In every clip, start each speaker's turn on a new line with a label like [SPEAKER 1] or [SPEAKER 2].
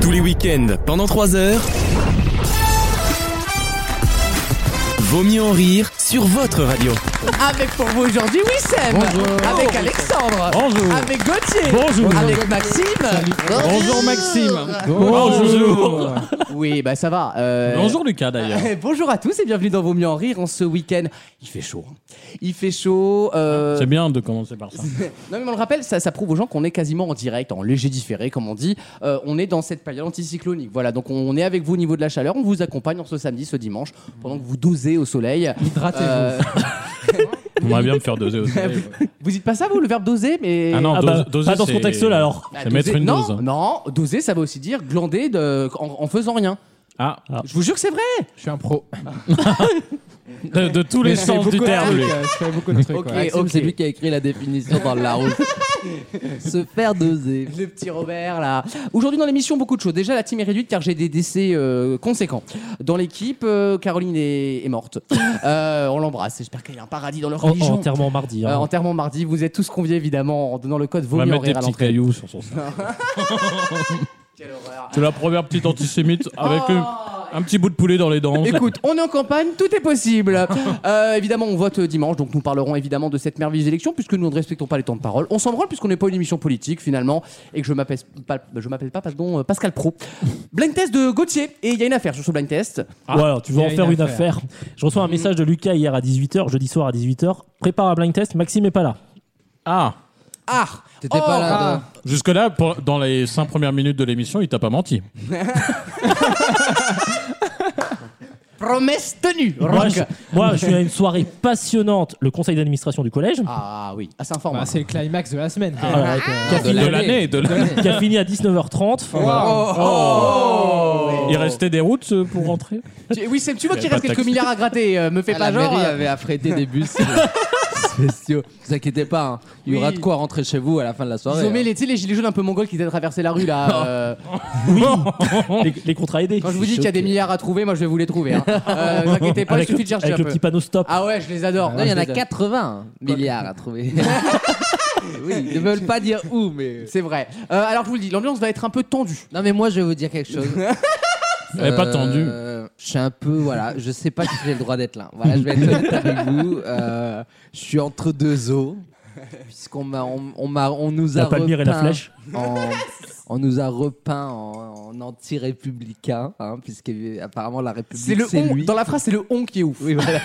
[SPEAKER 1] Tous les week-ends, pendant 3 heures. Vaut mieux en rire sur votre radio.
[SPEAKER 2] Avec pour vous aujourd'hui Wissem,
[SPEAKER 3] Bonjour.
[SPEAKER 2] avec Alexandre,
[SPEAKER 3] Bonjour.
[SPEAKER 2] avec Gauthier,
[SPEAKER 3] Bonjour.
[SPEAKER 2] avec Maxime.
[SPEAKER 3] Bonjour Maxime.
[SPEAKER 4] Bonjour.
[SPEAKER 2] Oui, bah ça va. euh,
[SPEAKER 4] Bonjour Lucas d'ailleurs.
[SPEAKER 2] euh, Bonjour à tous et bienvenue dans Vos mieux en rire en ce week-end. Il fait chaud. hein. Il fait chaud. euh,
[SPEAKER 4] C'est bien de commencer par ça.
[SPEAKER 2] Non mais on le rappelle, ça, ça prouve aux gens qu'on est quasiment en direct, en léger différé comme on dit. Euh, on est dans cette période anticyclonique. Voilà, donc on est avec vous au niveau de la chaleur. On vous accompagne en ce samedi, ce dimanche, pendant que vous dosez au soleil.
[SPEAKER 3] Hydratez-vous.
[SPEAKER 2] Euh,
[SPEAKER 4] On va bien me faire doser
[SPEAKER 2] Ah
[SPEAKER 4] aussi.
[SPEAKER 2] vous dites pas ça vous, le verbe doser, mais
[SPEAKER 4] Ah non,
[SPEAKER 5] Ah
[SPEAKER 4] dose-
[SPEAKER 5] bah,
[SPEAKER 4] doser,
[SPEAKER 5] pas dans ce
[SPEAKER 4] c'est-
[SPEAKER 5] contexte-là, alors.
[SPEAKER 2] Bah,
[SPEAKER 4] C'est mettre
[SPEAKER 2] doser-
[SPEAKER 4] une
[SPEAKER 2] non,
[SPEAKER 4] dose. hein.
[SPEAKER 2] Non, doser, ça veut aussi dire glander de- en, en faisant rien.
[SPEAKER 4] Ah,
[SPEAKER 2] Je vous jure que c'est vrai.
[SPEAKER 3] Je suis un pro.
[SPEAKER 4] de, de tous les sens du terme, lui.
[SPEAKER 3] Je fais beaucoup de trucs.
[SPEAKER 2] Ok,
[SPEAKER 3] ouais.
[SPEAKER 2] ok.
[SPEAKER 6] Maxime, c'est lui qui a écrit la définition dans la roue. Se faire doser.
[SPEAKER 2] Le petit Robert là. Aujourd'hui dans l'émission beaucoup de choses. Déjà la team est réduite car j'ai des décès euh, conséquents. Dans l'équipe, euh, Caroline est, est morte. Euh, on l'embrasse. J'espère qu'il y a un paradis dans leur
[SPEAKER 5] En,
[SPEAKER 4] Oh,
[SPEAKER 2] religion.
[SPEAKER 5] enterrement mardi. hein.
[SPEAKER 2] Euh, enterrement mardi, vous êtes tous conviés évidemment en donnant le code
[SPEAKER 4] On va
[SPEAKER 2] vomi en
[SPEAKER 4] mettre des
[SPEAKER 2] rire à
[SPEAKER 4] petits
[SPEAKER 2] l'entrée.
[SPEAKER 4] cailloux sur son sein. C'est la première petite antisémite avec une- un petit bout de poulet dans les dents.
[SPEAKER 2] Oh. Écoute, on est en campagne, tout est possible. Euh, évidemment, on vote euh, dimanche, donc nous parlerons évidemment de cette merveilleuse élection, puisque nous ne respectons pas les temps de parole. On s'en branle, puisqu'on n'est pas une émission politique finalement, et que je m'appelle pas, je m'appelle pas pardon, euh, Pascal Pro. Blind test de Gauthier, et il y a une affaire sur ce blind test.
[SPEAKER 5] Ah, voilà, tu veux
[SPEAKER 3] il y
[SPEAKER 5] en
[SPEAKER 3] a
[SPEAKER 5] faire
[SPEAKER 3] une
[SPEAKER 5] une affaire. Je
[SPEAKER 2] Mm.
[SPEAKER 5] reçois un message de Lucas hier à 18h, jeudi soir à 18h. Prépare un blind test, Maxime est pas là.
[SPEAKER 4] Ah,
[SPEAKER 2] Ah
[SPEAKER 6] T'étais
[SPEAKER 2] Oh,
[SPEAKER 6] pas là.
[SPEAKER 2] ah.
[SPEAKER 4] jusque-là, pour- dans les cinq premières minutes de l'émission, il t'a pas menti.
[SPEAKER 2] Promesse tenue
[SPEAKER 5] Moi
[SPEAKER 2] Rock.
[SPEAKER 5] je, moi, je suis à une soirée passionnante, le conseil d'administration du collège,
[SPEAKER 2] Ah oui, ah, c'est un format.
[SPEAKER 3] Bah, c'est le climax de la semaine. quoi.
[SPEAKER 5] voilà, qui, a
[SPEAKER 4] De
[SPEAKER 5] fini,
[SPEAKER 4] l'année, de l'année.
[SPEAKER 5] qui a fini à 19h30.
[SPEAKER 2] Oh, oh.
[SPEAKER 4] Il restait des routes euh, pour rentrer
[SPEAKER 2] Tu- Oui, Seb, tu vois
[SPEAKER 4] Il y
[SPEAKER 2] qu'il
[SPEAKER 4] a pas
[SPEAKER 2] reste
[SPEAKER 4] de
[SPEAKER 2] quelques
[SPEAKER 4] taxi.
[SPEAKER 2] milliards à gratter, euh, me fais
[SPEAKER 6] Ah,
[SPEAKER 2] pas
[SPEAKER 6] la
[SPEAKER 2] genre.
[SPEAKER 6] mairie
[SPEAKER 2] euh,
[SPEAKER 6] avait affrété des bus euh, spéciaux. Ne vous inquiétez pas, hein. il y aura
[SPEAKER 2] Oui.
[SPEAKER 6] de quoi rentrer chez vous à la fin de la soirée.
[SPEAKER 2] Ils ont mis
[SPEAKER 6] hein.
[SPEAKER 2] les, tu sais, les gilets jaunes un peu mongols qui étaient traversé la rue là. euh,
[SPEAKER 5] les, les contrats aidés.
[SPEAKER 2] Oh. Quand je vous dis qu'il y a des milliards à trouver, moi je vais vous les trouver. Hein. Euh, vous inquiétez pas, il
[SPEAKER 5] Avec, le,
[SPEAKER 2] suffit de chercher
[SPEAKER 5] avec
[SPEAKER 2] un
[SPEAKER 5] le
[SPEAKER 2] peu.
[SPEAKER 5] petit panneau stop.
[SPEAKER 2] Ah ouais, je les adore.
[SPEAKER 6] Non, il y en
[SPEAKER 2] Je
[SPEAKER 6] a
[SPEAKER 2] les adore.
[SPEAKER 6] 80 milliards à trouver. oui, ils ne veulent pas dire où, mais.
[SPEAKER 2] C'est vrai. Euh, alors je vous le dis, l'ambiance va être un peu tendue.
[SPEAKER 6] Non, mais moi, je vais vous dire quelque chose. Euh,
[SPEAKER 4] Elle est pas tendue.
[SPEAKER 6] Je suis un peu, voilà, je sais pas si j'ai le droit d'être là. Voilà, je vais être honnête avec vous. Euh, je suis entre deux eaux, puisqu'on m'a, on, on m'a, on nous a
[SPEAKER 5] La palmyre et la
[SPEAKER 6] repeint
[SPEAKER 5] flèche.
[SPEAKER 6] en- on nous a repeint en, en anti-républicain, hein, puisque euh, apparemment la République
[SPEAKER 2] C'est le on.
[SPEAKER 6] lui.
[SPEAKER 2] Dans la phrase, c'est le on qui est ouf.
[SPEAKER 6] Oui, voilà.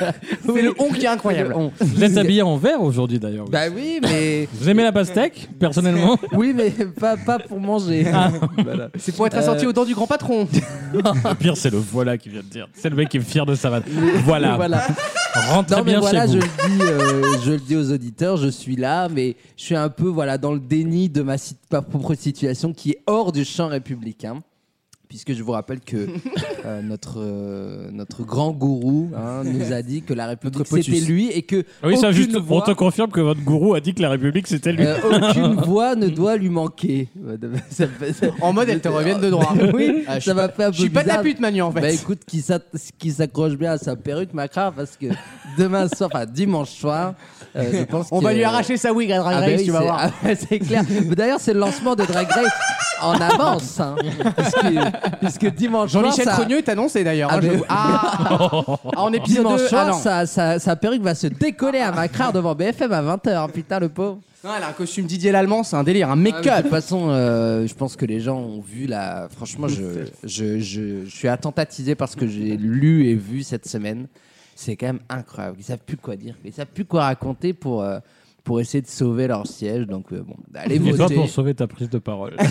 [SPEAKER 2] C'est le on qui est
[SPEAKER 6] Le
[SPEAKER 2] incroyable.
[SPEAKER 6] on.
[SPEAKER 4] Vous êtes habillé en vert aujourd'hui d'ailleurs.
[SPEAKER 6] Bah oui, mais
[SPEAKER 4] Vous aimez la pastèque, personnellement
[SPEAKER 6] oui, mais pas, pas pour manger.
[SPEAKER 4] Ah,
[SPEAKER 6] Voilà.
[SPEAKER 2] C'est pour être assorti
[SPEAKER 6] Euh,
[SPEAKER 2] au dents du grand patron.
[SPEAKER 4] Le pire, c'est le voilà qui vient de dire. C'est le mec qui est fier de sa vanne. Voilà.
[SPEAKER 6] Voilà.
[SPEAKER 4] Rentrez
[SPEAKER 6] Non mais
[SPEAKER 4] bien
[SPEAKER 6] voilà,
[SPEAKER 4] chez
[SPEAKER 6] je
[SPEAKER 4] vous.
[SPEAKER 6] le dis, euh, je le dis aux auditeurs, je suis là, mais je suis un peu voilà dans le déni de ma, si- ma propre situation qui est hors du champ républicain, puisque je vous rappelle que euh, notre euh, notre grand gourou hein, nous a dit que la République c'était lui et que
[SPEAKER 4] Ah Oui, ça
[SPEAKER 6] aucune
[SPEAKER 4] juste. On
[SPEAKER 6] voix-
[SPEAKER 4] te confirme que votre gourou a dit que la République c'était lui.
[SPEAKER 6] euh, aucune voix ne doit lui manquer. Ça me fait- ça-
[SPEAKER 2] En mode, elles te reviennent de droit.
[SPEAKER 6] Oui,
[SPEAKER 2] Ah, je suis
[SPEAKER 6] ça m'a fait un peu
[SPEAKER 2] Je suis pas de la
[SPEAKER 6] bizarre.
[SPEAKER 2] pute, Manu, en fait.
[SPEAKER 6] Bah écoute, qui s'at- qui s'accroche bien à sa perruque, Macra, parce que demain soir, enfin dimanche soir, euh, je pense
[SPEAKER 2] On va
[SPEAKER 6] que-
[SPEAKER 2] lui arracher sa wig à Drag
[SPEAKER 6] Ah bah
[SPEAKER 2] Race,
[SPEAKER 6] oui,
[SPEAKER 2] tu vas
[SPEAKER 6] c'est-
[SPEAKER 2] voir.
[SPEAKER 6] ah ouais, c'est clair. Mais D'ailleurs, c'est le lancement de Drag Race en avance. hein. puisque, puisque dimanche soir.
[SPEAKER 2] Jean-Michel
[SPEAKER 6] ça-
[SPEAKER 2] Trogneux est annoncé d'ailleurs.
[SPEAKER 6] Ah,
[SPEAKER 2] hein, je
[SPEAKER 6] bah
[SPEAKER 2] vous-
[SPEAKER 6] oui.
[SPEAKER 2] Ah, Ah, en épisode
[SPEAKER 6] Dimanche
[SPEAKER 2] deux-
[SPEAKER 6] soir,
[SPEAKER 2] ah, non.
[SPEAKER 6] sa, sa- sa perruque va se décoller à Macra devant BFM à 20h. Putain, le pauvre.
[SPEAKER 2] Non, elle a Ah, un costume Didier Lallemand, c'est un délire, un
[SPEAKER 6] De
[SPEAKER 2] make-up.
[SPEAKER 6] toute façon, euh, je pense que les gens ont vu la. Franchement, je, je, je, je suis attentatisé par ce que j'ai lu et vu cette semaine. C'est quand même incroyable. Ils savent plus quoi dire. Ils savent plus quoi raconter pour, euh, pour essayer de sauver leur siège. Donc, euh, bon, allez
[SPEAKER 4] Et
[SPEAKER 6] voter.
[SPEAKER 4] toi pour sauver ta prise de parole.
[SPEAKER 6] Non,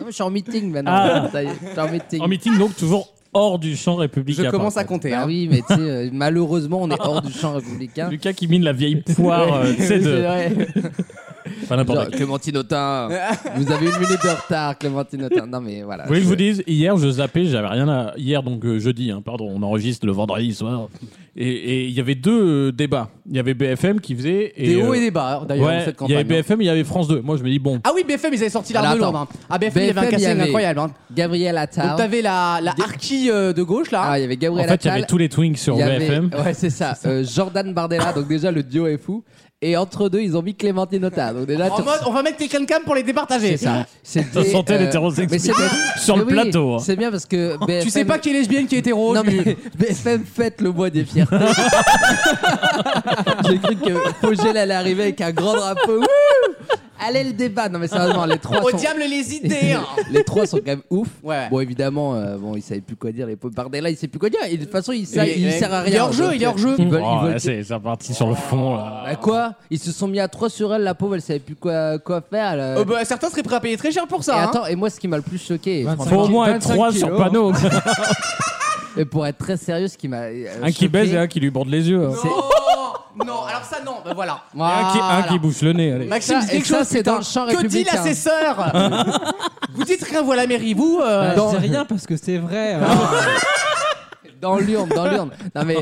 [SPEAKER 6] mais je suis en meeting maintenant.
[SPEAKER 5] Ah.
[SPEAKER 6] Ça y est, je suis en meeting.
[SPEAKER 4] en meeting, donc toujours hors du champ
[SPEAKER 2] Je
[SPEAKER 4] républicain.
[SPEAKER 2] commence
[SPEAKER 4] par
[SPEAKER 2] à
[SPEAKER 4] contre.
[SPEAKER 2] compter.
[SPEAKER 6] Bah
[SPEAKER 2] hein.
[SPEAKER 6] oui, mais tu sais, euh, malheureusement, on est hors du champ républicain.
[SPEAKER 4] Lucas qui mine la vieille poire, euh, tu sais,
[SPEAKER 6] C'est
[SPEAKER 4] de.
[SPEAKER 6] vrai.
[SPEAKER 4] Enfin, n'importe
[SPEAKER 6] Genre,
[SPEAKER 4] quoi.
[SPEAKER 6] Clémentine Autain, vous avez une minute de retard, Clémentine Autain. Non, mais voilà.
[SPEAKER 4] Vous voulez que je vous
[SPEAKER 6] Je-
[SPEAKER 4] dise, hier je zappais, j'avais rien à. Hier, donc euh, jeudi, hein, pardon, on enregistre le vendredi soir. Et- Et il y avait deux euh, débats. Il y avait BFM qui faisait. Et,
[SPEAKER 2] Des hauts et
[SPEAKER 4] euh,
[SPEAKER 2] des bas, alors, d'ailleurs,
[SPEAKER 4] ouais,
[SPEAKER 2] dans cette
[SPEAKER 4] il y avait
[SPEAKER 2] campagne. hein.
[SPEAKER 4] BFM, il y avait France 2. Moi je me dis, bon,
[SPEAKER 2] Ah oui, BFM, ils avaient sorti l'arme
[SPEAKER 6] Alors,
[SPEAKER 2] lourde.
[SPEAKER 6] attends.
[SPEAKER 2] Hein. Ah, BFM, il y avait un
[SPEAKER 6] BFM, il y
[SPEAKER 2] casting
[SPEAKER 6] avait-
[SPEAKER 2] incroyable. Hein.
[SPEAKER 6] Gabriel Attal.
[SPEAKER 2] Donc, t'avais la, la harki euh, de gauche, là.
[SPEAKER 6] Ah, il y avait
[SPEAKER 4] en
[SPEAKER 6] Gabriel
[SPEAKER 4] fait, il y
[SPEAKER 6] Attal.
[SPEAKER 4] avait tous les twinks sur
[SPEAKER 6] il y avait-
[SPEAKER 4] BFM.
[SPEAKER 6] Ouais, c'est ça. Euh, Jordan Bardella, donc déjà le duo est fou. Et et entre deux, ils ont mis Clémentine Nota. Donc déjà,
[SPEAKER 2] En
[SPEAKER 6] tu-
[SPEAKER 2] mode, on va mettre tes cancams pour les départager.
[SPEAKER 6] c'est ça. C'était,
[SPEAKER 5] Ça sentait l'hétérosexuel
[SPEAKER 6] mais c'est bien-
[SPEAKER 5] sur
[SPEAKER 6] mais
[SPEAKER 5] le plateau, hein.
[SPEAKER 6] C'est bien parce que BFM,
[SPEAKER 2] Oh, Tu sais pas qui est lesbienne, qui est hétéro.
[SPEAKER 6] non,
[SPEAKER 2] tu-
[SPEAKER 6] mais BFM fête le mois des fiertés. J'ai cru que Fogel allait arriver avec un grand drapeau. Wouh Allez le débat. Non mais sérieusement, les trois
[SPEAKER 2] Au
[SPEAKER 6] sont
[SPEAKER 2] diable les idées. hein.
[SPEAKER 6] les trois sont quand même ouf.
[SPEAKER 2] Ouais.
[SPEAKER 6] Bon, évidemment, euh, bon, il savait plus quoi dire. Les pauvres Bardella, il sait plus quoi dire. Et de toute façon, il, sa-
[SPEAKER 2] Et-
[SPEAKER 6] il
[SPEAKER 2] et-
[SPEAKER 6] sert à
[SPEAKER 2] il est
[SPEAKER 6] rien.
[SPEAKER 2] hors jeu,
[SPEAKER 6] Donc, euh,
[SPEAKER 2] il est hors jeu.
[SPEAKER 6] Ils veulent,
[SPEAKER 4] Oh,
[SPEAKER 6] ils veulent-
[SPEAKER 4] là, c'est c'est parti sur le fond là.
[SPEAKER 6] Bah quoi Ils se sont mis à trois sur elle, la pauvre, elle savait plus quoi, quoi faire. elle, euh,
[SPEAKER 2] Euh, bah, certains seraient prêts à payer très cher pour
[SPEAKER 6] et
[SPEAKER 2] ça. hein.
[SPEAKER 6] attends, et moi, ce qui m'a le plus choqué, et
[SPEAKER 5] Faut
[SPEAKER 3] 25
[SPEAKER 6] franchement,
[SPEAKER 5] au moins être
[SPEAKER 3] 25
[SPEAKER 5] trois sur
[SPEAKER 3] kilos.
[SPEAKER 5] panneau.
[SPEAKER 6] et pour être très sérieux, ce qui m'a. euh,
[SPEAKER 4] Un qui
[SPEAKER 6] choqué-
[SPEAKER 4] baise et un qui lui borde les yeux. hein.
[SPEAKER 2] Non, Oh, non, alors ça non, ben voilà.
[SPEAKER 4] Et un qui, un
[SPEAKER 6] Voilà.
[SPEAKER 4] qui bouche le nez. allez.
[SPEAKER 2] Maxime,
[SPEAKER 6] Ça,
[SPEAKER 2] dit
[SPEAKER 6] et
[SPEAKER 2] quelque
[SPEAKER 6] ça,
[SPEAKER 2] chose,
[SPEAKER 6] c'est
[SPEAKER 2] putain.
[SPEAKER 6] dans le champ
[SPEAKER 2] Que dit
[SPEAKER 6] républicain.
[SPEAKER 2] l'assesseur Vous dites rien, voilà la mairie, vous euh,
[SPEAKER 3] Bah,
[SPEAKER 2] dans-
[SPEAKER 3] je dis rien parce que c'est vrai.
[SPEAKER 6] Dans l'urne, dans l'urne. Non mais,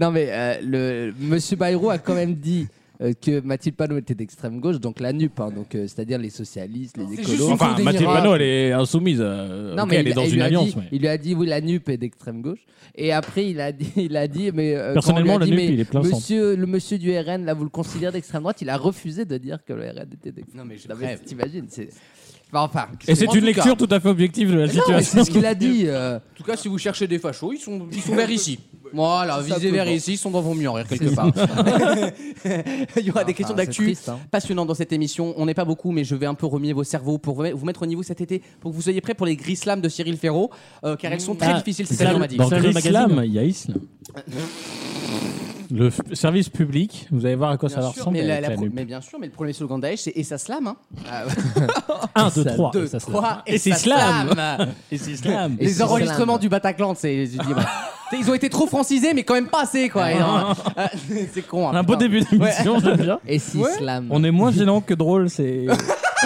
[SPEAKER 6] non mais euh, le Monsieur Bayrou a quand même dit. euh, que Mathilde Panot était d'extrême gauche, donc la NUP, hein, donc euh, c'est-à-dire les socialistes, les
[SPEAKER 2] juste
[SPEAKER 6] écolos.
[SPEAKER 4] Enfin,
[SPEAKER 2] Son
[SPEAKER 4] Mathilde
[SPEAKER 2] délirable.
[SPEAKER 4] Panot, elle est insoumise. euh, ok, elle
[SPEAKER 6] il-
[SPEAKER 4] est dans
[SPEAKER 6] il
[SPEAKER 4] une
[SPEAKER 6] lui a
[SPEAKER 4] alliance.
[SPEAKER 6] dit-
[SPEAKER 4] mais-
[SPEAKER 6] Il lui a dit, oui, la NUP est d'extrême gauche. Et après, il a dit, il a dit mais. euh,
[SPEAKER 5] Personnellement,
[SPEAKER 6] quand on lui
[SPEAKER 5] la
[SPEAKER 6] a dit,
[SPEAKER 5] NUP,
[SPEAKER 6] mais
[SPEAKER 5] il est plein centre.
[SPEAKER 6] monsieur, Le monsieur du RN, là, vous le considérez d'extrême droite, il a refusé de dire que le RN était d'extrême
[SPEAKER 2] Non, mais je
[SPEAKER 6] Non,
[SPEAKER 2] rêve.
[SPEAKER 6] T'imagines c'est- Enfin, enfin.
[SPEAKER 4] Et c'est
[SPEAKER 2] En tout
[SPEAKER 4] une lecture tout à fait objective de la
[SPEAKER 6] Non, mais
[SPEAKER 4] situation.
[SPEAKER 6] c'est ce qu'il a dit. euh,
[SPEAKER 2] En tout cas, si vous cherchez des fachos, ils sont, ils sont vers ici. Voilà, visez vers ici, ils sont dans vos murs, quelque part. Il y aura des questions
[SPEAKER 6] enfin, Ah, c'est
[SPEAKER 2] d'actu
[SPEAKER 6] triste, hein.
[SPEAKER 2] passionnantes dans cette émission. On n'est pas beaucoup, mais je vais un peu remuer vos cerveaux pour vous mettre au niveau cet été, pour que vous soyez prêts pour les gris slams de Cyril Ferraud, euh, car elles sont très
[SPEAKER 5] Ah,
[SPEAKER 2] difficiles cette année, on
[SPEAKER 5] Dans
[SPEAKER 2] m'a dit.
[SPEAKER 5] dans
[SPEAKER 4] Seul
[SPEAKER 5] Gris
[SPEAKER 4] magazine.
[SPEAKER 5] Slam, il y a Islam.
[SPEAKER 4] Le f- service public, vous allez voir à quoi ça
[SPEAKER 2] Bien
[SPEAKER 4] leur
[SPEAKER 2] sûr,
[SPEAKER 4] ressemble.
[SPEAKER 2] mais, la-
[SPEAKER 4] avec
[SPEAKER 2] la
[SPEAKER 4] la
[SPEAKER 2] pro-
[SPEAKER 4] nuque.
[SPEAKER 2] mais bien sûr, mais le premier slogan d'Aesh, c'est Et ça slam, hein.
[SPEAKER 5] 1, 2, 3.
[SPEAKER 2] Deux, trois, et, ça
[SPEAKER 5] slam.
[SPEAKER 2] slame.
[SPEAKER 5] Et c'est Islam.
[SPEAKER 6] Et
[SPEAKER 2] Les
[SPEAKER 6] c'est
[SPEAKER 2] enregistrements
[SPEAKER 6] slam.
[SPEAKER 2] du Bataclan, c'est. je dis, bah, t'sais, Ils ont été trop francisés, mais quand même pas assez, quoi. Et, hein, euh, c'est con. hein,
[SPEAKER 5] Un beau
[SPEAKER 2] putain.
[SPEAKER 5] début d'émission, j'aime bien.
[SPEAKER 6] Et si
[SPEAKER 4] Ouais.
[SPEAKER 6] Islam.
[SPEAKER 4] On est moins gênant que drôle, c'est.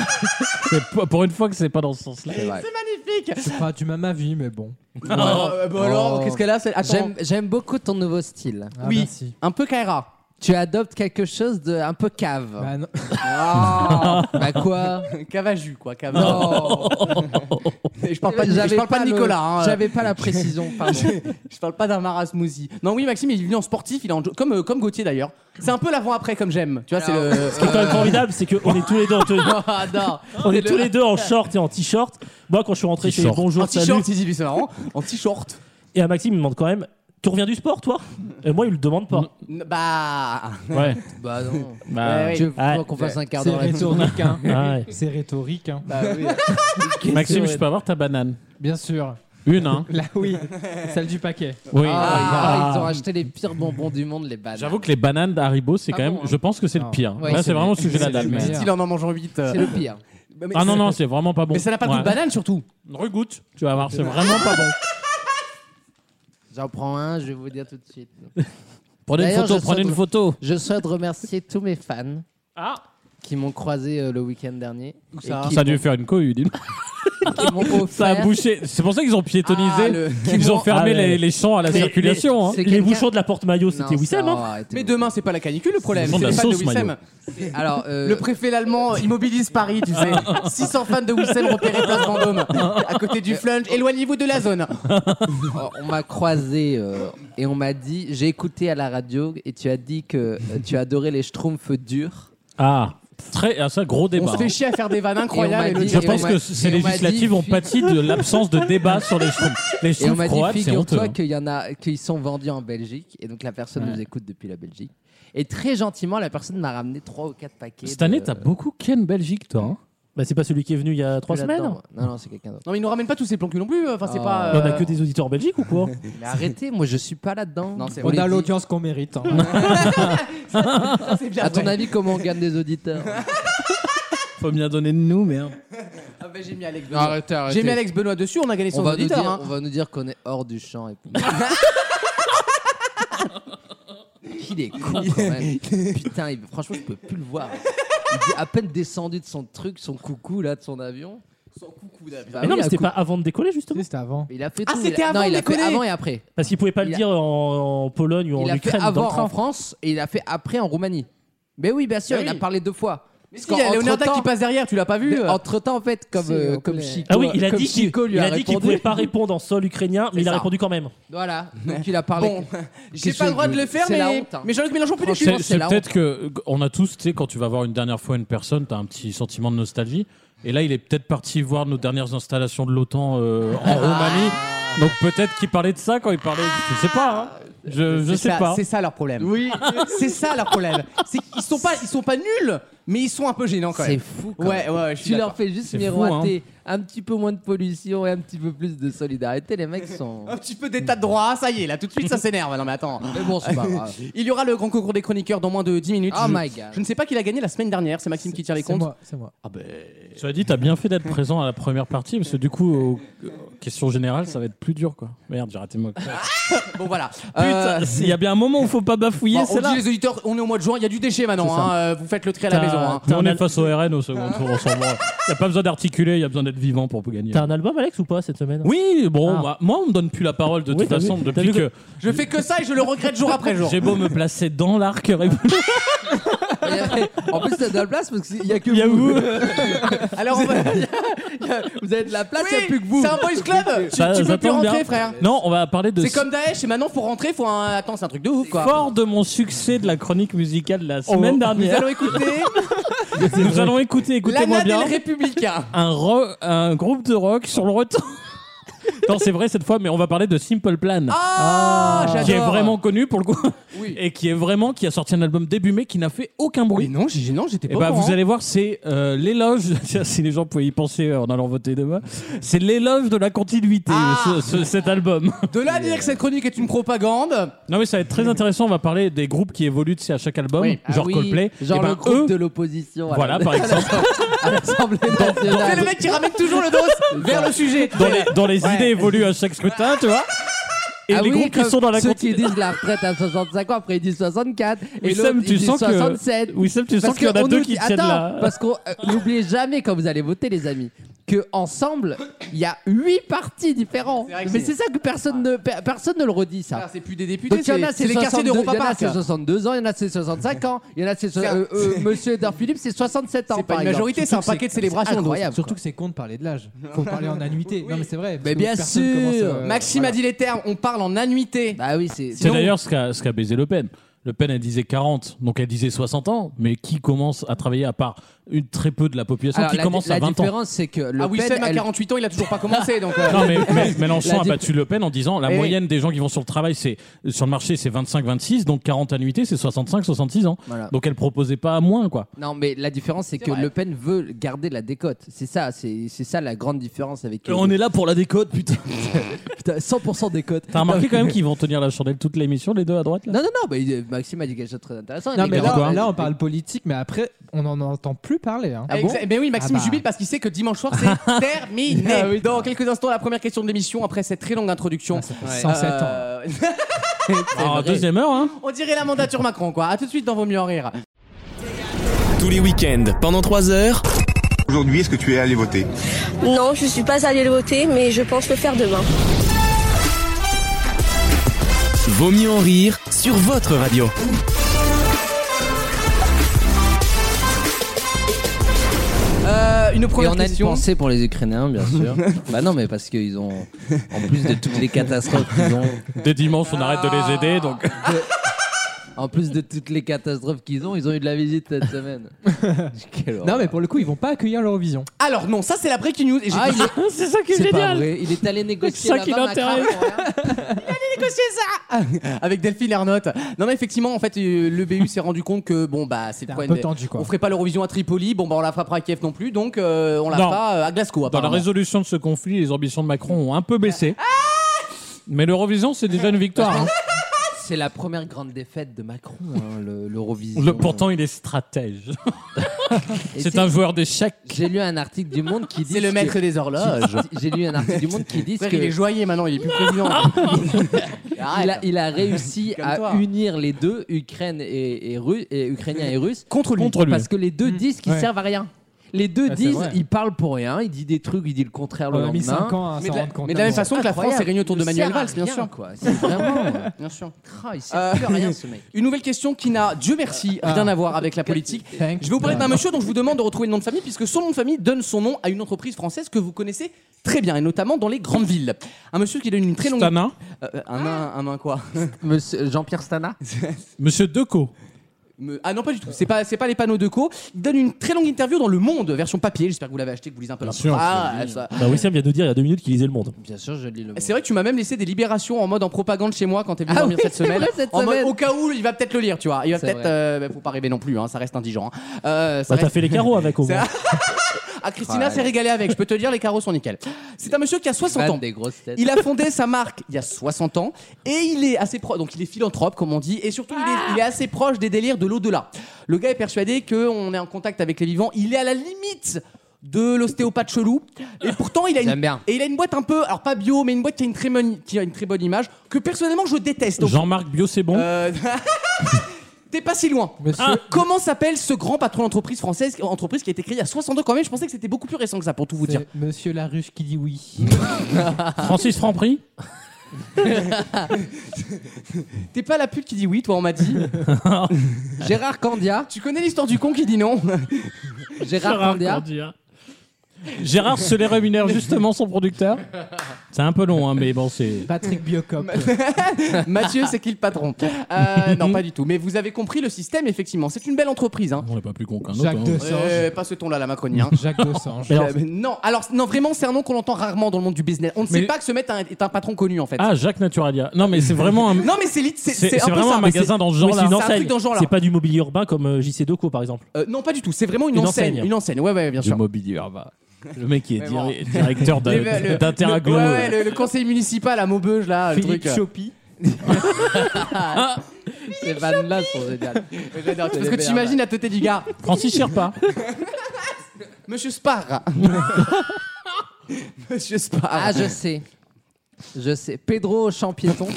[SPEAKER 4] c'est pas- pour une fois que c'est pas dans ce sens-là.
[SPEAKER 6] C'est vrai.
[SPEAKER 2] Magnifique.
[SPEAKER 3] C'est pas du même avis, mais bon.
[SPEAKER 2] Euh, euh, bah alors,
[SPEAKER 6] Oh.
[SPEAKER 2] qu'est-ce qu'elle a celle- Attends.
[SPEAKER 6] J'aime- J'aime beaucoup ton nouveau style.
[SPEAKER 3] Ah,
[SPEAKER 2] Oui.
[SPEAKER 3] merci.
[SPEAKER 2] un peu Kaira.
[SPEAKER 6] Tu adoptes quelque chose de un peu cave.
[SPEAKER 3] Bah, non.
[SPEAKER 2] Ah.
[SPEAKER 6] Bah quoi
[SPEAKER 2] Cavaju, quoi. Cava.
[SPEAKER 6] Non.
[SPEAKER 2] Et Je parle pas, de- je
[SPEAKER 6] J'avais
[SPEAKER 2] parle pas de
[SPEAKER 6] le-
[SPEAKER 2] Nicolas. hein.
[SPEAKER 6] J'avais pas la précision, pardon.
[SPEAKER 2] Je parle pas d'Amara Smoothie. Non, oui, Maxime, il est venu en sportif, il est en jo- comme, euh, comme Gauthier d'ailleurs. C'est un peu l'avant-après comme j'aime. Tu vois, c'est le.
[SPEAKER 5] Ce qui est quand même formidable, c'est qu'on est tous les deux en tenue.
[SPEAKER 2] Ah, non.
[SPEAKER 5] On est tous les deux en short et en t-shirt. Moi, quand je suis rentré chez
[SPEAKER 4] T-shirt.
[SPEAKER 5] Bonjour,
[SPEAKER 2] En
[SPEAKER 5] salut,
[SPEAKER 2] t-shirt, il dit, lui, c'est marrant. En t-shirt.
[SPEAKER 5] et à Maxime, il me demande quand même Tu reviens du sport, toi Et moi, il le demande pas.
[SPEAKER 2] N- Bah.
[SPEAKER 4] Mm. Ouais.
[SPEAKER 6] Bah non.
[SPEAKER 4] Bah,
[SPEAKER 2] Ouais,
[SPEAKER 6] Je
[SPEAKER 5] Ah,
[SPEAKER 6] crois qu'on fasse un quart
[SPEAKER 3] C'est
[SPEAKER 6] d'heure. là-dessus.
[SPEAKER 3] rhétorique, hein.
[SPEAKER 5] Ah ouais.
[SPEAKER 3] C'est rhétorique, hein.
[SPEAKER 2] Bah oui.
[SPEAKER 6] Ah,
[SPEAKER 4] Maxime, je peux avoir ta banane
[SPEAKER 3] Bien sûr.
[SPEAKER 4] Une, hein
[SPEAKER 3] Là, oui. Celle du paquet.
[SPEAKER 4] Oui.
[SPEAKER 5] Ah.
[SPEAKER 6] Ah, Ils ont acheté les pires bonbons du monde, les bananes.
[SPEAKER 4] J'avoue que les bananes d'Haribo, c'est
[SPEAKER 6] Ah
[SPEAKER 4] quand même.
[SPEAKER 6] bon, hein.
[SPEAKER 4] Je pense que c'est le
[SPEAKER 3] Non.
[SPEAKER 4] pire.
[SPEAKER 6] Ouais,
[SPEAKER 4] Là,
[SPEAKER 6] c'est
[SPEAKER 4] c'est vraiment le sujet de la
[SPEAKER 3] c'est
[SPEAKER 4] dalle.
[SPEAKER 3] le
[SPEAKER 4] mais-
[SPEAKER 3] meilleur.
[SPEAKER 2] S'il en en mangeant 8.
[SPEAKER 6] c'est le pire.
[SPEAKER 4] Ah non, non, c'est vraiment pas bon.
[SPEAKER 2] Mais ça n'a pas de goût de
[SPEAKER 4] Ouais.
[SPEAKER 2] banane surtout.
[SPEAKER 4] Regoute, tu vas voir,
[SPEAKER 6] Ah.
[SPEAKER 4] c'est vraiment pas bon.
[SPEAKER 6] J'en prends un, je vais vous dire tout de suite.
[SPEAKER 4] Prenez une
[SPEAKER 6] D'ailleurs,
[SPEAKER 4] photo,
[SPEAKER 6] je
[SPEAKER 4] prenez
[SPEAKER 6] saute-
[SPEAKER 4] une photo.
[SPEAKER 6] Je souhaite remercier tous mes fans
[SPEAKER 4] Ah
[SPEAKER 6] qui m'ont croisé euh, le week-end dernier. et
[SPEAKER 2] ça
[SPEAKER 6] qui
[SPEAKER 4] Ça a dû faire une cohue, dis donc.
[SPEAKER 6] Ah, m'ont- qui m'ont
[SPEAKER 4] Ça a
[SPEAKER 6] offert-
[SPEAKER 4] bouché. C'est pour ça qu'ils ont piétonisé.
[SPEAKER 2] Ah, le-
[SPEAKER 4] Ils ont fermé
[SPEAKER 5] Ah, ouais.
[SPEAKER 4] les, les champs à la
[SPEAKER 5] Mais-
[SPEAKER 4] circulation.
[SPEAKER 6] mais-
[SPEAKER 4] hein.
[SPEAKER 6] C'est
[SPEAKER 5] Les
[SPEAKER 6] quelqu'un-
[SPEAKER 5] bouchons de la porte maillot,
[SPEAKER 6] Non,
[SPEAKER 5] c'était Wissem.
[SPEAKER 6] ça,
[SPEAKER 5] hein.
[SPEAKER 6] arrêtez.
[SPEAKER 2] Mais demain, c'est pas la canicule le problème.
[SPEAKER 4] Ils font
[SPEAKER 2] C'est
[SPEAKER 4] de
[SPEAKER 2] les
[SPEAKER 4] la
[SPEAKER 2] fans de
[SPEAKER 4] sauce,
[SPEAKER 2] Wissem.
[SPEAKER 6] Alors, euh,
[SPEAKER 2] Le préfet l'allemand immobilise Paris, tu sais. 600 fans de Wissem repérés place Vendôme. À côté du flunch, éloignez-vous de la zone.
[SPEAKER 6] Oh, on m'a croisé euh, et on m'a dit j'ai écouté à la radio et tu as dit que euh, tu adorais les schtroumpfs durs.
[SPEAKER 4] Ah, très, ah, ça, gros
[SPEAKER 2] On
[SPEAKER 4] débat.
[SPEAKER 2] se
[SPEAKER 4] hein.
[SPEAKER 2] fait chier à faire des vannes incroyables.
[SPEAKER 6] Et on m'a
[SPEAKER 2] et l'autre-
[SPEAKER 6] dit-
[SPEAKER 4] Je
[SPEAKER 6] et
[SPEAKER 4] pense
[SPEAKER 6] on
[SPEAKER 4] que
[SPEAKER 6] m'a-
[SPEAKER 4] ces
[SPEAKER 6] et on m'a
[SPEAKER 4] législatives
[SPEAKER 6] dit-
[SPEAKER 4] ont pâti de l'absence de débat sur les schtroumpfs. Les
[SPEAKER 6] Et on
[SPEAKER 4] schtroumpfs
[SPEAKER 6] m'a dit
[SPEAKER 4] croates, c'est honteux.
[SPEAKER 6] figure-toi
[SPEAKER 4] hein.
[SPEAKER 6] qu'il y en a qu'ils sont vendus en Belgique et donc la personne nous écoute depuis la Belgique. Et très gentiment la personne m'a ramené trois ou quatre paquets.
[SPEAKER 4] Cette
[SPEAKER 6] de-
[SPEAKER 4] année, t'as beaucoup Ken Belgique, toi. hein.
[SPEAKER 5] Bah, c'est pas celui qui est venu il y a trois
[SPEAKER 6] là-dedans.
[SPEAKER 5] semaines. hein.
[SPEAKER 6] Non non c'est quelqu'un d'autre.
[SPEAKER 2] Non, mais il nous ramène pas tous ses plans cul non plus. Enfin, c'est
[SPEAKER 6] Oh.
[SPEAKER 2] pas.
[SPEAKER 5] On a
[SPEAKER 2] euh,
[SPEAKER 5] que des auditeurs belgiques ou quoi
[SPEAKER 6] Mais arrêtez moi je suis pas là-dedans.
[SPEAKER 2] Non, c'est
[SPEAKER 6] On
[SPEAKER 3] On a
[SPEAKER 6] les dit.
[SPEAKER 3] l'audience qu'on mérite. hein.
[SPEAKER 2] ça, c'est bien
[SPEAKER 6] À ton
[SPEAKER 2] vrai.
[SPEAKER 6] avis comment on gagne des auditeurs
[SPEAKER 4] Faut bien donner de nous, mais.
[SPEAKER 2] Ah, ben, J'ai mis Alex
[SPEAKER 6] Non,
[SPEAKER 2] Benoît.
[SPEAKER 6] arrêtez.
[SPEAKER 2] J'ai mis Alex Benoît dessus, on a gagné
[SPEAKER 6] on
[SPEAKER 2] son
[SPEAKER 6] va, nous
[SPEAKER 2] auditeur.
[SPEAKER 6] dire,
[SPEAKER 2] hein.
[SPEAKER 6] on va nous dire qu'on est hors du champ. Et puis... il est con quand même. Putain, il- franchement, je peux plus le voir. Il est à peine descendu de son truc, son coucou là, de son avion.
[SPEAKER 2] Son coucou d'avion.
[SPEAKER 6] Bah
[SPEAKER 5] Mais non, mais
[SPEAKER 6] oui, un
[SPEAKER 5] c'était
[SPEAKER 6] coup-
[SPEAKER 5] pas avant de décoller justement.
[SPEAKER 3] C'était avant.
[SPEAKER 6] Il a fait
[SPEAKER 2] Ah,
[SPEAKER 6] tout.
[SPEAKER 2] c'était
[SPEAKER 6] il a...
[SPEAKER 2] avant
[SPEAKER 6] non, il
[SPEAKER 2] de
[SPEAKER 6] a fait
[SPEAKER 2] décoller.
[SPEAKER 6] avant et après.
[SPEAKER 5] Parce qu'il pouvait pas
[SPEAKER 6] Il
[SPEAKER 5] le
[SPEAKER 6] a-
[SPEAKER 5] dire en, en Pologne ou
[SPEAKER 6] il
[SPEAKER 5] en
[SPEAKER 6] a fait
[SPEAKER 5] Ukraine. dans le
[SPEAKER 6] avant
[SPEAKER 5] train.
[SPEAKER 6] en France et il a fait après en Roumanie. Mais oui, bien sûr,
[SPEAKER 2] Ah
[SPEAKER 6] il a
[SPEAKER 2] oui.
[SPEAKER 6] parlé deux fois.
[SPEAKER 2] Mais si,
[SPEAKER 6] qu'en-
[SPEAKER 2] il y a Leonarda
[SPEAKER 6] entre-temps-
[SPEAKER 2] qui passe derrière, tu l'as pas vu euh.
[SPEAKER 6] Entre temps, en fait, comme,
[SPEAKER 3] Si,
[SPEAKER 6] euh,
[SPEAKER 3] on
[SPEAKER 6] comme
[SPEAKER 3] plaît.
[SPEAKER 6] Chico,
[SPEAKER 5] Ah oui, il a
[SPEAKER 6] comme
[SPEAKER 5] dit qu'il
[SPEAKER 6] Chico lui
[SPEAKER 5] il
[SPEAKER 6] a
[SPEAKER 5] a dit qu'il
[SPEAKER 6] répondu.
[SPEAKER 5] pouvait pas répondre en sol ukrainien, mais
[SPEAKER 6] C'est
[SPEAKER 5] il a
[SPEAKER 6] ça.
[SPEAKER 5] répondu quand même.
[SPEAKER 4] Euh,
[SPEAKER 6] Voilà, donc il a parlé.
[SPEAKER 2] Bon, j'ai
[SPEAKER 6] Qu'est-ce
[SPEAKER 2] pas
[SPEAKER 6] que
[SPEAKER 2] le droit
[SPEAKER 6] je-
[SPEAKER 2] de le faire,
[SPEAKER 6] c'est la
[SPEAKER 2] mais,
[SPEAKER 6] honte, hein.
[SPEAKER 2] mais Jean-Luc Mélenchon pue du cul.
[SPEAKER 6] Franchement,
[SPEAKER 4] C'est
[SPEAKER 6] c'est
[SPEAKER 4] c'est
[SPEAKER 6] la
[SPEAKER 4] peut-être que on a tous, tu sais, quand tu vas voir une dernière fois une personne, t'as un petit sentiment de nostalgie. Et là, il est peut-être parti voir nos dernières installations de l'OTAN euh,
[SPEAKER 6] Ah.
[SPEAKER 4] en Roumanie. Donc peut-être qu'il parlait de ça quand il parlait. Je sais pas. hein. Je, je
[SPEAKER 2] C'est
[SPEAKER 4] sais
[SPEAKER 2] ça-
[SPEAKER 4] pas.
[SPEAKER 2] C'est ça leur problème. Oui. C'est ça leur problème. C'est qu'ils sont pas, ils sont pas nuls, mais ils sont un peu gênants quand
[SPEAKER 6] C'est
[SPEAKER 2] même.
[SPEAKER 6] fou. quand
[SPEAKER 2] Ouais, ouais, ouais, je suis
[SPEAKER 6] Tu
[SPEAKER 2] d'accord.
[SPEAKER 6] leur fais juste
[SPEAKER 4] C'est fou, hein.
[SPEAKER 6] miroiter un petit peu moins de pollution et un petit peu plus de solidarité. Les mecs sont.
[SPEAKER 2] Un petit peu d'état de droit, ça y est, là tout de suite ça s'énerve. Non mais attends.
[SPEAKER 6] Mais bon, c'est pas grave.
[SPEAKER 2] Il y aura le grand concours des chroniqueurs dans moins de 10 minutes.
[SPEAKER 6] Oh
[SPEAKER 2] je,
[SPEAKER 6] my God.
[SPEAKER 2] je ne sais pas qui l'a gagné la semaine dernière, c'est Maxime qui tient les
[SPEAKER 3] C'est
[SPEAKER 2] comptes.
[SPEAKER 3] moi, c'est moi.
[SPEAKER 2] Ah ben,
[SPEAKER 4] Cela dit, t'as bien fait d'être présent à la première partie parce que du coup, aux aux questions générales, ça va être plus dur, quoi. Merde, j'ai raté moi.
[SPEAKER 2] bon voilà. Euh,
[SPEAKER 4] Putain, Ah, il y a bien un moment où faut pas bafouiller,
[SPEAKER 2] bon, on
[SPEAKER 4] c'est là.
[SPEAKER 2] dit les auditeurs, on est au mois de juin, il y a du déchet maintenant, hein, euh, vous faites le tri à la
[SPEAKER 5] T'as-
[SPEAKER 2] maison. hein.
[SPEAKER 4] Mais on
[SPEAKER 5] T'as un
[SPEAKER 4] est
[SPEAKER 5] al-
[SPEAKER 4] face au RN au second tour, on s'en va. Y a pas besoin d'articuler, y a besoin d'être vivant pour gagner.
[SPEAKER 5] T'as un album, Alex, ou pas cette semaine
[SPEAKER 4] Oui, bon,
[SPEAKER 5] Ah.
[SPEAKER 4] bah, moi on me donne plus la parole de
[SPEAKER 5] Oui,
[SPEAKER 4] toute
[SPEAKER 5] t'as vu-
[SPEAKER 4] façon
[SPEAKER 5] t'as
[SPEAKER 4] depuis
[SPEAKER 5] vu
[SPEAKER 4] que
[SPEAKER 2] Je fais que ça et je le regrette jour après jour.
[SPEAKER 4] j'ai beau me placer dans l'arc républicain.
[SPEAKER 6] en plus, t'as de la place parce qu'il y a que
[SPEAKER 4] Il y a
[SPEAKER 6] vous.
[SPEAKER 4] vous.
[SPEAKER 2] Alors on va...
[SPEAKER 6] Vous avez de la place, il n'y a
[SPEAKER 2] Oui,
[SPEAKER 6] plus que vous.
[SPEAKER 2] C'est un boys club. Tu,
[SPEAKER 4] Ça-
[SPEAKER 2] tu peux
[SPEAKER 4] ça
[SPEAKER 2] plus
[SPEAKER 4] tombe
[SPEAKER 2] rentrer,
[SPEAKER 4] bien. Euh,
[SPEAKER 2] frère.
[SPEAKER 4] Non, on va parler de
[SPEAKER 2] C'est comme Daesh et maintenant faut rentrer, faut un... attends, c'est un truc de ouf quoi. Oh.
[SPEAKER 4] fort de mon succès de la chronique musicale de la semaine
[SPEAKER 2] Nous
[SPEAKER 4] dernière.
[SPEAKER 2] allons écouter
[SPEAKER 4] Nous allons écouter, écoutez-moi
[SPEAKER 2] Lana
[SPEAKER 4] bien,
[SPEAKER 2] del Républicain.
[SPEAKER 4] un, ro- un groupe de rock sur le retour. non, c'est vrai cette fois, mais on va parler de Simple Plan.
[SPEAKER 2] Ah, j'adore.
[SPEAKER 4] qui est vraiment connu pour le coup
[SPEAKER 2] Oui.
[SPEAKER 4] et qui est vraiment qui a sorti un album début mai qui n'a fait aucun bruit.
[SPEAKER 2] Mais non, j'ai- non, j'étais pas
[SPEAKER 4] Et
[SPEAKER 2] au
[SPEAKER 4] bah,
[SPEAKER 2] courant.
[SPEAKER 4] vous allez voir, c'est euh, l'éloge. Tiens, si les gens pouvaient y penser euh, en allant voter demain, c'est l'éloge de la continuité,
[SPEAKER 2] Ah
[SPEAKER 4] ce- ce- cet album.
[SPEAKER 2] De là à dire
[SPEAKER 6] euh,
[SPEAKER 2] que cette chronique est une propagande.
[SPEAKER 6] Ah,
[SPEAKER 4] non, mais ça va être très intéressant. On va parler des groupes qui évoluent tu sais, à chaque album,
[SPEAKER 2] Oui.
[SPEAKER 6] Ah
[SPEAKER 4] genre
[SPEAKER 6] oui,
[SPEAKER 4] Coldplay.
[SPEAKER 6] Genre
[SPEAKER 4] Et ben,
[SPEAKER 6] le groupe
[SPEAKER 4] eux,
[SPEAKER 6] de l'opposition. à
[SPEAKER 4] Voilà,
[SPEAKER 6] la-
[SPEAKER 4] par exemple,
[SPEAKER 6] À l'Assemblée
[SPEAKER 2] C'est le
[SPEAKER 6] nationale.
[SPEAKER 2] mec qui ramène toujours le dos vers le sujet.
[SPEAKER 4] dans les, dans les
[SPEAKER 2] Ouais.
[SPEAKER 4] idées évoluent à chaque scrutin, tu vois. Et
[SPEAKER 6] Ah
[SPEAKER 4] les
[SPEAKER 6] oui,
[SPEAKER 4] groupes qui
[SPEAKER 6] comme
[SPEAKER 4] sont dans la
[SPEAKER 6] Ceux
[SPEAKER 4] continuité.
[SPEAKER 6] qui disent la retraite à 65 ans, après ils disent 64. Et
[SPEAKER 4] Wissem,
[SPEAKER 6] l'autre,
[SPEAKER 4] tu
[SPEAKER 6] ils disent
[SPEAKER 4] sens que-
[SPEAKER 6] 67.
[SPEAKER 4] Oui, Sam, tu sens
[SPEAKER 6] Parce
[SPEAKER 4] qu'il y en a
[SPEAKER 6] qu'on
[SPEAKER 4] deux
[SPEAKER 6] nous
[SPEAKER 4] qui
[SPEAKER 6] dit-
[SPEAKER 4] tiennent
[SPEAKER 6] attends,
[SPEAKER 4] là.
[SPEAKER 6] Parce qu'on euh, n'oubliez jamais quand vous allez voter, les amis, que ensemble, il y a huit partis différents.
[SPEAKER 2] C'est vrai que
[SPEAKER 6] Mais
[SPEAKER 2] c'est-
[SPEAKER 6] c'est ça que personne ne pe- personne ne le redit ça.
[SPEAKER 2] Ah, C'est plus des députés,
[SPEAKER 6] Donc il y en a
[SPEAKER 2] c'est
[SPEAKER 6] c'est
[SPEAKER 2] c'est les quartiers
[SPEAKER 6] 62
[SPEAKER 2] d'Europa
[SPEAKER 6] il y en a,
[SPEAKER 2] Park.
[SPEAKER 6] c'est 62 ans, il y en a c'est 65 ans, il y en a c'est so-
[SPEAKER 2] C'est un-
[SPEAKER 6] euh, euh, Monsieur Edouard Philippe c'est 67 ans.
[SPEAKER 2] C'est
[SPEAKER 6] par
[SPEAKER 2] pas une
[SPEAKER 6] exemple.
[SPEAKER 2] majorité, c'est un
[SPEAKER 6] Surtout que
[SPEAKER 2] paquet de
[SPEAKER 6] c'est
[SPEAKER 2] célébrations.
[SPEAKER 6] incroyable.
[SPEAKER 3] Surtout
[SPEAKER 6] quoi.
[SPEAKER 3] que c'est con de parler de l'âge. Faut parler en annuité. Non, mais c'est vrai. parce
[SPEAKER 6] Mais
[SPEAKER 3] que
[SPEAKER 6] bien
[SPEAKER 3] personne commence,
[SPEAKER 6] sûr.
[SPEAKER 3] euh,
[SPEAKER 2] Maxime
[SPEAKER 3] voilà.
[SPEAKER 2] a dit les termes, on parle en annuité.
[SPEAKER 6] Bah oui, c'est
[SPEAKER 4] C'est
[SPEAKER 2] Sinon-
[SPEAKER 4] d'ailleurs ce qu'a ce qu'a baisé Le Pen. Le Pen, elle disait 40, donc elle disait 60 ans, mais qui commence à travailler à part une, très peu de la population
[SPEAKER 6] Alors,
[SPEAKER 4] qui
[SPEAKER 6] la,
[SPEAKER 4] commence
[SPEAKER 6] la
[SPEAKER 4] à 20 ans
[SPEAKER 6] différence c'est que le
[SPEAKER 2] ah oui, Sam
[SPEAKER 6] Pen
[SPEAKER 2] à
[SPEAKER 6] elle-
[SPEAKER 2] 48 ans, il a toujours pas commencé donc. euh,
[SPEAKER 4] Non, mais, mais Mélenchon
[SPEAKER 6] La
[SPEAKER 4] a
[SPEAKER 6] dif-
[SPEAKER 4] battu Le Pen en disant la
[SPEAKER 2] Eh oui.
[SPEAKER 4] moyenne des gens qui vont sur le travail, c'est sur le marché, c'est 25-26, donc 40 annuités, c'est 65-66 ans.
[SPEAKER 6] Voilà.
[SPEAKER 4] Donc elle proposait pas à moins, quoi.
[SPEAKER 6] Non, mais la différence, c'est que Le Pen veut garder la décote. C'est ça, c'est c'est ça la grande différence avec.
[SPEAKER 4] Et Euh, on est là pour la décote, putain.
[SPEAKER 6] Putain, 100% décote.
[SPEAKER 4] T'as remarqué quand même qu'ils vont tenir la chandelle toute l'émission, les deux à droite, là
[SPEAKER 6] Non, non, non, bah, il- euh, Maxime a dit quelque chose de très intéressant.
[SPEAKER 3] Non,
[SPEAKER 6] Il
[SPEAKER 3] mais
[SPEAKER 6] dit-
[SPEAKER 4] D'accord.
[SPEAKER 3] là,
[SPEAKER 4] Quoi
[SPEAKER 3] là, on parle politique, mais après, on n'en entend plus parler. hein.
[SPEAKER 6] Ah Ah bon
[SPEAKER 2] Exa- mais oui, Maxime
[SPEAKER 3] Ah bah.
[SPEAKER 2] jubile parce qu'il sait que dimanche soir c'est terminé. Dans quelques instants, la première question de l'émission après cette très longue introduction.
[SPEAKER 6] Ah,
[SPEAKER 3] Ça fait 107 ans.
[SPEAKER 2] Euh,
[SPEAKER 4] Alors, deuxième heure, hein
[SPEAKER 2] on dirait la mandature Macron quoi. À tout de suite dans Vaut mieux en rire.
[SPEAKER 1] Tous les week-ends, pendant 3 heures,
[SPEAKER 7] Aujourd'hui, est-ce que tu es allé voter
[SPEAKER 8] Non, je suis pas allée le voter, mais je pense le faire demain.
[SPEAKER 1] Vaut mieux en rire sur votre radio.
[SPEAKER 2] Euh, une
[SPEAKER 6] Et
[SPEAKER 2] première
[SPEAKER 6] on a une
[SPEAKER 2] question.
[SPEAKER 6] pensée pour les Ukrainiens, bien sûr. bah non, mais parce qu'ils ont, en plus de toutes les catastrophes qu'ils ont,
[SPEAKER 4] Dès dimanche, on arrête de les aider, donc.
[SPEAKER 6] en plus de toutes les catastrophes qu'ils ont, ils ont eu de la visite cette semaine. Quelle
[SPEAKER 3] Non,
[SPEAKER 6] horreur.
[SPEAKER 3] mais pour le coup, ils vont pas accueillir l'Eurovision.
[SPEAKER 2] Alors non, ça c'est la breaking news. Et j'ai
[SPEAKER 6] Ah,
[SPEAKER 2] dit-
[SPEAKER 6] il est,
[SPEAKER 4] c'est ça qui
[SPEAKER 6] c'est pas vrai. Il est allé
[SPEAKER 4] C'est
[SPEAKER 6] négocier
[SPEAKER 4] ça qui
[SPEAKER 6] là-bas, Macron, hein.
[SPEAKER 4] l'intéresse.
[SPEAKER 6] pour rien.
[SPEAKER 2] avec Delphine Ernotte. Non mais effectivement en fait euh, le BU s'est rendu compte que bon bah c'est
[SPEAKER 3] C'était
[SPEAKER 2] le
[SPEAKER 3] un
[SPEAKER 2] point
[SPEAKER 3] peu
[SPEAKER 2] de-
[SPEAKER 3] tendu, quoi.
[SPEAKER 2] On ferait pas l'Eurovision à Tripoli, bon bah on la fera pas à Kiev non plus, donc euh, on la
[SPEAKER 4] Non.
[SPEAKER 2] fera euh, à Glasgow
[SPEAKER 4] Dans la
[SPEAKER 2] apparemment.
[SPEAKER 4] résolution de ce conflit, les ambitions de Macron ont un peu baissé. Mais l'Eurovision, c'est déjà une victoire. hein.
[SPEAKER 6] C'est la première grande défaite de Macron, hein, le- l'Eurovision.
[SPEAKER 4] Le, pourtant, il est stratège.
[SPEAKER 6] Et
[SPEAKER 4] C'est
[SPEAKER 6] c'est-
[SPEAKER 4] un joueur d'échecs.
[SPEAKER 6] J'ai lu un article du Monde qui dit
[SPEAKER 2] C'est le
[SPEAKER 6] que-
[SPEAKER 2] maître des horloges.
[SPEAKER 6] J'ai lu un article du Monde qui dit
[SPEAKER 2] Frère, il est
[SPEAKER 6] que
[SPEAKER 2] joyeux maintenant, il est plus président.
[SPEAKER 6] Ah, il a, il a réussi
[SPEAKER 2] Comme toi.
[SPEAKER 6] à unir les deux, Ukraine et, et Ru- et Ukrainiens et Russes,
[SPEAKER 2] Contre lui.
[SPEAKER 4] Contre lui.
[SPEAKER 6] parce que les deux disent qu'ils
[SPEAKER 3] Ouais.
[SPEAKER 6] servent à rien. Les deux
[SPEAKER 3] Ah, c'est
[SPEAKER 6] disent,
[SPEAKER 3] vrai.
[SPEAKER 6] il parle pour rien, il dit des trucs, il dit le contraire le
[SPEAKER 3] On a mis
[SPEAKER 6] lendemain.
[SPEAKER 3] 5 ans à
[SPEAKER 2] Mais
[SPEAKER 3] s'en
[SPEAKER 2] de la-
[SPEAKER 3] rendre compte.
[SPEAKER 2] mais de la même
[SPEAKER 3] hein.
[SPEAKER 2] façon que la France est réunie autour de
[SPEAKER 6] Incroyable,
[SPEAKER 2] Manuel
[SPEAKER 6] il ne
[SPEAKER 2] Valls, bien
[SPEAKER 6] sert à
[SPEAKER 2] sûr.
[SPEAKER 6] rien, quoi. C'est vraiment. euh,
[SPEAKER 2] Bien sûr.
[SPEAKER 6] Crah, Ah, il sert plus à rien ce mec.
[SPEAKER 2] Une nouvelle question qui n'a, Dieu merci,
[SPEAKER 6] Ah.
[SPEAKER 2] rien à voir avec la politique.
[SPEAKER 3] Thank
[SPEAKER 2] Je vais vous parler
[SPEAKER 3] God.
[SPEAKER 2] d'un monsieur dont je vous demande de retrouver le nom de famille, puisque son nom de famille donne son nom à une entreprise française que vous connaissez très bien, et notamment dans les grandes villes. Un monsieur qui donne une très longue.
[SPEAKER 4] Stana,
[SPEAKER 2] Euh, euh, un nain, un nain quoi
[SPEAKER 6] Monsieur Jean-Pierre Stana
[SPEAKER 4] Monsieur Decaux.
[SPEAKER 2] Me- Ah non, pas du tout. C'est pas, c'est pas les panneaux de co. Il donne une très longue interview dans Le Monde, version papier. J'espère que vous l'avez acheté, que vous lisez un peu
[SPEAKER 4] Bien
[SPEAKER 2] la-
[SPEAKER 4] sûr,
[SPEAKER 2] Ah,
[SPEAKER 4] c'est lui.
[SPEAKER 2] ça-
[SPEAKER 5] Bah, Wissam vient de dire il y a deux minutes qu'il lisait le monde.
[SPEAKER 6] Bien sûr, je lis le mot.
[SPEAKER 2] C'est vrai que tu m'as même laissé des libérations en mode en propagande chez moi quand t'es venu
[SPEAKER 6] Ah
[SPEAKER 2] dormir
[SPEAKER 6] oui,
[SPEAKER 2] cette
[SPEAKER 6] c'est
[SPEAKER 2] semaine.
[SPEAKER 6] vrai, cette
[SPEAKER 2] en
[SPEAKER 6] semaine.
[SPEAKER 2] mode au cas où, il va peut-être le lire, tu vois. Il va
[SPEAKER 6] C'est
[SPEAKER 2] peut-être.
[SPEAKER 6] vrai.
[SPEAKER 2] euh, bah, faut pas rêver non plus, hein, ça reste indigent. hein. Euh, ça
[SPEAKER 5] Bah, t'as
[SPEAKER 2] reste-
[SPEAKER 5] fait les carreaux avec au
[SPEAKER 2] C'est-
[SPEAKER 5] moins.
[SPEAKER 2] Ah, Christina
[SPEAKER 6] Ouais.
[SPEAKER 2] s'est régalée avec. Je peux te dire, les carreaux sont nickel. C'est un monsieur qui a 60 ans.
[SPEAKER 6] des grosses têtes.
[SPEAKER 2] Il a fondé sa marque il y a 60 ans et il est assez proche, donc il est philanthrope comme on dit, et surtout il est, il est assez proche des délires de l'au-delà. Le gars est persuadé qu'on est en contact avec les vivants, il est à la limite de l'ostéopathe chelou, et pourtant il a,
[SPEAKER 6] J'aime
[SPEAKER 2] une,
[SPEAKER 6] bien.
[SPEAKER 2] et il a une boîte un peu, alors pas bio, mais une boîte qui a une très bonne, qui a une très bonne image, que personnellement je déteste. Donc,
[SPEAKER 4] Jean-Marc Bio, c'est bon.
[SPEAKER 2] euh, T'es pas si loin.
[SPEAKER 3] Monsieur-
[SPEAKER 2] Ah, comment s'appelle ce grand patron d'entreprise française, entreprise qui a été créée il y a 60 ans quand même Je pensais que c'était beaucoup plus récent que ça pour tout vous dire.
[SPEAKER 3] C'est Monsieur Laruche qui dit oui.
[SPEAKER 4] Francis Franprix.
[SPEAKER 2] T'es pas la pute qui dit oui, toi on m'a dit.
[SPEAKER 6] Gérard Candia.
[SPEAKER 2] tu connais l'histoire du con qui dit non
[SPEAKER 6] Gérard
[SPEAKER 5] hein.
[SPEAKER 6] Candia.
[SPEAKER 4] Gérard se les rémunère justement son producteur. C'est un peu long, hein, mais bon, c'est.
[SPEAKER 3] Patrick Biocop.
[SPEAKER 2] Mathieu, c'est qui le patron Euh, Non, pas du tout. Mais vous avez compris le système, effectivement. C'est une belle entreprise. Hein.
[SPEAKER 4] On n'est pas plus con qu'un autre.
[SPEAKER 3] Jacques
[SPEAKER 4] hein.
[SPEAKER 3] Dossange.
[SPEAKER 2] Euh, pas ce ton-là, la Macronie. hein.
[SPEAKER 3] Jacques Dossange.
[SPEAKER 5] Mais alors,
[SPEAKER 2] Euh, non, alors non, vraiment, c'est un nom qu'on entend rarement dans le monde du business. On ne sait
[SPEAKER 4] Mais-
[SPEAKER 2] pas que ce mec est un- est un patron connu, en fait.
[SPEAKER 4] Ah, Jacques Naturalia. Non, mais c'est vraiment un.
[SPEAKER 2] Non, mais c'est lit- c'est-
[SPEAKER 4] C'est
[SPEAKER 2] c'est un
[SPEAKER 4] c'est
[SPEAKER 2] peu
[SPEAKER 4] vraiment
[SPEAKER 2] ça.
[SPEAKER 4] un
[SPEAKER 2] mais
[SPEAKER 4] magasin dans ce
[SPEAKER 5] Oui,
[SPEAKER 4] genre-là.
[SPEAKER 5] c'est une
[SPEAKER 2] un truc
[SPEAKER 5] enseigne.
[SPEAKER 2] dans ce genre-là.
[SPEAKER 5] C'est pas du mobilier urbain comme euh, JC Deco par exemple.
[SPEAKER 2] c'est- euh, non, pas du tout. C'est vraiment une,
[SPEAKER 5] Une
[SPEAKER 2] enseigne,
[SPEAKER 5] enseigne.
[SPEAKER 2] Une enseigne. Ouais, ouais, bien
[SPEAKER 4] Du
[SPEAKER 2] sûr.
[SPEAKER 4] mobilier urbain. Le mec qui est
[SPEAKER 2] Mais
[SPEAKER 4] dir-
[SPEAKER 2] bon.
[SPEAKER 4] directeur
[SPEAKER 2] Les- le-
[SPEAKER 4] d'A- d'Interaglo. euh,
[SPEAKER 2] le- ouais, ouais, le, le conseil municipal à Maubeuge, là,
[SPEAKER 3] Philippe
[SPEAKER 2] le truc.
[SPEAKER 3] Chopi.
[SPEAKER 6] Ces vannes-là sont géniales.
[SPEAKER 2] J'adore, Parce que tu imagines à tête du gars,
[SPEAKER 4] Francis Sherpa.
[SPEAKER 2] Monsieur Spar. Monsieur Spar.
[SPEAKER 6] Ah, je sais. Je sais. Pedro Champiéton.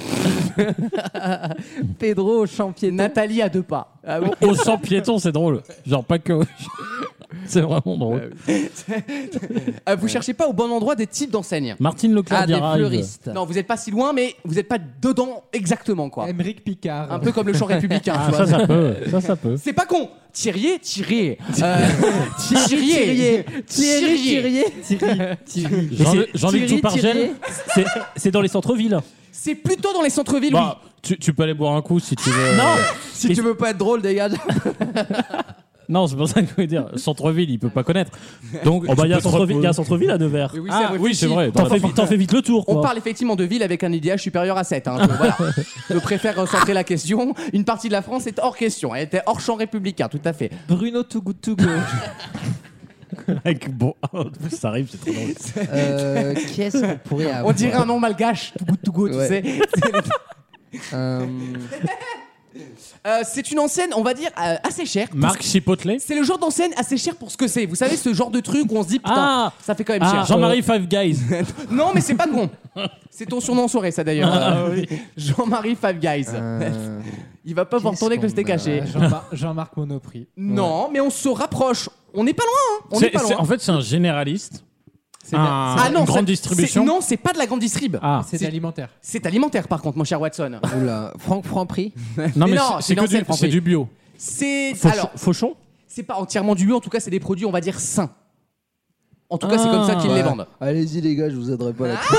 [SPEAKER 6] Pedro Champiéton.
[SPEAKER 2] Nathalie à deux pas. Ah oui.
[SPEAKER 4] Au sang piéton, c'est drôle. Genre pas que. C'est vraiment drôle.
[SPEAKER 2] Euh, vous cherchez pas au bon endroit des types d'enseignes.
[SPEAKER 4] Martine
[SPEAKER 6] Ah,
[SPEAKER 4] Leclerc
[SPEAKER 6] des
[SPEAKER 4] d'Arrive.
[SPEAKER 6] fleuristes.
[SPEAKER 2] Non, vous n'êtes pas si loin, mais vous n'êtes pas dedans exactement, quoi.
[SPEAKER 3] Émeric Picard.
[SPEAKER 2] Un peu comme le chant républicain.
[SPEAKER 4] Ah,
[SPEAKER 2] tu vois.
[SPEAKER 4] ça, ça peut. Ça, ça peut.
[SPEAKER 2] C'est pas con. Thierry, Thierry. Euh, Thierry,
[SPEAKER 6] Thierry Thierry.
[SPEAKER 5] Mais
[SPEAKER 4] Jean-
[SPEAKER 5] c'est-
[SPEAKER 4] Jean-Luc
[SPEAKER 6] Thierry,
[SPEAKER 4] Toupargel.
[SPEAKER 6] Thierry.
[SPEAKER 5] c'est- C'est dans les centres-villes.
[SPEAKER 2] C'est plutôt dans les centres-villes,
[SPEAKER 4] Bah, tu, tu peux aller boire un coup si tu veux.
[SPEAKER 5] Non
[SPEAKER 6] Si tu veux pas être drôle, dégage.
[SPEAKER 4] Non, c'est pour ça que je voulais dire. Centre-ville, il peut pas connaître. Donc,
[SPEAKER 5] Oh, bah, Il y a un
[SPEAKER 4] tu peux te
[SPEAKER 5] centre-ville- il y a un
[SPEAKER 4] reposer.
[SPEAKER 5] centre-ville à Nevers.
[SPEAKER 2] oui.
[SPEAKER 4] Ah,
[SPEAKER 2] c'est
[SPEAKER 4] oui, c'est vrai. dans
[SPEAKER 5] T'en
[SPEAKER 4] la
[SPEAKER 5] fais,
[SPEAKER 4] partie-
[SPEAKER 5] vite- t'en fais vite le tour.
[SPEAKER 2] On
[SPEAKER 5] quoi.
[SPEAKER 2] parle effectivement de villes avec un IDH supérieur à 7. hein, je, voilà. je préfère recentrer la question. Une partie de la France est hors question. Elle était hors champ républicain, tout à fait.
[SPEAKER 3] Bruno Tougou Tougou.
[SPEAKER 4] Avec bon, ça arrive, c'est trop drôle.
[SPEAKER 6] Euh, qui est-ce qu'on pourrait avoir
[SPEAKER 2] On dirait un nom malgache, tout goût, tout goût, tu
[SPEAKER 6] Ah Ouais.
[SPEAKER 2] sais.
[SPEAKER 6] Euh,
[SPEAKER 2] Euh, c'est une enseigne, on va dire, euh, assez chère.
[SPEAKER 4] Marc Chipotle.
[SPEAKER 2] C'est le genre d'enseigne assez cher pour ce que c'est. Vous savez, ce genre de truc où on se dit, putain,
[SPEAKER 4] Ah
[SPEAKER 2] ça fait quand même
[SPEAKER 4] Ah,
[SPEAKER 2] cher. Euh,
[SPEAKER 4] Jean-Marie Five Guys.
[SPEAKER 2] Non, mais c'est pas con. C'est ton surnom en soirée, ça d'ailleurs. Euh,
[SPEAKER 4] Ah, oui.
[SPEAKER 2] Jean-Marie Five Guys.
[SPEAKER 6] euh,
[SPEAKER 2] Il va pas vous
[SPEAKER 6] qu'est-ce
[SPEAKER 2] retourner que
[SPEAKER 6] qu'on
[SPEAKER 2] c'était
[SPEAKER 6] a
[SPEAKER 2] caché.
[SPEAKER 3] euh, Jean-Mar- Jean-Marc Monoprix.
[SPEAKER 2] Non, mais on se rapproche. On n'est pas loin, hein. On n'est
[SPEAKER 4] C'est-
[SPEAKER 2] pas
[SPEAKER 4] c'est-
[SPEAKER 2] loin.
[SPEAKER 4] en fait, c'est un généraliste.
[SPEAKER 3] C'est
[SPEAKER 4] Ah.
[SPEAKER 3] d'a-
[SPEAKER 4] une grande
[SPEAKER 2] ça-
[SPEAKER 4] distribution.
[SPEAKER 2] c'est- Non, c'est pas de la grande distrib.
[SPEAKER 4] Ah,
[SPEAKER 3] c'est alimentaire.
[SPEAKER 2] C'est alimentaire, par contre, mon cher Watson.
[SPEAKER 6] oula, Franck Franprix.
[SPEAKER 4] non,
[SPEAKER 2] mais
[SPEAKER 4] mais
[SPEAKER 2] non,
[SPEAKER 4] c'est- c'est que
[SPEAKER 2] financier,
[SPEAKER 4] du,
[SPEAKER 2] Franprix.
[SPEAKER 4] c'est du bio.
[SPEAKER 2] C'est.
[SPEAKER 5] Fauchon,
[SPEAKER 2] Alors,
[SPEAKER 5] Fauchon
[SPEAKER 2] c'est pas entièrement du bio, en tout cas, c'est des produits, on va dire, sains. En tout cas, c'est
[SPEAKER 4] Ah,
[SPEAKER 2] comme ça qu'ils les
[SPEAKER 6] Ouais.
[SPEAKER 2] vendent.
[SPEAKER 6] Allez-y, les gars, je vous aiderai pas là-dessus.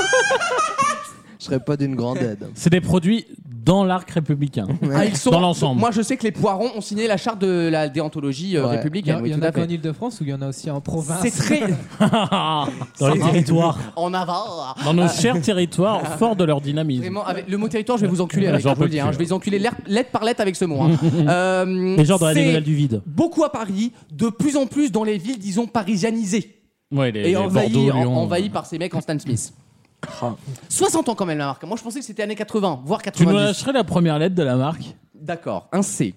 [SPEAKER 6] Je serais pas d'une grande aide.
[SPEAKER 4] C'est des produits dans l'arc républicain.
[SPEAKER 2] Ah, ils sont-
[SPEAKER 4] Dans l'ensemble.
[SPEAKER 2] Moi, je sais que les poirons ont signé la charte de la déontologie euh,
[SPEAKER 6] Ouais.
[SPEAKER 3] Il y,
[SPEAKER 2] républicaine.
[SPEAKER 3] en-
[SPEAKER 2] oui,
[SPEAKER 3] il y en
[SPEAKER 2] tout à
[SPEAKER 3] a
[SPEAKER 2] fait.
[SPEAKER 3] qu'en Ile-de-France ou il y en a aussi en province.
[SPEAKER 2] C'est très.
[SPEAKER 5] dans les territoires.
[SPEAKER 2] en Navarre.
[SPEAKER 4] Dans nos chers territoires, forts de leur dynamisme.
[SPEAKER 2] Vraiment, avec- le mot territoire, je vais vous enculer avec.
[SPEAKER 4] J'en
[SPEAKER 2] je vous le
[SPEAKER 4] peux
[SPEAKER 2] dis, hein,
[SPEAKER 4] plus,
[SPEAKER 2] je vais les enculer l'air- lettre par lettre avec ce mot. hein. Euh,
[SPEAKER 5] Mais genre dans la
[SPEAKER 2] c'est
[SPEAKER 5] diagonale du vide.
[SPEAKER 2] Beaucoup à Paris, de plus en plus dans les villes, disons, parisianisées.
[SPEAKER 4] Ouais, les,
[SPEAKER 2] Et
[SPEAKER 4] les
[SPEAKER 2] envahies
[SPEAKER 4] Bordeaux,
[SPEAKER 2] en-
[SPEAKER 4] Lyon.
[SPEAKER 2] envahies par ces mecs en Stan Smith. 60 ans quand même la marque. Moi je pensais que c'était années 80, voire
[SPEAKER 4] Tu nous
[SPEAKER 2] 90.
[SPEAKER 4] lâcherais la première lettre de la marque
[SPEAKER 2] D'accord, un C.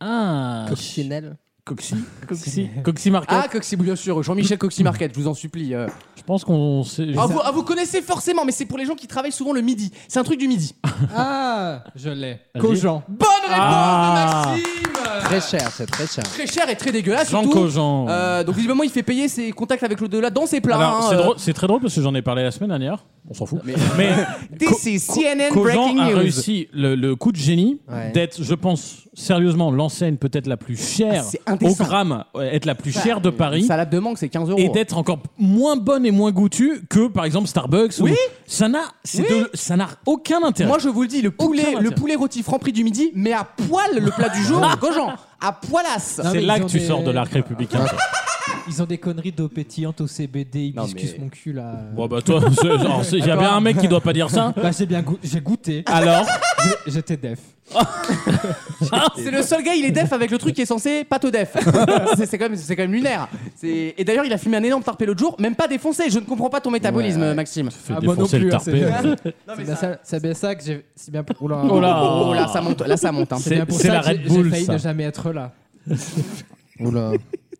[SPEAKER 4] Ah,
[SPEAKER 6] Cochinelle.
[SPEAKER 4] Coxy. Coxy. Coxy Market.
[SPEAKER 2] Ah, Coxy, bien sûr, Jean-Michel Coxy Market, je vous en supplie. euh.
[SPEAKER 4] Je pense qu'on sait.
[SPEAKER 2] Ah, vous, ah, vous connaissez forcément, mais c'est pour les gens qui travaillent souvent le midi. C'est un truc du midi.
[SPEAKER 3] Ah, je l'ai.
[SPEAKER 4] Vas-y.
[SPEAKER 3] Cogent.
[SPEAKER 2] Bonne réponse
[SPEAKER 4] Ah.
[SPEAKER 2] de Maxime
[SPEAKER 6] Très cher, c'est très cher.
[SPEAKER 2] Très cher et très dégueulasse.
[SPEAKER 4] Jean
[SPEAKER 2] surtout.
[SPEAKER 4] Cogent.
[SPEAKER 2] Euh, donc visiblement il fait payer ses contacts avec l'au-delà dans ses plats.
[SPEAKER 4] Alors,
[SPEAKER 2] hein,
[SPEAKER 4] c'est
[SPEAKER 2] euh,
[SPEAKER 4] drôle- c'est très drôle parce que j'en ai parlé la semaine dernière. On s'en fout. Mais
[SPEAKER 2] This is CNN
[SPEAKER 4] Cogent
[SPEAKER 2] breaking
[SPEAKER 4] a
[SPEAKER 2] news.
[SPEAKER 4] réussi le, le coup de génie
[SPEAKER 6] Ouais.
[SPEAKER 4] d'être, je pense, sérieusement, l'enseigne peut-être la plus chère
[SPEAKER 2] Ah, C'est
[SPEAKER 4] au
[SPEAKER 2] indécent. Bah,
[SPEAKER 4] gramme, ouais, être la plus chère de Paris.
[SPEAKER 2] Salade de mangue, c'est 15 euros.
[SPEAKER 4] Et d'être encore moins bonne et moins goûtue que par exemple Starbucks. ou-
[SPEAKER 2] Oui.
[SPEAKER 4] ça n'a, c'est de- ça n'a aucun intérêt.
[SPEAKER 2] Moi, je vous le dis, le poulet, le
[SPEAKER 4] intérêt.
[SPEAKER 2] poulet rôti franc prix du midi, mais à poil le plat du jour, Gojan, à poilasse.
[SPEAKER 3] Non,
[SPEAKER 4] c'est
[SPEAKER 3] mais
[SPEAKER 4] là
[SPEAKER 3] ils
[SPEAKER 4] que
[SPEAKER 3] ont
[SPEAKER 4] tu
[SPEAKER 3] des-
[SPEAKER 4] sors de
[SPEAKER 2] Ah.
[SPEAKER 4] l'arc républicain. ça.
[SPEAKER 3] Ils ont des conneries d'eau pétillante au CBD,
[SPEAKER 2] Non,
[SPEAKER 3] hibiscus
[SPEAKER 2] mais-
[SPEAKER 3] mon cul là.
[SPEAKER 4] Bon bah toi, c'est- alors, c'est- il y a bien un mec qui doit pas dire ça.
[SPEAKER 3] Bah, j'ai bien goûté, j'ai goûté.
[SPEAKER 4] Alors,
[SPEAKER 3] J'ai- J'étais def.
[SPEAKER 2] C'est le seul gars, il est def avec le truc qui est censé pas te def. C'est- c'est quand même, c'est quand même lunaire. C'est- Et d'ailleurs, il a fumé un énorme tarpé l'autre jour, même pas défoncé. Je ne comprends pas ton métabolisme, Maxime.
[SPEAKER 4] fais
[SPEAKER 3] Ah, moi
[SPEAKER 4] défoncer
[SPEAKER 3] non
[SPEAKER 4] le
[SPEAKER 3] plus, hein,
[SPEAKER 4] tarpé.
[SPEAKER 2] Non,
[SPEAKER 3] c'est-
[SPEAKER 2] mais
[SPEAKER 3] C'est bien
[SPEAKER 2] ça-
[SPEAKER 3] ça- c'est bien ça que j'ai. C'est bien pour. Oula.
[SPEAKER 4] Oh là.
[SPEAKER 2] Oh, là, ça monte. Là, ça monte. hein.
[SPEAKER 3] C'est bien pour
[SPEAKER 4] C'est
[SPEAKER 3] ça
[SPEAKER 4] la
[SPEAKER 3] que
[SPEAKER 4] Red
[SPEAKER 3] j'ai-
[SPEAKER 4] Bull,
[SPEAKER 3] J'ai failli
[SPEAKER 4] ça.
[SPEAKER 3] ne jamais être là.
[SPEAKER 6] Oula,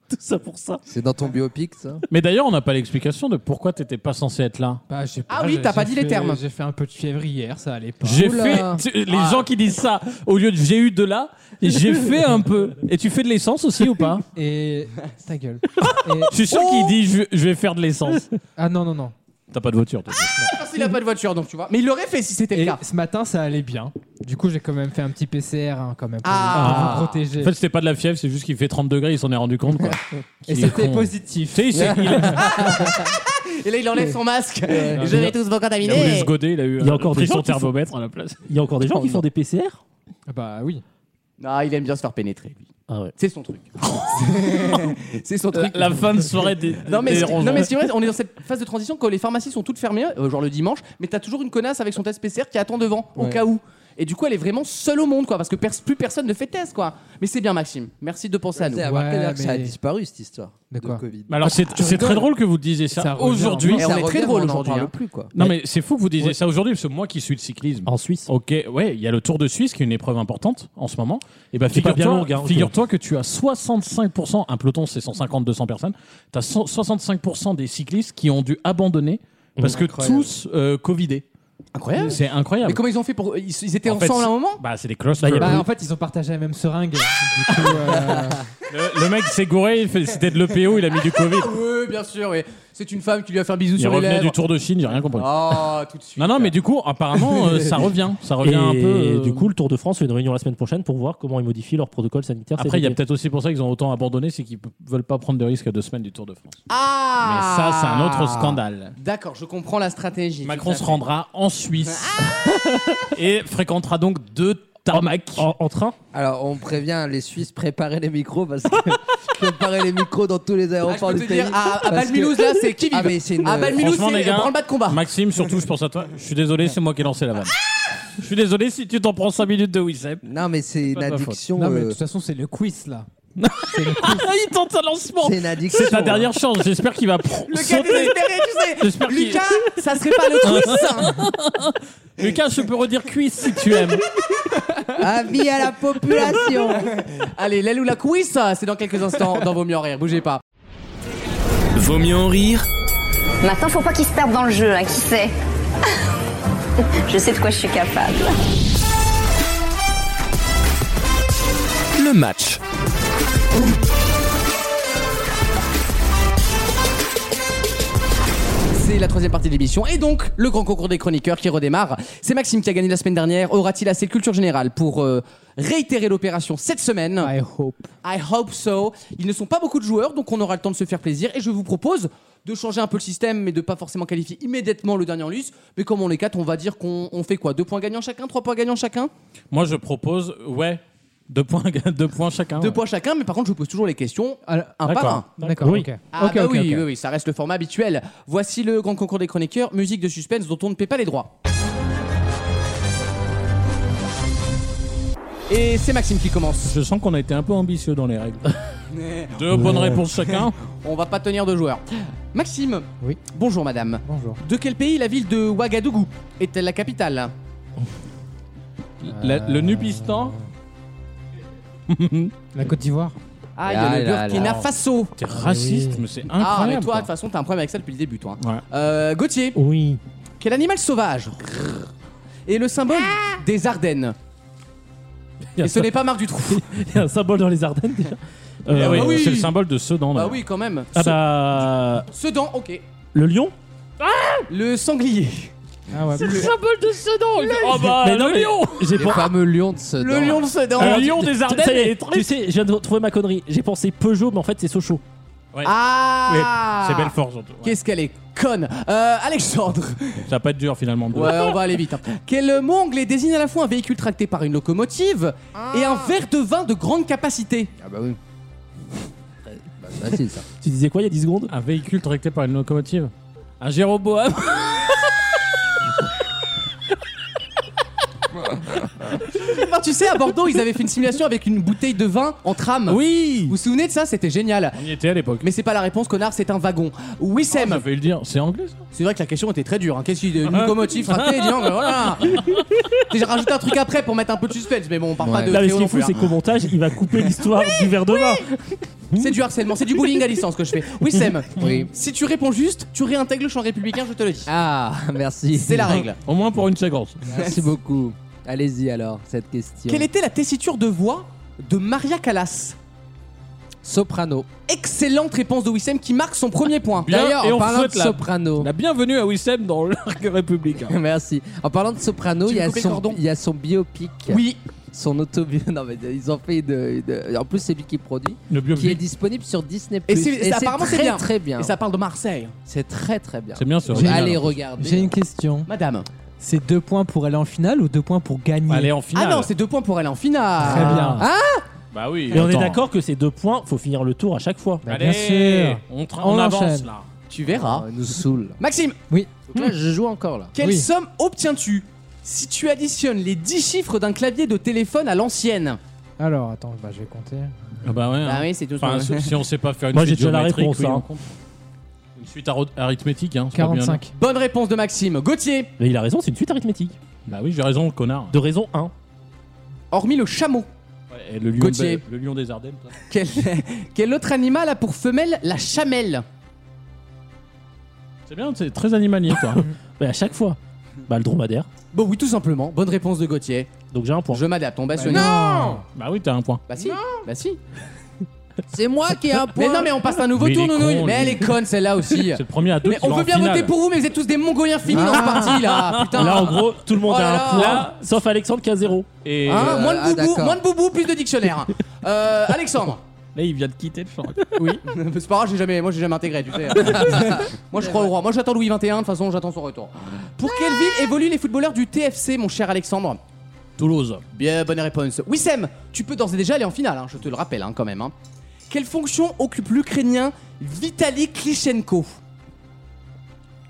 [SPEAKER 5] Tout ça pour ça.
[SPEAKER 6] c'est dans ton biopic ça
[SPEAKER 4] Mais d'ailleurs, on n'a pas l'explication de pourquoi t'étais pas censé être là.
[SPEAKER 3] Bah, j'ai
[SPEAKER 2] Ah oui,
[SPEAKER 3] j'ai-
[SPEAKER 2] t'as pas
[SPEAKER 3] j'ai
[SPEAKER 2] dit les
[SPEAKER 3] fait-
[SPEAKER 2] termes.
[SPEAKER 3] J'ai fait un peu de fièvre hier, ça allait pas.
[SPEAKER 4] J'ai
[SPEAKER 6] Oula.
[SPEAKER 4] fait tu- les gens qui disent ça au lieu de j'ai eu de là, j'ai fait un peu. Et tu fais de l'essence aussi ou pas
[SPEAKER 3] Et ta gueule. Et-
[SPEAKER 4] Je suis sûr qu'il dit je, je vais faire de l'essence. Ah.
[SPEAKER 3] Ah non non non.
[SPEAKER 4] T'as pas de voiture. toi.
[SPEAKER 2] Parce qu'il a pas de voiture, donc tu vois. Mais il l'aurait fait si c'était le
[SPEAKER 3] Et
[SPEAKER 2] cas.
[SPEAKER 3] ce matin, ça allait bien. Du coup, j'ai quand même fait un petit PCR hein, quand même pour
[SPEAKER 2] Ah.
[SPEAKER 3] pour vous protéger.
[SPEAKER 4] En fait, c'était pas de la fièvre, c'est juste qu'il fait 30 degrés, il s'en est rendu compte. Quoi.
[SPEAKER 3] Et
[SPEAKER 4] Qu'il est
[SPEAKER 3] c'était
[SPEAKER 4] con.
[SPEAKER 3] positif.
[SPEAKER 4] Tu sais, il s'est- il a-
[SPEAKER 2] Et là, il enlève son masque. Je vais tous vous
[SPEAKER 4] il a voulu
[SPEAKER 2] contaminer.
[SPEAKER 4] se goder, il a eu
[SPEAKER 5] Il y a
[SPEAKER 4] euh,
[SPEAKER 5] encore
[SPEAKER 4] pris
[SPEAKER 5] des
[SPEAKER 4] son
[SPEAKER 5] gens qui font-
[SPEAKER 4] thermomètre à la place.
[SPEAKER 5] Il y a encore des gens qui font des PCR
[SPEAKER 3] Bah oui.
[SPEAKER 2] Ah, il aime bien se faire pénétrer, lui.
[SPEAKER 5] Ah ouais.
[SPEAKER 2] C'est son truc. Euh, C'est son truc.
[SPEAKER 4] La fin de soirée des.
[SPEAKER 2] Non mais,
[SPEAKER 4] des
[SPEAKER 2] ce qui-
[SPEAKER 4] ronds.
[SPEAKER 2] non, mais c'est vrai, on est dans cette phase de transition quand les pharmacies sont toutes fermées, euh, genre le dimanche, mais t'as toujours une connasse avec son test PCR qui attend devant, au cas où. Et du coup, elle est vraiment seule au monde, quoi, parce que pers- plus personne ne fait test, quoi. Mais c'est bien, Maxime. Merci de penser à nous.
[SPEAKER 6] C'est à marquer
[SPEAKER 3] Ouais,
[SPEAKER 6] d'ailleurs que ça a
[SPEAKER 3] mais-
[SPEAKER 6] disparu cette histoire
[SPEAKER 3] De quoi
[SPEAKER 6] Covid.
[SPEAKER 4] Mais alors, c'est c'est très drôle que vous disiez ça,
[SPEAKER 3] Ça revient,
[SPEAKER 4] aujourd'hui.
[SPEAKER 2] Et on
[SPEAKER 6] Ça
[SPEAKER 2] est
[SPEAKER 6] revient,
[SPEAKER 2] très drôle
[SPEAKER 6] on en
[SPEAKER 2] aujourd'hui.
[SPEAKER 6] parle
[SPEAKER 2] hein.
[SPEAKER 6] plus quoi.
[SPEAKER 4] Non, mais c'est fou que vous disiez ça aujourd'hui, parce que moi qui suis le cyclisme.
[SPEAKER 5] En Suisse.
[SPEAKER 4] Ok, ouais, il y a le Tour de Suisse qui est une épreuve importante en ce moment. Et ben
[SPEAKER 5] Qui est pas bien longue, hein,
[SPEAKER 4] figure-toi
[SPEAKER 5] ok.
[SPEAKER 4] figure-toi que tu as 65%, un peloton c'est 150-200 personnes, tu as 65% des cyclistes qui ont dû abandonner parce que tous euh, Covidés.
[SPEAKER 6] Eh
[SPEAKER 2] Incroyable.
[SPEAKER 4] C'est incroyable.
[SPEAKER 2] Mais comment ils ont fait pour ils, ils étaient
[SPEAKER 4] En fait,
[SPEAKER 2] ensemble à
[SPEAKER 4] c'est-
[SPEAKER 2] un moment
[SPEAKER 4] Bah, c'est des
[SPEAKER 5] Bah,
[SPEAKER 4] clusters.
[SPEAKER 5] y a
[SPEAKER 3] Bah
[SPEAKER 5] Oui.
[SPEAKER 3] en fait, ils ont partagé la même seringue. du coup, euh,
[SPEAKER 4] le, le mec s'est gouré, il fait- c'était de l'EPO, il a mis du Covid.
[SPEAKER 2] Oui, bien sûr. oui. C'est une femme qui lui a fait un bisou
[SPEAKER 4] Il
[SPEAKER 2] sur les
[SPEAKER 4] revenait
[SPEAKER 2] lèvres.
[SPEAKER 4] du Tour de Chine, j'ai rien compris.
[SPEAKER 2] Ah, tout de suite.
[SPEAKER 4] non, non, mais du coup, apparemment, euh, ça revient. Ça revient
[SPEAKER 5] et
[SPEAKER 4] un peu. euh,
[SPEAKER 5] du coup, le Tour de France fait une réunion la semaine prochaine pour voir comment ils modifient leur protocole sanitaire.
[SPEAKER 4] Après, il y a
[SPEAKER 5] cet
[SPEAKER 4] peut-être aussi pour ça qu'ils ont autant abandonné, c'est qu'ils veulent pas prendre de risques à deux semaines du Tour de France. Mais
[SPEAKER 2] Ah.
[SPEAKER 4] ça, c'est un autre scandale.
[SPEAKER 2] D'accord, je comprends la stratégie.
[SPEAKER 4] Macron
[SPEAKER 2] Tout à
[SPEAKER 4] se
[SPEAKER 2] fait.
[SPEAKER 4] rendra en Suisse et fréquentera donc deux tarmacs.
[SPEAKER 5] été. en, en train.
[SPEAKER 6] Alors on prévient les Suisses, préparez les micros parce que préparez les micros dans tous les
[SPEAKER 2] Ah, je
[SPEAKER 6] aéroports
[SPEAKER 2] peux
[SPEAKER 6] du
[SPEAKER 2] te
[SPEAKER 6] pays.
[SPEAKER 2] dire, à, à
[SPEAKER 6] parce que-
[SPEAKER 2] Balmulhouse, là, c'est qui vive
[SPEAKER 6] Ah, mais c'est une-
[SPEAKER 2] À Balmulhouse,
[SPEAKER 4] Franchement, les
[SPEAKER 2] c'est
[SPEAKER 4] gars,
[SPEAKER 2] branle-bas de combat.
[SPEAKER 4] Ah. Maxime, surtout, je pense à toi. Je suis désolé, c'est moi qui ai lancé la vanne. Je suis désolé si tu t'en prends 5 minutes de Wissem.
[SPEAKER 6] Non mais c'est une
[SPEAKER 4] pas ta faute.
[SPEAKER 6] addiction.
[SPEAKER 3] Non mais de
[SPEAKER 6] euh,
[SPEAKER 3] toute façon, c'est le quiz là.
[SPEAKER 4] Ah, Il tente un lancement.
[SPEAKER 6] C'est une addiction.
[SPEAKER 4] C'est
[SPEAKER 5] hein.
[SPEAKER 4] ta dernière chance. J'espère qu'il va pr-
[SPEAKER 2] Le gars
[SPEAKER 4] sauter.
[SPEAKER 2] désespéré, tu sais.
[SPEAKER 4] J'espère qu'il-
[SPEAKER 2] Lucas, ça serait pas le twist. hein.
[SPEAKER 4] Lucas, je peux redire cuisse si tu aimes.
[SPEAKER 6] Avis Ah, à la population.
[SPEAKER 2] Allez, l'aile ou la quiz, c'est dans quelques instants dans Vos mieux en rire. Bougez pas.
[SPEAKER 1] Vaut mieux en rire
[SPEAKER 9] Maintenant, faut pas qu'il se perde dans le jeu, hein, qui sait Je sais de quoi je suis capable.
[SPEAKER 1] le match.
[SPEAKER 2] C'est la troisième partie de l'émission. Et donc, le grand concours des chroniqueurs qui redémarre. C'est Maxime qui a gagné la semaine dernière. Aura-t-il assez de culture générale pour euh, réitérer l'opération cette semaine
[SPEAKER 3] I hope.
[SPEAKER 2] I hope so. Ils ne sont pas beaucoup de joueurs, donc on aura le temps de se faire plaisir. Et je vous propose de changer un peu le système, mais de pas forcément qualifier immédiatement le dernier en lice. Mais comme on est quatre, on va dire qu'on on fait quoi Deux points gagnants chacun Trois points gagnants chacun
[SPEAKER 4] Moi, je propose, ouais, deux points, deux points chacun.
[SPEAKER 2] Deux
[SPEAKER 4] ouais.
[SPEAKER 2] points chacun, mais par contre, je pose toujours les questions
[SPEAKER 3] Alors,
[SPEAKER 2] un par
[SPEAKER 4] D'accord.
[SPEAKER 2] un.
[SPEAKER 3] Ah, D'accord.
[SPEAKER 5] Oui.
[SPEAKER 3] ok.
[SPEAKER 2] Ah
[SPEAKER 3] Ok,
[SPEAKER 2] bah
[SPEAKER 3] ok,
[SPEAKER 2] oui,
[SPEAKER 3] ok.
[SPEAKER 2] oui, oui, ça reste le format habituel. Voici le grand concours des chroniqueurs, musique de suspense dont on ne paie pas les droits. Et c'est Maxime qui commence.
[SPEAKER 4] Je sens qu'on a été un peu ambitieux dans les règles. Deux bonnes réponses chacun.
[SPEAKER 2] On va pas tenir de joueurs. Maxime.
[SPEAKER 3] Oui.
[SPEAKER 2] Bonjour madame.
[SPEAKER 3] Bonjour.
[SPEAKER 2] De quel pays la ville de Ouagadougou est-elle la capitale
[SPEAKER 4] La-
[SPEAKER 2] Euh.
[SPEAKER 4] le Nubistan.
[SPEAKER 3] La Côte d'Ivoire.
[SPEAKER 2] Ah, il y a
[SPEAKER 6] Ah
[SPEAKER 2] le
[SPEAKER 6] là
[SPEAKER 2] Burkina
[SPEAKER 6] là.
[SPEAKER 2] Faso.
[SPEAKER 4] T'es raciste, mais c'est incroyable.
[SPEAKER 2] Ah, mais toi, de
[SPEAKER 4] quoi.
[SPEAKER 2] toute façon, t'as un problème avec ça depuis le début, toi.
[SPEAKER 4] Ouais.
[SPEAKER 2] Euh, Gauthier,
[SPEAKER 5] Oui.
[SPEAKER 2] quel animal sauvage Et le symbole des Ardennes
[SPEAKER 5] Il y a
[SPEAKER 2] Et ce
[SPEAKER 5] un-
[SPEAKER 2] n'est pas Marc Dutroux.
[SPEAKER 5] il y a un symbole dans les Ardennes déjà. Euh,
[SPEAKER 2] bah oui.
[SPEAKER 4] C'est le symbole de Sedan.
[SPEAKER 2] Bah
[SPEAKER 4] d'ailleurs.
[SPEAKER 2] oui, quand même.
[SPEAKER 5] Ah bah.
[SPEAKER 2] Sedan, ok.
[SPEAKER 5] Le lion
[SPEAKER 2] Le sanglier.
[SPEAKER 3] Ah ouais,
[SPEAKER 4] Le symbole de Sedan. il fait, Oh bah
[SPEAKER 5] Mais non,
[SPEAKER 4] le
[SPEAKER 5] mais-
[SPEAKER 4] lion.
[SPEAKER 5] J'ai
[SPEAKER 6] Le
[SPEAKER 5] pas-
[SPEAKER 6] fameux lion de Sedan.
[SPEAKER 2] Le lion de Sedan.
[SPEAKER 5] Alors,
[SPEAKER 4] Le
[SPEAKER 5] tu-
[SPEAKER 4] lion
[SPEAKER 5] tu-
[SPEAKER 4] des
[SPEAKER 5] tu-
[SPEAKER 4] Ardennes,
[SPEAKER 5] ça y est,
[SPEAKER 4] elle est
[SPEAKER 5] Tu sais, je viens de retrouver ma connerie. J'ai pensé Peugeot, mais en fait, c'est Sochaux.
[SPEAKER 2] Ah
[SPEAKER 4] C'est Belfort surtout. Ouais.
[SPEAKER 2] Qu'est-ce qu'elle est conne Euh, Alexandre
[SPEAKER 4] Ça va pas être dur finalement. de-
[SPEAKER 2] Ouais, on va aller vite. hein. Quel mot anglais désigne à la fois un véhicule tracté par une locomotive et un verre de vin de grande capacité
[SPEAKER 6] Ah bah oui. Euh, bah, facile ça.
[SPEAKER 5] Tu disais quoi il y a 10 secondes
[SPEAKER 4] Un véhicule tracté par une locomotive. Un gyroboa.
[SPEAKER 2] Enfin, Tu sais, à Bordeaux, ils avaient fait une simulation avec une bouteille de vin en tram.
[SPEAKER 4] Oui.
[SPEAKER 2] Vous vous souvenez de ça C'était génial.
[SPEAKER 4] On y était à l'époque.
[SPEAKER 2] Mais c'est pas la réponse, connard, c'est un wagon. Wissem,
[SPEAKER 4] Ça fait le dire. C'est anglais. ça
[SPEAKER 2] Oh, c'est vrai que la question était très dure. hein. Qu'est-ce qu'une locomotive tractée dis donc, voilà. J'ai rajouté un truc après pour mettre un peu de suspense, mais bon, on part pas
[SPEAKER 6] Ouais.
[SPEAKER 2] de
[SPEAKER 5] Là, mais
[SPEAKER 2] Théo
[SPEAKER 5] ce qui est
[SPEAKER 2] non
[SPEAKER 5] fou,
[SPEAKER 2] plus, hein.
[SPEAKER 4] Ah.
[SPEAKER 5] c'est qu'au montage, il va couper l'histoire du verre de vin.
[SPEAKER 2] C'est du harcèlement, c'est du bullying à distance que je fais. Oui, Sam.
[SPEAKER 6] Oui.
[SPEAKER 2] Si tu réponds juste, tu réintègres le champ républicain, je te le dis.
[SPEAKER 6] Ah, merci.
[SPEAKER 2] C'est la règle.
[SPEAKER 4] Au moins pour une séquence.
[SPEAKER 6] Merci beaucoup. Allez-y alors, cette question.
[SPEAKER 2] Quelle était la tessiture de voix de Maria Callas
[SPEAKER 6] Soprano.
[SPEAKER 2] Excellente réponse de Wissem qui marque son premier point.
[SPEAKER 4] Bien,
[SPEAKER 6] D'ailleurs,
[SPEAKER 4] et
[SPEAKER 6] en
[SPEAKER 4] on
[SPEAKER 6] parlant de
[SPEAKER 4] souhaite la-
[SPEAKER 6] Soprano.
[SPEAKER 4] La bienvenue à Wissem dans l'arc républicain.
[SPEAKER 6] Merci. En parlant de Soprano,
[SPEAKER 2] Tu
[SPEAKER 6] il y,
[SPEAKER 2] veux
[SPEAKER 6] a
[SPEAKER 2] couper le
[SPEAKER 6] son,
[SPEAKER 2] cordon
[SPEAKER 6] il y a son biopic,
[SPEAKER 2] Oui,
[SPEAKER 6] son autobiopic. Non, mais ils ont fait une- une- En plus, c'est lui qui produit,
[SPEAKER 4] Le
[SPEAKER 6] qui est
[SPEAKER 4] biopic.
[SPEAKER 6] disponible sur Disney.
[SPEAKER 2] Et c'est- apparemment, c'est
[SPEAKER 6] très,
[SPEAKER 2] bien.
[SPEAKER 6] très bien.
[SPEAKER 2] et ça parle de Marseille.
[SPEAKER 6] C'est très très bien.
[SPEAKER 4] C'est bien ce
[SPEAKER 3] J'ai- original.
[SPEAKER 6] Allez, regardez.
[SPEAKER 3] J'ai une question.
[SPEAKER 2] Madame.
[SPEAKER 3] C'est deux points pour aller en finale ou deux points pour gagner
[SPEAKER 4] Allez en finale.
[SPEAKER 2] Ah non, c'est deux points pour elle en finale.
[SPEAKER 3] Très bien.
[SPEAKER 2] Ah,
[SPEAKER 4] Bah oui.
[SPEAKER 5] Et on est
[SPEAKER 4] attends.
[SPEAKER 5] d'accord que ces deux points, faut finir le tour à chaque fois.
[SPEAKER 3] Bah,
[SPEAKER 4] Allez,
[SPEAKER 3] bien sûr.
[SPEAKER 4] On, tra-
[SPEAKER 3] On
[SPEAKER 4] on avance
[SPEAKER 3] enchaîne.
[SPEAKER 4] là.
[SPEAKER 2] tu verras.
[SPEAKER 6] Ah, nous saoule.
[SPEAKER 2] Maxime,
[SPEAKER 6] Donc là, je joue encore là.
[SPEAKER 2] quelle
[SPEAKER 3] Oui.
[SPEAKER 2] somme obtiens-tu si tu additionnes les 10 chiffres d'un clavier de téléphone à l'ancienne
[SPEAKER 3] Alors, attends, bah, je vais compter.
[SPEAKER 4] Ah bah ouais. hein.
[SPEAKER 2] oui, c'est tout
[SPEAKER 4] Enfin, si si on sait pas faire une
[SPEAKER 5] Moi, j'ai
[SPEAKER 4] suite
[SPEAKER 5] déjà la
[SPEAKER 4] géométrique,
[SPEAKER 5] réponse,
[SPEAKER 4] oui,
[SPEAKER 5] hein.
[SPEAKER 4] on compte. Une suite arro- arithmétique, hein. c'est pas bien,
[SPEAKER 3] 45.
[SPEAKER 2] Bonne réponse de Maxime. Gauthier,
[SPEAKER 5] Mais il a raison, c'est une suite arithmétique.
[SPEAKER 4] non Bah oui, j'ai raison, le connard.
[SPEAKER 5] De raison 1.
[SPEAKER 2] hormis le chameau,
[SPEAKER 4] Ouais, et le, lion
[SPEAKER 2] Gauthier.
[SPEAKER 4] de- le lion des Ardennes. toi.
[SPEAKER 2] quel, quel autre animal a pour femelle la chamelle
[SPEAKER 4] C'est bien, c'est très animalier, toi.
[SPEAKER 5] Mais à chaque fois. Bah, le dromadaire.
[SPEAKER 2] Bon, oui, tout simplement. Bonne réponse de Gauthier.
[SPEAKER 5] Donc j'ai un point.
[SPEAKER 2] Je m'adapte, on bastionne.
[SPEAKER 3] non
[SPEAKER 4] bah oui, t'as un point.
[SPEAKER 2] Bah si, bah si.
[SPEAKER 6] C'est moi qui ai un
[SPEAKER 2] Mais
[SPEAKER 6] point.
[SPEAKER 2] non, mais on passe un nouveau
[SPEAKER 4] Mais il
[SPEAKER 2] tour,
[SPEAKER 4] est
[SPEAKER 2] nounouille.
[SPEAKER 4] con,
[SPEAKER 2] mais elle
[SPEAKER 4] lui.
[SPEAKER 2] est conne celle-là aussi.
[SPEAKER 4] C'est le premier à deux
[SPEAKER 2] mais
[SPEAKER 4] qui
[SPEAKER 2] on
[SPEAKER 4] va
[SPEAKER 2] veut
[SPEAKER 4] en
[SPEAKER 2] bien
[SPEAKER 4] finale.
[SPEAKER 2] voter pour vous, mais vous êtes tous des mongoliens finis dans ce parti là. Putain.
[SPEAKER 5] Là, en gros, tout le monde
[SPEAKER 2] Oh là
[SPEAKER 5] a un point.
[SPEAKER 2] là.
[SPEAKER 5] Sauf Alexandre qui a zéro.
[SPEAKER 4] Et
[SPEAKER 2] Hein,
[SPEAKER 4] euh,
[SPEAKER 2] moins, de
[SPEAKER 6] ah,
[SPEAKER 2] boubou,
[SPEAKER 6] d'accord.
[SPEAKER 2] moins de boubou, plus de dictionnaire. Euh, Alexandre.
[SPEAKER 4] là, il vient de quitter le champ.
[SPEAKER 2] Oui. C'est pas grave, j'ai jamais, moi j'ai jamais intégré, tu sais. moi je crois au roi. Moi j'attends Louis XXI, de toute façon j'attends son retour. Pour quelle ville évoluent les footballeurs du TFC, mon cher Alexandre
[SPEAKER 4] Toulouse.
[SPEAKER 2] Bien, bonne réponse. Wissem, tu peux d'ores et déjà aller en finale, hein, je te le rappelle hein, quand même. hein. Quelle fonction occupe l'Ukrainien Vitaly Klitschenko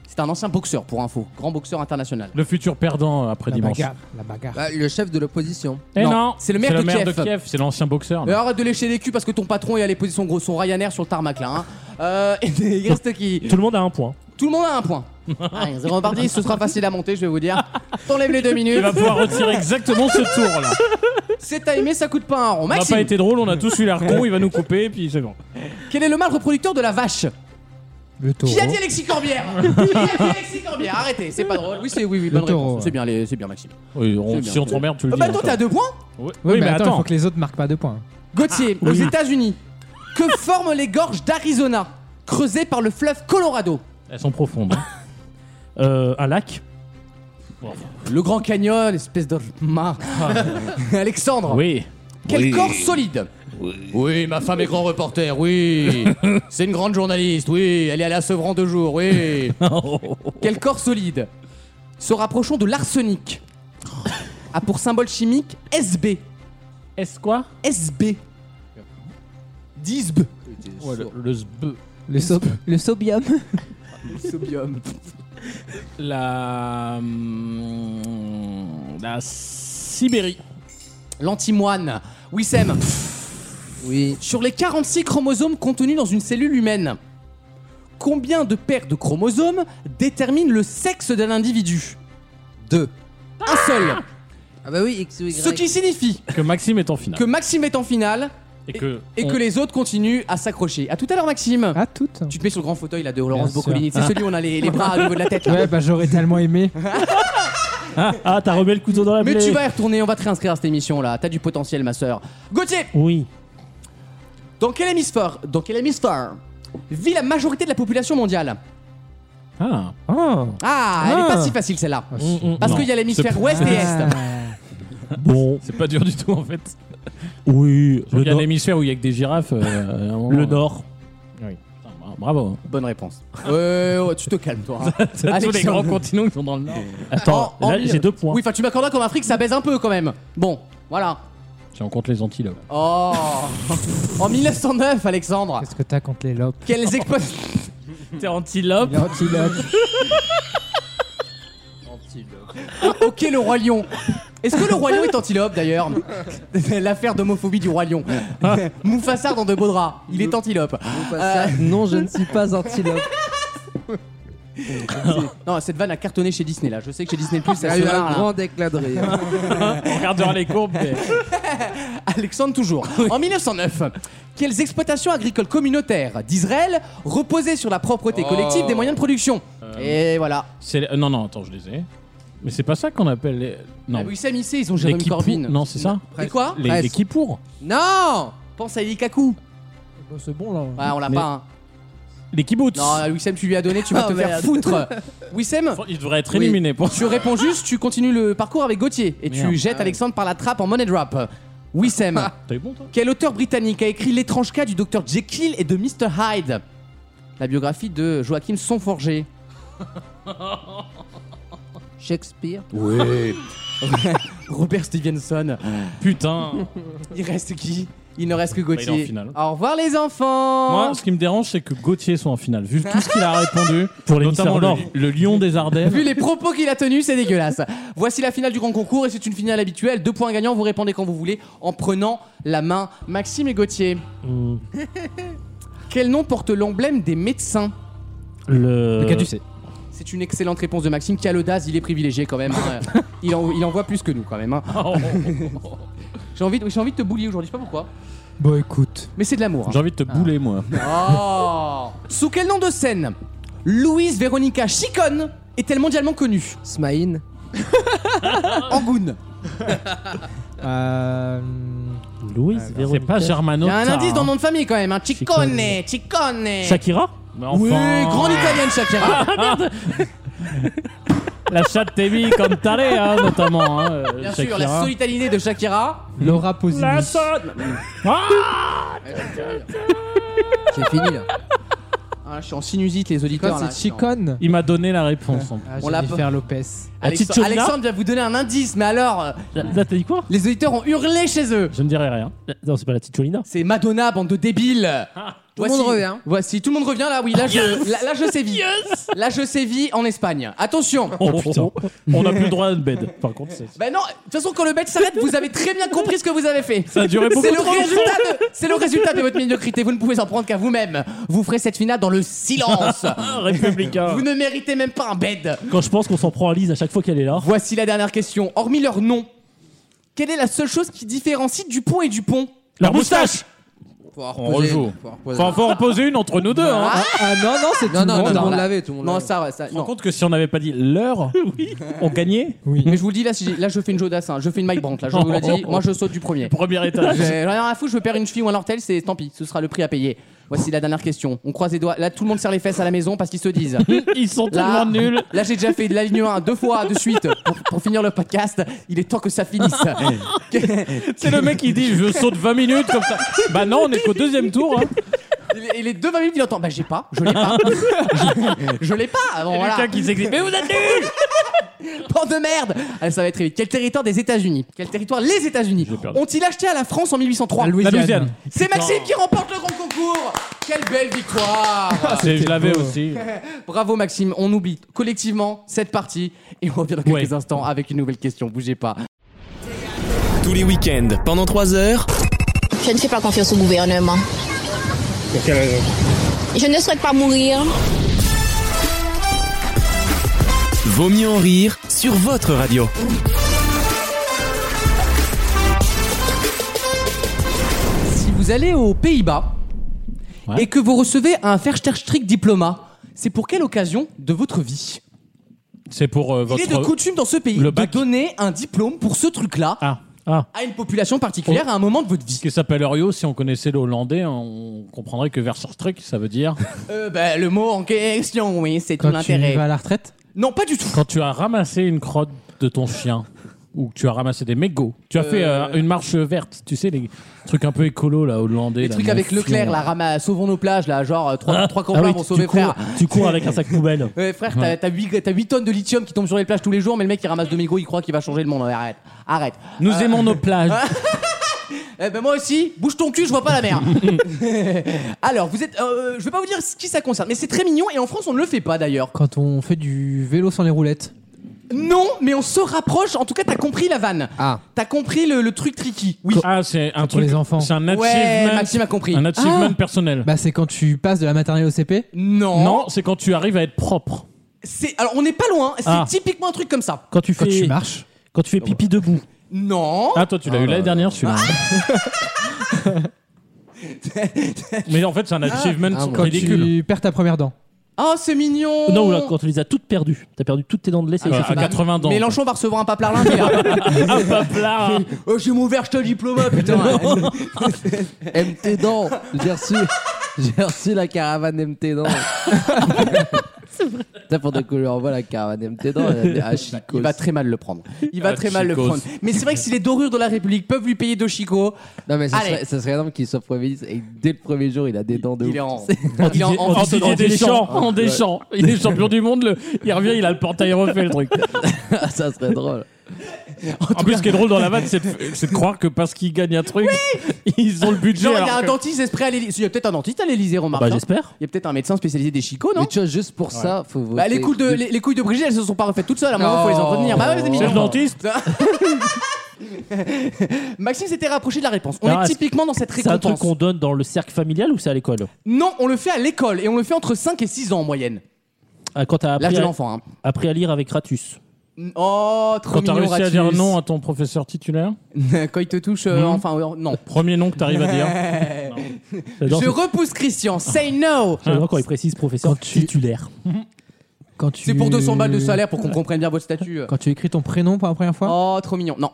[SPEAKER 2] C'est un ancien boxeur, pour info, grand boxeur international.
[SPEAKER 4] Le futur perdant euh, après
[SPEAKER 3] La
[SPEAKER 4] dimanche.
[SPEAKER 3] bagarre. La bagarre.
[SPEAKER 6] Bah, le chef de l'opposition.
[SPEAKER 4] Eh non,
[SPEAKER 2] Non, c'est le maire de Kiev.
[SPEAKER 4] c'est l'ancien boxeur.
[SPEAKER 2] Mais Euh, arrête de lécher les culs parce que ton patron est allé poser son gros son Ryanair sur le tarmac là. hein. Euh, il reste qui
[SPEAKER 5] Tout le monde a un point.
[SPEAKER 2] Tout le monde a un point. Allez, c'est reparti, ce sera facile à monter, je vais vous dire. T'enlèves les deux minutes.
[SPEAKER 4] Il va pouvoir retirer exactement ce tour là.
[SPEAKER 2] C'est timé, ça coûte pas un rond.
[SPEAKER 4] On n'a
[SPEAKER 2] Maxime,
[SPEAKER 4] pas été drôle, on a tous eu l'air con, il va nous couper et puis c'est bon.
[SPEAKER 2] quel est le mâle reproducteur de la vache
[SPEAKER 3] Le taureau.
[SPEAKER 2] Qui a dit Alexis Corbière Qui a dit Alexis Corbière Arrêtez, c'est pas drôle. Oui, c'est oui, oui, bonne
[SPEAKER 3] Le taureau,
[SPEAKER 2] réponse.
[SPEAKER 3] ouais.
[SPEAKER 2] C'est bien, les- c'est bien, Maxime.
[SPEAKER 4] Oui,
[SPEAKER 2] C'est
[SPEAKER 4] on,
[SPEAKER 2] bien.
[SPEAKER 4] si on t'emmerde, tu le
[SPEAKER 2] Euh,
[SPEAKER 4] dis.
[SPEAKER 2] bah, toi,
[SPEAKER 4] hein,
[SPEAKER 2] t'as deux points
[SPEAKER 4] Oui,
[SPEAKER 3] Oui, mais, attends, il
[SPEAKER 4] attends.
[SPEAKER 3] faut que les autres marquent pas de points.
[SPEAKER 2] Gauthier, aux États-Unis, que forment les gorges d'Arizona creusées par le fleuve Colorado
[SPEAKER 4] Elles sont profondes. hein.
[SPEAKER 5] Euh, un lac.
[SPEAKER 2] Le Grand Canyon, espèce de. Ma- Alexandre,
[SPEAKER 5] Oui.
[SPEAKER 2] quel corps solide Oui, ma femme est grand reporter, oui. C'est une grande journaliste, oui. Elle est allée à Sevran deux jours, oui. Quel corps solide Se rapprochons de l'arsenic. A pour symbole chimique SB.
[SPEAKER 5] Est-ce quoi
[SPEAKER 2] SB. Disb.
[SPEAKER 4] Ouais, le, le sbe-
[SPEAKER 3] Le, so- le sobium.
[SPEAKER 4] La. hum, La Sibérie.
[SPEAKER 2] L'antimoine. Wissem,
[SPEAKER 6] Oui.
[SPEAKER 2] sur les 46 chromosomes contenus dans une cellule humaine, combien de paires de chromosomes déterminent le sexe d'un individu
[SPEAKER 6] Deux.
[SPEAKER 2] Un seul.
[SPEAKER 6] Ah bah oui, X ou Y.
[SPEAKER 2] Ce qui signifie
[SPEAKER 4] Que Maxime est en finale.
[SPEAKER 2] que Maxime est en finale
[SPEAKER 4] Et que.
[SPEAKER 2] et que les autres continuent à s'accrocher. À tout à l'heure, Maxime.
[SPEAKER 3] Ah, toutes
[SPEAKER 2] Tu te mets sur le grand fauteuil là de Laurence
[SPEAKER 3] Bien sûr.
[SPEAKER 2] Boccolini. C'est celui où on a les, les bras au niveau de la tête. là.
[SPEAKER 3] Ouais, bah j'aurais tellement aimé.
[SPEAKER 5] Ah, t'as remis le couteau dans la
[SPEAKER 2] Mais
[SPEAKER 5] plaie.
[SPEAKER 2] tu vas y retourner, on va te réinscrire à cette émission là. T'as du potentiel, ma sœur. Gauthier,
[SPEAKER 5] Oui.
[SPEAKER 2] dans quel hémisphère, dans quel hémisphère vit la majorité de la population mondiale
[SPEAKER 4] Ah,
[SPEAKER 5] Ah,
[SPEAKER 2] Ah, elle est
[SPEAKER 5] Ah.
[SPEAKER 2] pas si facile celle-là.
[SPEAKER 5] mm, mm.
[SPEAKER 2] Parce
[SPEAKER 4] Non.
[SPEAKER 2] qu'il y a l'hémisphère
[SPEAKER 4] C'est-
[SPEAKER 2] ouest et est.
[SPEAKER 5] bon,
[SPEAKER 4] c'est pas dur du tout en fait.
[SPEAKER 5] oui.
[SPEAKER 4] Il
[SPEAKER 5] Le
[SPEAKER 4] y a un
[SPEAKER 5] nord.
[SPEAKER 4] hémisphère où il y a que des girafes. euh, à un moment,
[SPEAKER 5] Le
[SPEAKER 4] euh,
[SPEAKER 5] nord.
[SPEAKER 4] putain, bra- Bravo. hein.
[SPEAKER 2] Bonne réponse. Ouais, ouais, tu te calmes toi. hein.
[SPEAKER 4] Tous les
[SPEAKER 2] Alexandre.
[SPEAKER 4] grands continents qui sont dans le nord.
[SPEAKER 2] Ah,
[SPEAKER 5] Attends,
[SPEAKER 2] En- en
[SPEAKER 5] là,
[SPEAKER 2] mille.
[SPEAKER 5] j'ai deux points.
[SPEAKER 2] Oui, enfin tu m'accorderas qu'en Afrique ça baise un peu quand même. Bon, voilà.
[SPEAKER 4] Si on compte les antilopes.
[SPEAKER 2] Oh En 1909, Alexandre,
[SPEAKER 3] Qu'est-ce que t'as contre les lopes
[SPEAKER 2] quelles explosions
[SPEAKER 4] T'es antilope
[SPEAKER 2] Ok, le roi lion. Est-ce que le roi lion est antilope d'ailleurs L'affaire d'homophobie du roi lion. Moufassard dans de beaux draps, il est antilope.
[SPEAKER 6] Faut pas ça. Euh, Non, je ne suis pas antilope.
[SPEAKER 2] Non, cette vanne a cartonné chez Disney là. Je sais que chez Disney Plus,
[SPEAKER 6] Il y
[SPEAKER 4] Ah
[SPEAKER 2] ça
[SPEAKER 6] a
[SPEAKER 2] se
[SPEAKER 6] eu un
[SPEAKER 2] marre, là.
[SPEAKER 6] grand éclat de rire.
[SPEAKER 4] On regardera les courbes. mais-
[SPEAKER 2] Alexandre toujours. En 1909, quelles exploitations agricoles communautaires d'Israël reposaient sur la propreté collective
[SPEAKER 4] Oh.
[SPEAKER 2] des moyens de production
[SPEAKER 4] Euh.
[SPEAKER 2] Et voilà.
[SPEAKER 4] C'est- euh, Non, non, attends, je les ai. Mais c'est pas ça qu'on appelle les.
[SPEAKER 2] Ah
[SPEAKER 4] Non.
[SPEAKER 2] oui, Sam ici, ils ont
[SPEAKER 4] les
[SPEAKER 2] Jérôme
[SPEAKER 4] Kippour-
[SPEAKER 2] Corbyn.
[SPEAKER 4] Non, c'est ça
[SPEAKER 2] Et quoi
[SPEAKER 4] Les, les Kippour.
[SPEAKER 2] Non Pense à Eli Kaku.
[SPEAKER 3] Oh, C'est bon là.
[SPEAKER 2] Ah, on l'a pas. hein.
[SPEAKER 4] Les kibbutz.
[SPEAKER 2] Non, Wissem, tu lui as donné, tu vas
[SPEAKER 4] Oh,
[SPEAKER 6] Ah,
[SPEAKER 2] te faire
[SPEAKER 6] merde.
[SPEAKER 2] foutre. Wissem,
[SPEAKER 4] Il devrait être
[SPEAKER 2] Oui.
[SPEAKER 4] éliminé pour
[SPEAKER 2] tu réponds juste, tu continues le parcours avec Gauthier et
[SPEAKER 4] Merde. Ah
[SPEAKER 2] tu jettes Alexandre par la trappe en money drop. Wissem,
[SPEAKER 4] T'as eu bon, toi
[SPEAKER 2] quel auteur britannique a écrit L'étrange cas du docteur Jekyll et de Mr. Hyde La biographie de Joachim Sonforger.
[SPEAKER 6] Shakespeare.
[SPEAKER 2] Oui. Robert Stevenson. Oh.
[SPEAKER 4] Putain.
[SPEAKER 2] Il reste qui Il ne reste que
[SPEAKER 4] Bah, il est
[SPEAKER 2] Gauthier.
[SPEAKER 4] en finale. hein.
[SPEAKER 2] Au revoir les enfants
[SPEAKER 4] Moi, ce qui me dérange, c'est que Gauthier soit en finale. Vu tout ce qu'il a répondu,
[SPEAKER 5] Pour l'hémisphère
[SPEAKER 4] notamment
[SPEAKER 5] nord.
[SPEAKER 4] le, le lion des
[SPEAKER 2] Vu
[SPEAKER 4] Ardennes.
[SPEAKER 2] les propos qu'il a tenus, c'est dégueulasse. Voici la finale du grand concours et c'est une finale habituelle. Deux points gagnants, vous répondez quand vous voulez en prenant la main. Maxime et Gauthier.
[SPEAKER 5] Hmm.
[SPEAKER 2] Quel nom porte l'emblème des médecins
[SPEAKER 5] Le.
[SPEAKER 3] Le caducé.
[SPEAKER 2] C'est une excellente réponse de Maxime qui a l'audace, il est privilégié quand même. hein. Euh, il, en, il en voit plus que nous quand même. hein.
[SPEAKER 4] Oh.
[SPEAKER 2] J'ai envie, de- j'ai envie de te boulier aujourd'hui, je sais pas pourquoi.
[SPEAKER 3] Bon écoute.
[SPEAKER 2] Mais c'est de l'amour. hein.
[SPEAKER 4] J'ai envie de te bouler, moi.
[SPEAKER 2] Oh Sous quel nom de scène Louise Véronica Chicone est-elle mondialement connue
[SPEAKER 6] Smaïn.
[SPEAKER 2] Angoune.
[SPEAKER 3] Euh...
[SPEAKER 5] Louise,
[SPEAKER 4] C'est
[SPEAKER 5] Véronica.
[SPEAKER 4] pas Germano.
[SPEAKER 2] Ah, Il y a un
[SPEAKER 4] Tara.
[SPEAKER 2] indice dans le nom de famille quand même. Hein. Chicone,
[SPEAKER 5] Ah. Chicone.
[SPEAKER 2] Chicone.
[SPEAKER 5] Shakira
[SPEAKER 4] Mais
[SPEAKER 2] Oui,
[SPEAKER 4] enfin.
[SPEAKER 2] grande italienne Shakira.
[SPEAKER 5] La chatte Témi, comme t'allais, hein, notamment. Hein, euh,
[SPEAKER 2] Bien sûr,
[SPEAKER 5] Shakira.
[SPEAKER 2] la solitalité de Shakira.
[SPEAKER 3] Laura Pausini.
[SPEAKER 5] La sonne Ah
[SPEAKER 6] C'est fini là.
[SPEAKER 2] Ah, je suis en sinusite les auditeurs.
[SPEAKER 3] Quand
[SPEAKER 2] là,
[SPEAKER 3] c'est
[SPEAKER 2] je suis en-
[SPEAKER 3] Chicone.
[SPEAKER 5] Il m'a donné la réponse. en plus.
[SPEAKER 3] Ah,
[SPEAKER 2] On l'a
[SPEAKER 3] Jennifer Lopez.
[SPEAKER 2] Alex-
[SPEAKER 5] Tito Villa
[SPEAKER 2] Alexandre vient vous donner un indice, mais alors, euh,
[SPEAKER 5] Là, là, t'as dit quoi
[SPEAKER 2] les auditeurs ont hurlé chez eux.
[SPEAKER 5] Je ne dirai rien. Là, Non, c'est pas la titulina.
[SPEAKER 2] C'est Madonna, bande de débiles.
[SPEAKER 6] Ah, Tout le monde
[SPEAKER 2] Voici-
[SPEAKER 6] revient.
[SPEAKER 2] Voici, tout le monde revient là, oui, là je, là, là, je sévis. Là je sévis en Espagne. Attention.
[SPEAKER 5] Oh putain. On n'a plus le droit à une bed. Par contre, c'est.
[SPEAKER 2] Ben non, de toute façon, quand le bête s'arrête, vous avez très bien compris ce que vous avez fait.
[SPEAKER 5] Ça a duré beaucoup
[SPEAKER 2] C'est le
[SPEAKER 5] trop
[SPEAKER 2] résultat de, c'est le résultat de votre médiocrité. Vous ne pouvez en prendre qu'à vous-même. Vous ferez cette finale dans le silence.
[SPEAKER 5] Ah, républicain.
[SPEAKER 2] vous ne méritez même pas un bed.
[SPEAKER 5] Quand je pense qu'on s'en prend à Lise à chaque fois qu'elle est là.
[SPEAKER 2] Voici la dernière question. Hormis leur nom, quelle est la seule chose qui différencie Dupont et Dupont
[SPEAKER 5] Leur moustache
[SPEAKER 6] Faut en
[SPEAKER 4] On
[SPEAKER 6] reposer.
[SPEAKER 4] rejoue.
[SPEAKER 6] Faut en reposer.
[SPEAKER 4] Enfin, faut en poser une entre nous deux. Hein.
[SPEAKER 3] Ah, ah, non, non, c'est tout
[SPEAKER 6] Non,
[SPEAKER 3] le
[SPEAKER 6] non,
[SPEAKER 3] monde.
[SPEAKER 6] tout le monde
[SPEAKER 2] là.
[SPEAKER 6] l'avait, tout le monde
[SPEAKER 2] Non,
[SPEAKER 6] l'avait.
[SPEAKER 2] ça, ça,
[SPEAKER 4] Tu te rends
[SPEAKER 2] non.
[SPEAKER 4] compte que si on n'avait pas dit l'heure, on gagnait
[SPEAKER 2] Mais je vous le dis là, si j'ai- là je fais une Jodas, hein. je fais une Mike Brandt, là, je vous le dis, moi je saute du premier.
[SPEAKER 5] Premier étage.
[SPEAKER 2] J'ai j'ai rien à foutre, je veux perdre une cheville ou un orteil, c'est tant pis, ce sera le prix à payer. Voici la dernière question. On croise les doigts. Là, tout le monde serre les fesses à la maison parce qu'ils se disent.
[SPEAKER 5] Ils sont
[SPEAKER 2] Là,
[SPEAKER 5] tellement nuls.
[SPEAKER 2] là, j'ai déjà fait de la ligne 1 deux fois de suite pour, pour finir le podcast. Il est temps que ça finisse.
[SPEAKER 4] C'est le mec qui dit je saute 20 minutes comme ça. Bah non, on est qu'au deuxième tour. Hein.
[SPEAKER 2] Il est- il est deux vingt minutes, il entend. Bah, j'ai pas, je l'ai pas. je je l'ai pas. Bon, voilà.
[SPEAKER 4] Quelqu'un qui s'exprime. Mais vous êtes nuls
[SPEAKER 2] Bande de merde Allez, ça va être très vite. Quel territoire des États-Unis Quel territoire les États-Unis
[SPEAKER 4] perdu.
[SPEAKER 2] ont-ils acheté à la France en 1803
[SPEAKER 4] La Louisiane.
[SPEAKER 2] C'est Maxime qui remporte le grand concours Quelle belle victoire
[SPEAKER 4] C'est- Je l'avais aussi.
[SPEAKER 2] Bravo Maxime, on oublie collectivement cette partie et on revient dans quelques
[SPEAKER 4] Ouais.
[SPEAKER 2] instants avec une nouvelle question, bougez pas.
[SPEAKER 1] Tous les week-ends, pendant 3 heures.
[SPEAKER 9] Je ne fais pas confiance au gouvernement. Je ne souhaite pas mourir.
[SPEAKER 1] Vaut mieux en rire sur votre radio.
[SPEAKER 2] Si vous allez aux Pays-Bas
[SPEAKER 4] Ouais.
[SPEAKER 2] et que vous recevez un Versterstrick diploma, c'est pour quelle occasion de votre vie
[SPEAKER 4] C'est pour euh,
[SPEAKER 2] Il est de
[SPEAKER 4] votre.
[SPEAKER 2] coutume dans ce pays
[SPEAKER 4] Le
[SPEAKER 2] de
[SPEAKER 4] bac.
[SPEAKER 2] donner un diplôme pour ce truc-là
[SPEAKER 4] Ah.
[SPEAKER 5] Ah.
[SPEAKER 2] à une population particulière à un moment de votre vie.
[SPEAKER 4] Ce qui s'appelle Orio, si on connaissait le hollandais, on comprendrait que Versorstrek, ça veut dire
[SPEAKER 2] Euh, bah, le mot en question, oui, c'est tout
[SPEAKER 3] Quand tu
[SPEAKER 2] l'intérêt.
[SPEAKER 3] vas à la retraite
[SPEAKER 2] Non, pas du tout.
[SPEAKER 4] quand tu as ramassé une crotte de ton chien ou que tu as ramassé des mégots. Tu as fait euh, une marche verte, tu sais, les trucs un peu écolo là, hollandais.
[SPEAKER 2] Les
[SPEAKER 4] là,
[SPEAKER 2] trucs
[SPEAKER 4] mon
[SPEAKER 2] avec Leclerc,
[SPEAKER 4] fion,
[SPEAKER 2] là, rama- sauvons nos plages, là, genre euh, trois, trois
[SPEAKER 5] Ah
[SPEAKER 2] campagnes
[SPEAKER 5] oui,
[SPEAKER 2] vont
[SPEAKER 5] tu-
[SPEAKER 2] sauver
[SPEAKER 5] tu, cours,
[SPEAKER 2] frère.
[SPEAKER 5] tu cours avec un sac poubelle.
[SPEAKER 2] Ouais, frère, t'as- t'as 8, tonnes de lithium qui tombent sur les plages tous les jours, mais le mec qui ramasse deux mégots, il croit qu'il va changer le monde. Ouais, arrête, arrête. Euh,
[SPEAKER 4] Nous aimons nos plages.
[SPEAKER 2] Ah. Eh ben moi aussi, bouge ton cul, je vois pas la mer. Alors, vous êtes. euh, je vais pas vous dire ce qui ça concerne, mais c'est très mignon et en France on ne le fait pas d'ailleurs.
[SPEAKER 3] Quand on fait du vélo sans les roulettes.
[SPEAKER 2] Non, mais on se rapproche, en tout cas t'as compris la vanne.
[SPEAKER 3] Ah.
[SPEAKER 2] T'as compris le, le truc tricky, oui.
[SPEAKER 4] Ah, c'est un
[SPEAKER 3] pour
[SPEAKER 4] truc.
[SPEAKER 3] les enfants.
[SPEAKER 4] C'est un achievement,
[SPEAKER 2] Ouais, Maxime a compris.
[SPEAKER 4] un achievement
[SPEAKER 3] Ah.
[SPEAKER 4] personnel.
[SPEAKER 3] Bah, c'est quand tu passes de la maternelle au CP.
[SPEAKER 2] Non.
[SPEAKER 4] non, c'est quand tu arrives à être propre.
[SPEAKER 2] C'est, alors on n'est pas loin, hein. c'est
[SPEAKER 5] Ah.
[SPEAKER 2] typiquement un truc comme ça.
[SPEAKER 5] Quand tu fais,
[SPEAKER 3] Quand tu marches.
[SPEAKER 5] quand tu fais pipi debout.
[SPEAKER 2] Non.
[SPEAKER 4] Ah, toi, tu l'as eu
[SPEAKER 3] bah,
[SPEAKER 4] l'année dernière, celui-là. Mais en fait, c'est un achievement
[SPEAKER 6] Ah, bon.
[SPEAKER 3] Quand
[SPEAKER 4] ridicule.
[SPEAKER 3] tu perds ta première dent.
[SPEAKER 2] Ah, c'est mignon.
[SPEAKER 5] Non, ou là, quand tu les as toutes perdues. T'as perdu toutes tes dents de lait. c'est
[SPEAKER 4] Ouais,
[SPEAKER 5] quand
[SPEAKER 4] Euh, à
[SPEAKER 5] tu fais-
[SPEAKER 4] 80 dents.
[SPEAKER 2] Mélenchon va recevoir un pape lundi. là.
[SPEAKER 4] Ah, pape là
[SPEAKER 2] oh, j'ai mon verre, je te diplôme, putain.
[SPEAKER 6] MT dents J'ai reçu, j'ai reçu la caravane MT dents C'est vrai. Pour de coup, je lui envoie la caravane MT dents elle est à Chicos.
[SPEAKER 2] Il va très mal le prendre. Il va
[SPEAKER 4] Ah,
[SPEAKER 2] très mal le
[SPEAKER 4] chicos.
[SPEAKER 2] prendre. Mais c'est vrai que si les dorures de la République peuvent lui payer deux chicots,
[SPEAKER 6] Non, mais ça
[SPEAKER 2] Allez.
[SPEAKER 6] serait, ça serait énorme qu'il soit Premier ministre et dès le premier jour, il a des dents de
[SPEAKER 2] il est
[SPEAKER 6] ouf.
[SPEAKER 2] en. Il est en- en-
[SPEAKER 4] En Didier Deschamps, en Deschamps. Il est champion du monde, le- il revient, il a le portail refait, le truc.
[SPEAKER 6] ça serait drôle.
[SPEAKER 4] En plus, ce qui est drôle dans la vanne, c'est de, c'est de croire que parce qu'ils gagnent un truc, ils ont le budget.
[SPEAKER 2] Genre, il y a
[SPEAKER 4] alors
[SPEAKER 2] un
[SPEAKER 4] que-
[SPEAKER 2] dentiste exprès à l'Élysée. Il y a peut-être un dentiste à l'Élysée, remarque.
[SPEAKER 5] Bah,
[SPEAKER 2] hein.
[SPEAKER 5] j'espère.
[SPEAKER 2] il y a peut-être un médecin spécialisé des chicots, non
[SPEAKER 6] Mais tu vois, juste pour ça, faut voter.
[SPEAKER 2] bah, les, couilles de, les, les couilles de Brigitte, elles se sont pas refaites toutes seules. À un moment, faut
[SPEAKER 6] Oh.
[SPEAKER 2] les entretenir. Bah, ouais, c'est
[SPEAKER 4] C'est le
[SPEAKER 2] mignon.
[SPEAKER 4] dentiste
[SPEAKER 2] Maxime s'était rapproché de la réponse. On
[SPEAKER 5] Alors,
[SPEAKER 2] est
[SPEAKER 5] est-ce-
[SPEAKER 2] typiquement dans cette
[SPEAKER 5] C'est un truc
[SPEAKER 2] récompense.
[SPEAKER 5] qu'on donne dans le cercle familial ou c'est à l'école
[SPEAKER 2] Non, on le fait à l'école et on le fait entre 5 et 6 ans en moyenne.
[SPEAKER 5] Ah, Quand t'as
[SPEAKER 2] L'âge
[SPEAKER 5] appris,
[SPEAKER 2] de
[SPEAKER 5] à-
[SPEAKER 2] l'enfant. hein.
[SPEAKER 5] appris à lire avec Ratus.
[SPEAKER 2] Oh, trop
[SPEAKER 4] Quand t'as
[SPEAKER 2] mignon,
[SPEAKER 4] réussi à dire
[SPEAKER 2] Ratus.
[SPEAKER 4] non à ton professeur titulaire
[SPEAKER 2] Quand il te touche, euh,
[SPEAKER 4] Mhm.
[SPEAKER 2] enfin, euh, non.
[SPEAKER 4] Premier nom que t'arrives à dire
[SPEAKER 5] J'adore
[SPEAKER 2] Je
[SPEAKER 5] ce-
[SPEAKER 2] repousse Christian, say no
[SPEAKER 5] j'adore quand il précise professeur
[SPEAKER 3] Quand tu-
[SPEAKER 5] titulaire.
[SPEAKER 3] Quand tu.
[SPEAKER 2] C'est pour 200 balles de salaire pour qu'on comprenne bien votre statut.
[SPEAKER 3] Quand tu écris ton prénom pour la première fois.
[SPEAKER 2] Oh, trop mignon. Non,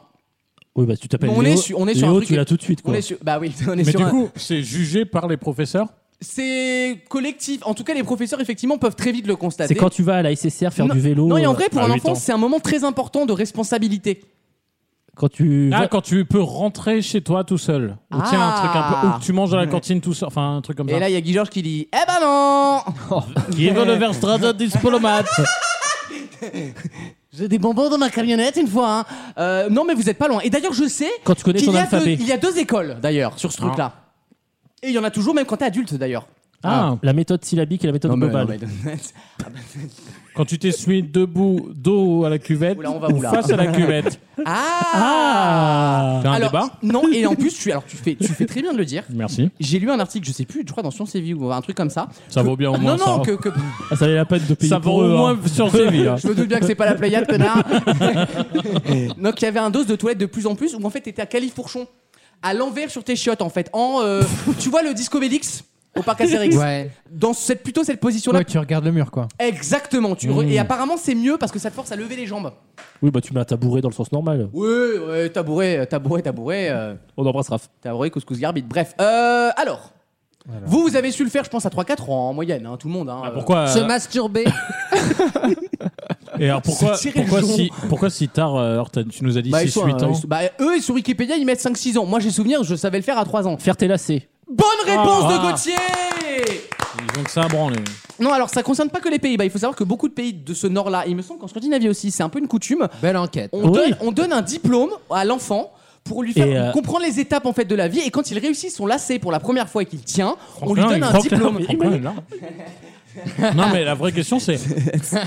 [SPEAKER 5] Oui, bah tu t'appelles
[SPEAKER 2] On
[SPEAKER 5] Léo.
[SPEAKER 2] est sur- on est sur un
[SPEAKER 5] Léo,
[SPEAKER 2] truc
[SPEAKER 5] tu
[SPEAKER 2] qui-
[SPEAKER 5] l'as tout de suite.
[SPEAKER 2] on
[SPEAKER 5] Quoi.
[SPEAKER 2] est sur. Bah oui, on est
[SPEAKER 4] Mais
[SPEAKER 2] sur
[SPEAKER 4] du
[SPEAKER 2] un-
[SPEAKER 4] coup, c'est jugé par les professeurs
[SPEAKER 2] C'est collectif. En tout cas, les professeurs, effectivement, peuvent très vite le constater.
[SPEAKER 5] C'est quand tu vas à la SSR faire
[SPEAKER 2] non,
[SPEAKER 5] du vélo.
[SPEAKER 2] Non, et en
[SPEAKER 5] euh,
[SPEAKER 2] vrai, pour
[SPEAKER 4] à
[SPEAKER 2] un
[SPEAKER 4] huit
[SPEAKER 2] enfant,
[SPEAKER 4] ans.
[SPEAKER 2] c'est un moment très important de responsabilité.
[SPEAKER 5] Quand tu.
[SPEAKER 4] Ah,
[SPEAKER 5] vas-
[SPEAKER 4] quand tu peux rentrer chez toi tout seul. Ou tiens, un truc un peu. Ou que tu manges à
[SPEAKER 5] Ah.
[SPEAKER 4] la cantine tout seul. Enfin, un truc comme
[SPEAKER 2] Et là, il y a Guy Georges qui dit Eh ben non
[SPEAKER 4] ça. Qui veut le Verstrada Dispolomat
[SPEAKER 2] J'ai des bonbons dans ma camionnette une fois. hein. Euh, non, mais vous êtes pas loin. Et d'ailleurs, je sais
[SPEAKER 5] Quand tu connais
[SPEAKER 2] qu'il
[SPEAKER 5] ton
[SPEAKER 2] y, a deux-
[SPEAKER 5] alphabet.
[SPEAKER 2] il y a deux écoles, d'ailleurs, sur ce truc-là. Et il y en a toujours, même quand t'es adulte, d'ailleurs.
[SPEAKER 4] Ah,
[SPEAKER 5] La méthode syllabique et la méthode
[SPEAKER 2] Non, mais-
[SPEAKER 5] globale.
[SPEAKER 2] non, mais-
[SPEAKER 4] quand tu t'essuies debout, dos à la cuvette,
[SPEAKER 2] Oula, on va
[SPEAKER 4] ou
[SPEAKER 2] où, là
[SPEAKER 4] face à la cuvette.
[SPEAKER 2] Ah,
[SPEAKER 4] T'as un
[SPEAKER 2] Alors,
[SPEAKER 4] débat
[SPEAKER 2] Non, et en plus, tu, alors, tu, fais, tu fais très bien de le dire.
[SPEAKER 4] Merci.
[SPEAKER 2] J'ai lu un article, je sais plus, je crois dans Sciences et Vie ou un truc comme ça.
[SPEAKER 4] Ça vaut bien au moins
[SPEAKER 2] non,
[SPEAKER 4] ça.
[SPEAKER 2] non, que, que-
[SPEAKER 5] Ah, ça valait la peine de payer.
[SPEAKER 4] Ça vaut
[SPEAKER 5] pour
[SPEAKER 4] au
[SPEAKER 5] eux, hein.
[SPEAKER 4] moins sur ses vies. hein.
[SPEAKER 2] je me doute bien que c'est pas la Pléiade, connard. Donc il y avait un dose de toilette de plus en plus où en fait t'étais à califourchon, à l'envers sur tes chiottes en fait. En, euh, tu vois le disco Bélix au parc Astérix.
[SPEAKER 3] Ouais.
[SPEAKER 2] Dans cette plutôt cette position-là.
[SPEAKER 3] Ouais, tu regardes le mur quoi.
[SPEAKER 2] Exactement. Tu
[SPEAKER 4] Mmh.
[SPEAKER 2] re- Et apparemment c'est mieux parce que ça te force à lever les jambes.
[SPEAKER 5] Oui, bah tu mets un tabouret dans le sens normal.
[SPEAKER 2] Oui, ouais, tabouret, tabouret, tabouret, euh,
[SPEAKER 5] On embrasse Raph.
[SPEAKER 2] tabouret, couscous garbite. Bref, euh, alors. Vous, vous avez su le faire, je pense, à 3-4 ans en moyenne, hein, tout le monde. hein.
[SPEAKER 4] Ah, pourquoi
[SPEAKER 6] Se
[SPEAKER 4] euh,
[SPEAKER 6] masturber.
[SPEAKER 4] Et alors pourquoi
[SPEAKER 2] Se tirer le
[SPEAKER 4] pourquoi
[SPEAKER 2] jonc.
[SPEAKER 4] si pourquoi si tard euh, alors, t'as- tu nous as dit
[SPEAKER 2] Bah, ils
[SPEAKER 4] 6
[SPEAKER 2] sont,
[SPEAKER 4] 8
[SPEAKER 2] euh,
[SPEAKER 4] ans
[SPEAKER 2] ils sont- bah, eux, sur Wikipédia, ils mettent 5-6 ans. Moi, j'ai souvenir, je savais le faire à 3 ans.
[SPEAKER 5] Faire tes lacets.
[SPEAKER 2] Bonne réponse
[SPEAKER 4] Ah.
[SPEAKER 2] de Gauthier
[SPEAKER 4] ils ont que ça à branler.
[SPEAKER 2] Non, alors ça concerne pas que les Pays-Bas. Il faut savoir que beaucoup de pays de ce nord-là, et il me semble qu'en Scandinavie aussi, c'est un peu une coutume.
[SPEAKER 4] Ben,
[SPEAKER 6] Belle enquête.
[SPEAKER 2] On,
[SPEAKER 5] Oui.
[SPEAKER 2] donne, on donne un diplôme à l'enfant pour lui faire
[SPEAKER 5] Et, euh,
[SPEAKER 2] comprendre les étapes en fait de la vie. Et quand il réussit son lacet pour la première fois et qu'il tient, on lui
[SPEAKER 4] Franklin,
[SPEAKER 2] donne un
[SPEAKER 4] Franklin,
[SPEAKER 2] diplôme.
[SPEAKER 4] Franklin, là. non mais la vraie question c'est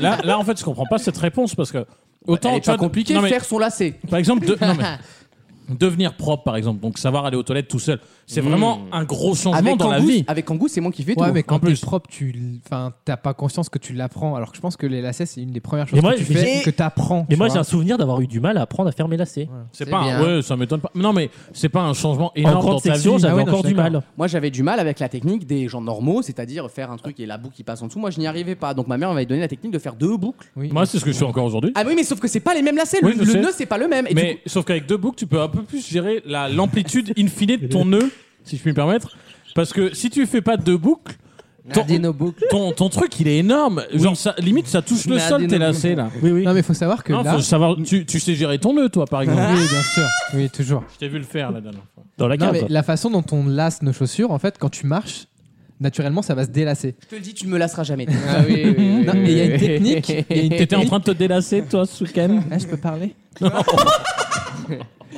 [SPEAKER 4] là, là en fait je comprends pas cette réponse parce que autant
[SPEAKER 2] Bah, Elle est
[SPEAKER 4] tu
[SPEAKER 2] pas
[SPEAKER 4] vois,
[SPEAKER 2] compliqué
[SPEAKER 4] non, mais,
[SPEAKER 2] de faire son lacet.
[SPEAKER 4] par exemple de- non, mais, devenir propre, par exemple, donc savoir aller aux toilettes tout seul, c'est vraiment un gros changement
[SPEAKER 2] Avec
[SPEAKER 4] dans la
[SPEAKER 2] Kangoo,
[SPEAKER 4] vie.
[SPEAKER 2] Avec Kangoo, c'est moi qui fais
[SPEAKER 3] Ouais,
[SPEAKER 2] tout.
[SPEAKER 3] mais quand
[SPEAKER 4] En
[SPEAKER 3] t'es
[SPEAKER 4] plus.
[SPEAKER 3] propre, tu l- enfin, t'as pas conscience que tu l'apprends. Alors que je pense que les lacets, c'est une des premières choses
[SPEAKER 5] Mais moi,
[SPEAKER 3] que tu
[SPEAKER 5] mais
[SPEAKER 3] fais,
[SPEAKER 5] j'ai-
[SPEAKER 3] que t'apprends.
[SPEAKER 5] Mais
[SPEAKER 3] tu
[SPEAKER 5] moi,
[SPEAKER 3] vois.
[SPEAKER 5] j'ai un souvenir d'avoir eu du mal à apprendre à faire mes lacets.
[SPEAKER 4] C'est
[SPEAKER 6] C'est
[SPEAKER 4] pas, un-
[SPEAKER 6] bien.
[SPEAKER 4] ouais, ça m'étonne pas. Non, mais c'est pas un changement
[SPEAKER 5] En
[SPEAKER 4] énorme dans
[SPEAKER 5] grande
[SPEAKER 4] ta
[SPEAKER 5] section,
[SPEAKER 4] vie.
[SPEAKER 5] j'avais
[SPEAKER 3] Ah ouais, non,
[SPEAKER 5] encore
[SPEAKER 3] je
[SPEAKER 5] du
[SPEAKER 3] suis
[SPEAKER 5] mal.
[SPEAKER 2] Moi, j'avais du mal avec la technique des gens normaux, c'est-à-dire faire un truc et la boucle qui passe en dessous. Moi, je n'y arrivais pas. Donc, ma mère m'avait donné la technique de faire deux boucles.
[SPEAKER 3] Oui.
[SPEAKER 4] Moi, c'est ce que je fais encore aujourd'hui.
[SPEAKER 2] Ah oui, mais sauf que c'est pas les mêmes lacets. Le,
[SPEAKER 4] Oui, je
[SPEAKER 2] le
[SPEAKER 4] sais.
[SPEAKER 2] nœud, c'est pas le même. Et du
[SPEAKER 4] mais sauf qu'avec deux boucles, tu peux un peu plus gérer la- l'amplitude infinie de ton nœud, si je puis me permettre. Parce que si tu fais pas deux boucles, ton,
[SPEAKER 6] Nadine boucles.
[SPEAKER 4] ton, ton truc il est énorme. Genre, ça- limite, ça touche le
[SPEAKER 6] Mais
[SPEAKER 4] sol,
[SPEAKER 6] Adeno-
[SPEAKER 4] t'es lacé là.
[SPEAKER 5] Oui, oui.
[SPEAKER 3] Non, mais faut savoir que
[SPEAKER 4] Non,
[SPEAKER 3] là.
[SPEAKER 4] faut savoir, tu, tu sais gérer ton nœud, toi, par exemple.
[SPEAKER 3] Oui, bien sûr. Oui, toujours.
[SPEAKER 4] Je t'ai vu le faire la dernière fois.
[SPEAKER 5] Dans la
[SPEAKER 3] Non,
[SPEAKER 5] cave.
[SPEAKER 3] mais la façon dont on lace nos chaussures, en fait, quand tu marches, naturellement, ça va se délasser.
[SPEAKER 2] coup, je te le dis, tu ne me lasseras jamais.
[SPEAKER 6] Ah oui, oui, oui,
[SPEAKER 3] Non,
[SPEAKER 6] oui,
[SPEAKER 3] mais il y a une
[SPEAKER 6] oui.
[SPEAKER 3] technique. il y a une
[SPEAKER 4] T'étais en
[SPEAKER 3] technique-
[SPEAKER 4] train de te délasser, toi, ce week-end
[SPEAKER 3] Ah, je peux parler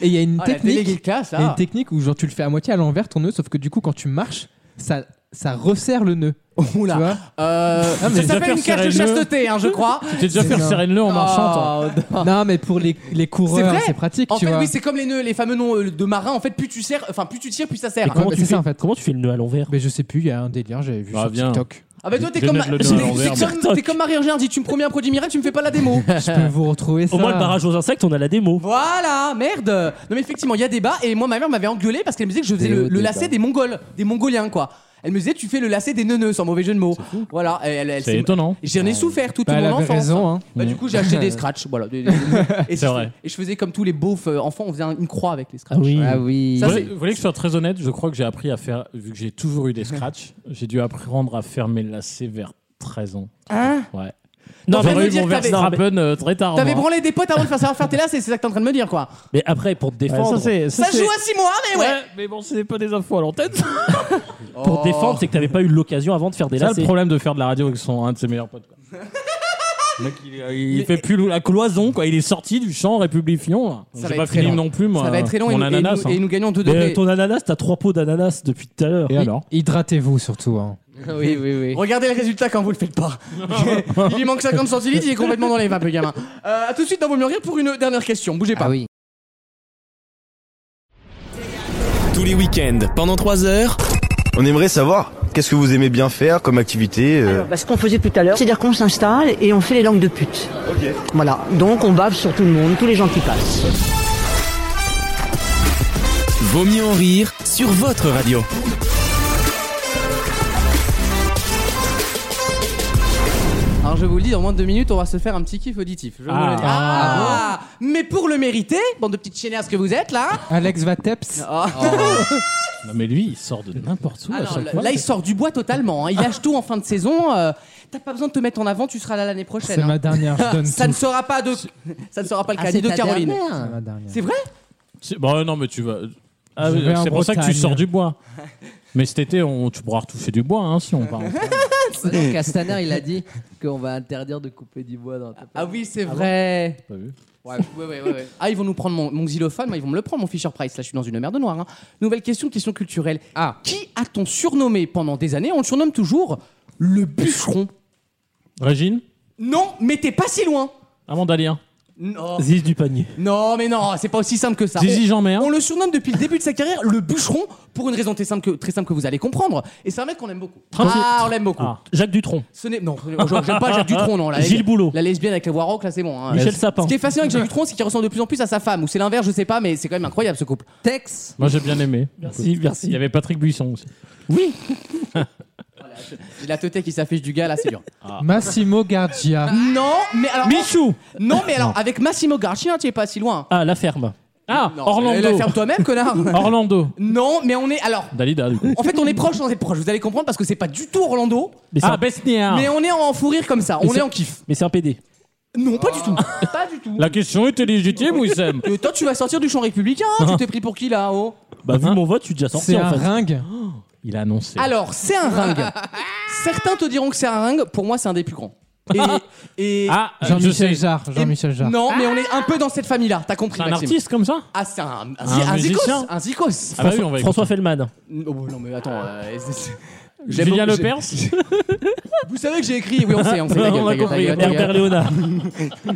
[SPEAKER 3] Et il y a une
[SPEAKER 2] Ah, la télé
[SPEAKER 3] technique.
[SPEAKER 2] qui le casse,
[SPEAKER 3] il y a une
[SPEAKER 2] là.
[SPEAKER 3] technique où genre tu le fais à moitié à l'envers ton nœud, sauf que du coup quand tu marches, ça ça resserre le nœud.
[SPEAKER 2] Oula.
[SPEAKER 3] Tu vois
[SPEAKER 2] Euh,
[SPEAKER 4] Ah, mais
[SPEAKER 2] ça
[SPEAKER 4] déjà
[SPEAKER 2] s'appelle une
[SPEAKER 4] faire
[SPEAKER 2] cage de
[SPEAKER 4] serrer le-
[SPEAKER 2] chasteté, hein, je crois.
[SPEAKER 4] Tu t'es déjà fait
[SPEAKER 3] non.
[SPEAKER 4] serrer le nœud en hein. marchant, toi.
[SPEAKER 2] Oh, non.
[SPEAKER 3] Non, mais pour les, les coureurs,
[SPEAKER 2] vrai
[SPEAKER 3] c'est pratique,
[SPEAKER 2] En
[SPEAKER 3] tu
[SPEAKER 2] fait,
[SPEAKER 3] vois.
[SPEAKER 2] oui, c'est comme les nœuds, les fameux noms euh, de marins. En fait, plus tu serres, enfin plus tu tires, plus ça
[SPEAKER 5] Et
[SPEAKER 2] serre. hein.
[SPEAKER 5] comment,
[SPEAKER 3] bah,
[SPEAKER 5] tu
[SPEAKER 3] c'est
[SPEAKER 5] fais,
[SPEAKER 3] ça, en fait.
[SPEAKER 5] comment tu fais le nœud à l'envers
[SPEAKER 3] mais je sais plus, il y a un délire, j'avais vu
[SPEAKER 4] Ah,
[SPEAKER 3] sur
[SPEAKER 4] bien.
[SPEAKER 3] TikTok.
[SPEAKER 2] Ah bah toi, t'es
[SPEAKER 4] Je
[SPEAKER 2] comme,
[SPEAKER 4] note le
[SPEAKER 2] t'es
[SPEAKER 4] nœud à l'envers.
[SPEAKER 2] comme, t'es comme Marie Angère dit, tu me promets un produit miracle, tu me fais pas la démo.
[SPEAKER 3] Je peux vous retrouver ça.
[SPEAKER 5] Au moins, le barrage aux insectes, on a la démo.
[SPEAKER 2] Voilà, merde Non mais effectivement, il y a débat et moi ma mère m'avait engueulé parce qu'elle me disait que je faisais
[SPEAKER 6] Des
[SPEAKER 2] le,
[SPEAKER 6] hauts
[SPEAKER 2] le
[SPEAKER 6] débats.
[SPEAKER 2] lacet des Mongols, des Mongoliens quoi. Elle me disait tu fais le lacet des neuneux sans mauvais jeu de mots. Voilà, et elle, elle
[SPEAKER 4] C'est
[SPEAKER 2] s'est-
[SPEAKER 4] étonnant.
[SPEAKER 2] J'en ai souffert toute
[SPEAKER 3] Bah, elle
[SPEAKER 2] mon
[SPEAKER 3] avait
[SPEAKER 2] enfance.
[SPEAKER 3] raison hein.
[SPEAKER 2] Bah, du coup, j'ai acheté des scratchs, voilà. des- des- et, je,
[SPEAKER 4] vrai.
[SPEAKER 2] et je faisais comme tous les beaufs euh, enfants, on faisait un- une croix avec les scratchs.
[SPEAKER 5] Ah oui.
[SPEAKER 6] Ah oui.
[SPEAKER 2] Ça,
[SPEAKER 4] vous,
[SPEAKER 2] c'est-
[SPEAKER 4] voulez, vous voulez que je sois très honnête Je crois que j'ai appris à faire, vu que j'ai toujours eu des scratchs, j'ai dû apprendre à faire mes lacets vers 13 ans.
[SPEAKER 2] Hein
[SPEAKER 4] Ouais.
[SPEAKER 5] Non,
[SPEAKER 2] T'es en train de
[SPEAKER 5] mais,
[SPEAKER 2] me dire que t'avais-
[SPEAKER 4] Verstappen euh, très tard.
[SPEAKER 2] T'avais
[SPEAKER 4] moi.
[SPEAKER 2] branlé des potes avant de faire savoir faire tes lacets, c'est ça que t'es en train de me dire quoi.
[SPEAKER 5] mais après, pour te défendre,
[SPEAKER 2] Ça, joue à 6 mois, mais ouais. Oh.
[SPEAKER 4] mais bon, c'est pas des infos à l'antenne.
[SPEAKER 5] pour te défendre, c'est que t'avais pas eu l'occasion avant de faire des
[SPEAKER 4] C'est ça le
[SPEAKER 5] lacets.
[SPEAKER 4] problème de faire de la radio avec son un de ses meilleurs potes. Quoi. Le mec, il, euh, il fait plus la cloison, quoi. Il est sorti du champ républifion. là.
[SPEAKER 2] Ça va
[SPEAKER 4] J'ai
[SPEAKER 2] être
[SPEAKER 4] pas
[SPEAKER 2] très
[SPEAKER 4] fini
[SPEAKER 2] long.
[SPEAKER 4] non plus, moi.
[SPEAKER 2] Ça va être très long et
[SPEAKER 4] Mon
[SPEAKER 2] nous, et
[SPEAKER 4] ananas.
[SPEAKER 2] nous- et
[SPEAKER 4] hein.
[SPEAKER 2] nous gagnons 2
[SPEAKER 5] Mais
[SPEAKER 2] degrés.
[SPEAKER 5] euh, ton ananas, t'as trois pots d'ananas depuis tout à l'heure.
[SPEAKER 4] Et alors
[SPEAKER 3] Hydratez-vous surtout hein.
[SPEAKER 6] Oui, oui, oui.
[SPEAKER 2] Regardez le résultat quand vous le faites pas. il lui manque 50 centilitres, il est complètement dans les vapes, le gamin. Euh, à tout de suite dans Vos Mieux Rire pour une dernière question. Bougez pas.
[SPEAKER 6] Ah oui.
[SPEAKER 1] Tous les week-ends, pendant 3 heures,
[SPEAKER 7] On aimerait savoir qu'est-ce que vous aimez bien faire comme activité. euh,
[SPEAKER 10] ce qu'on faisait tout à l'heure, c'est-à-dire qu'on s'installe et on fait les langues de pute. Voilà, donc on bave sur tout le monde, tous les gens qui passent.
[SPEAKER 1] Vaut mieux en rire sur votre radio.
[SPEAKER 2] Alors je vous le dis, en moins de deux minutes, on va se faire un petit kiff auditif. Je vous
[SPEAKER 4] Ah.
[SPEAKER 2] le dis. Ah, Mais pour le mériter, bande de petites chiennes que vous êtes là. hein.
[SPEAKER 3] Alex Vateps.
[SPEAKER 2] Ah.
[SPEAKER 4] Non, mais lui, il sort de n'importe où.
[SPEAKER 2] Ah
[SPEAKER 4] à
[SPEAKER 2] non,
[SPEAKER 4] chaque
[SPEAKER 2] là,
[SPEAKER 4] fois.
[SPEAKER 2] là, il sort du bois totalement. hein. Il lâche tout en fin de saison. euh, T'as pas besoin de te mettre en avant, tu seras là l'année prochaine.
[SPEAKER 3] C'est
[SPEAKER 2] hein.
[SPEAKER 3] ma dernière, je donne
[SPEAKER 2] ça
[SPEAKER 3] tout.
[SPEAKER 2] ne Ah. sera pas de, ça ne sera
[SPEAKER 6] Ah,
[SPEAKER 2] pas le cas ni de Caroline.
[SPEAKER 3] C'est ma dernière.
[SPEAKER 2] C'est vrai
[SPEAKER 4] C'est- Bon, non, mais tu vas. Ah,
[SPEAKER 3] Je
[SPEAKER 4] oui,
[SPEAKER 3] vais en
[SPEAKER 4] c'est pour ça que tu
[SPEAKER 3] Bretagne.
[SPEAKER 4] sors du bois. Mais cet été, on, tu pourras retoucher du bois hein, si on part. en France.
[SPEAKER 6] Donc, Castaner, il a dit qu'on va interdire de couper du bois dans ta
[SPEAKER 2] Ah oui, c'est vrai.
[SPEAKER 4] T'as vu
[SPEAKER 2] Ouais, ouais, ouais, ouais, ouais. Ah, ils vont nous prendre mon, mon xylophone, moi, ils vont me le prendre, mon Fisher Price. Là, je suis dans une merde noire. hein. Nouvelle question, question culturelle.
[SPEAKER 6] Ah.
[SPEAKER 2] Qui a-t-on surnommé pendant des années On le surnomme toujours le bûcheron.
[SPEAKER 4] Régine
[SPEAKER 2] Non, mais t'es pas si loin.
[SPEAKER 4] Amandalien
[SPEAKER 2] Non,
[SPEAKER 5] Ziz du panier.
[SPEAKER 2] non mais non, c'est pas aussi simple que ça.
[SPEAKER 4] Zizi jean
[SPEAKER 2] On le surnomme depuis le début de sa carrière le bûcheron pour une raison très simple que, très simple que vous allez comprendre. Et c'est un mec qu'on aime beaucoup. Ah, on l'aime beaucoup.
[SPEAKER 5] Ah, Jacques Dutronc.
[SPEAKER 2] Ce n'est non, je- j'aime
[SPEAKER 4] Ah,
[SPEAKER 2] pas Jacques Dutronc non. La,
[SPEAKER 5] Gilles Boulot.
[SPEAKER 2] La lesbienne avec la voix rock là, c'est bon. hein.
[SPEAKER 5] Michel Sapin.
[SPEAKER 2] Ce qui est fascinant avec Jacques Dutronc, c'est qu'il ressemble de plus en plus à sa femme ou c'est l'inverse, je sais pas, mais c'est quand même incroyable ce couple.
[SPEAKER 6] Tex
[SPEAKER 4] Moi, j'ai bien aimé.
[SPEAKER 5] Merci, merci.
[SPEAKER 4] Il y avait Patrick Buisson aussi.
[SPEAKER 2] Et La teuté qui s'affiche du gars là, c'est dur.
[SPEAKER 4] Ah.
[SPEAKER 3] Massimo Gardia.
[SPEAKER 2] Ah, Non, mais alors.
[SPEAKER 5] Michou
[SPEAKER 2] Non, mais alors, avec Massimo Garcia, tu es pas si loin.
[SPEAKER 5] Ah, la ferme.
[SPEAKER 4] Ah,
[SPEAKER 2] Non,
[SPEAKER 4] Orlando
[SPEAKER 2] la ferme toi-même, connard.
[SPEAKER 4] Orlando
[SPEAKER 2] non, mais on est. Alors,
[SPEAKER 4] Dalida, du coup.
[SPEAKER 2] en fait, on est proche sans être proche. Vous allez comprendre parce que c'est pas du tout Orlando,
[SPEAKER 5] Mais c'est
[SPEAKER 4] Ah,
[SPEAKER 5] un-
[SPEAKER 4] Besniard
[SPEAKER 2] mais on est en fou rire comme ça. On
[SPEAKER 5] Mais
[SPEAKER 2] est
[SPEAKER 5] c'est-
[SPEAKER 2] en kiff.
[SPEAKER 5] mais c'est un PD.
[SPEAKER 2] Non, pas du tout. pas du tout.
[SPEAKER 4] La question était légitime, Wissem
[SPEAKER 2] Euh, toi, tu vas sortir du champ républicain. hein. tu t'es pris pour qui là oh
[SPEAKER 5] Bah, vu
[SPEAKER 4] Hein
[SPEAKER 5] mon vote, je suis déjà sorti
[SPEAKER 3] C'est
[SPEAKER 5] en
[SPEAKER 3] un
[SPEAKER 5] fait.
[SPEAKER 3] ringue.
[SPEAKER 4] Il a annoncé.
[SPEAKER 2] Alors, c'est un ringue. Certains te diront que c'est un ringue. Pour moi, c'est un des plus grands. Et. et-
[SPEAKER 4] ah, euh, je sais.
[SPEAKER 3] Jean-Michel Jarre. Jean-Michel Jarre.
[SPEAKER 2] Non, mais on est un peu dans cette famille-là. T'as compris,
[SPEAKER 4] C'est un
[SPEAKER 2] Maxime.
[SPEAKER 4] artiste comme ça
[SPEAKER 2] Ah, c'est un, un,
[SPEAKER 4] Un
[SPEAKER 2] un zikos.
[SPEAKER 4] musicien
[SPEAKER 2] Un zikos.
[SPEAKER 4] Ah bah oui,
[SPEAKER 5] François,
[SPEAKER 4] on va
[SPEAKER 5] François Fellman.
[SPEAKER 2] Oh, non mais attends, euh, c'est- c'est- J'aime
[SPEAKER 5] Julien
[SPEAKER 2] beaucoup-
[SPEAKER 5] Lepers
[SPEAKER 2] Vous savez que j'ai écrit. Oui, on sait, on sait. ta gueule,
[SPEAKER 5] On
[SPEAKER 2] ta
[SPEAKER 5] a
[SPEAKER 2] gueule, ta
[SPEAKER 5] compris,
[SPEAKER 2] gueule, ta gueule.
[SPEAKER 5] Herbert Léonard.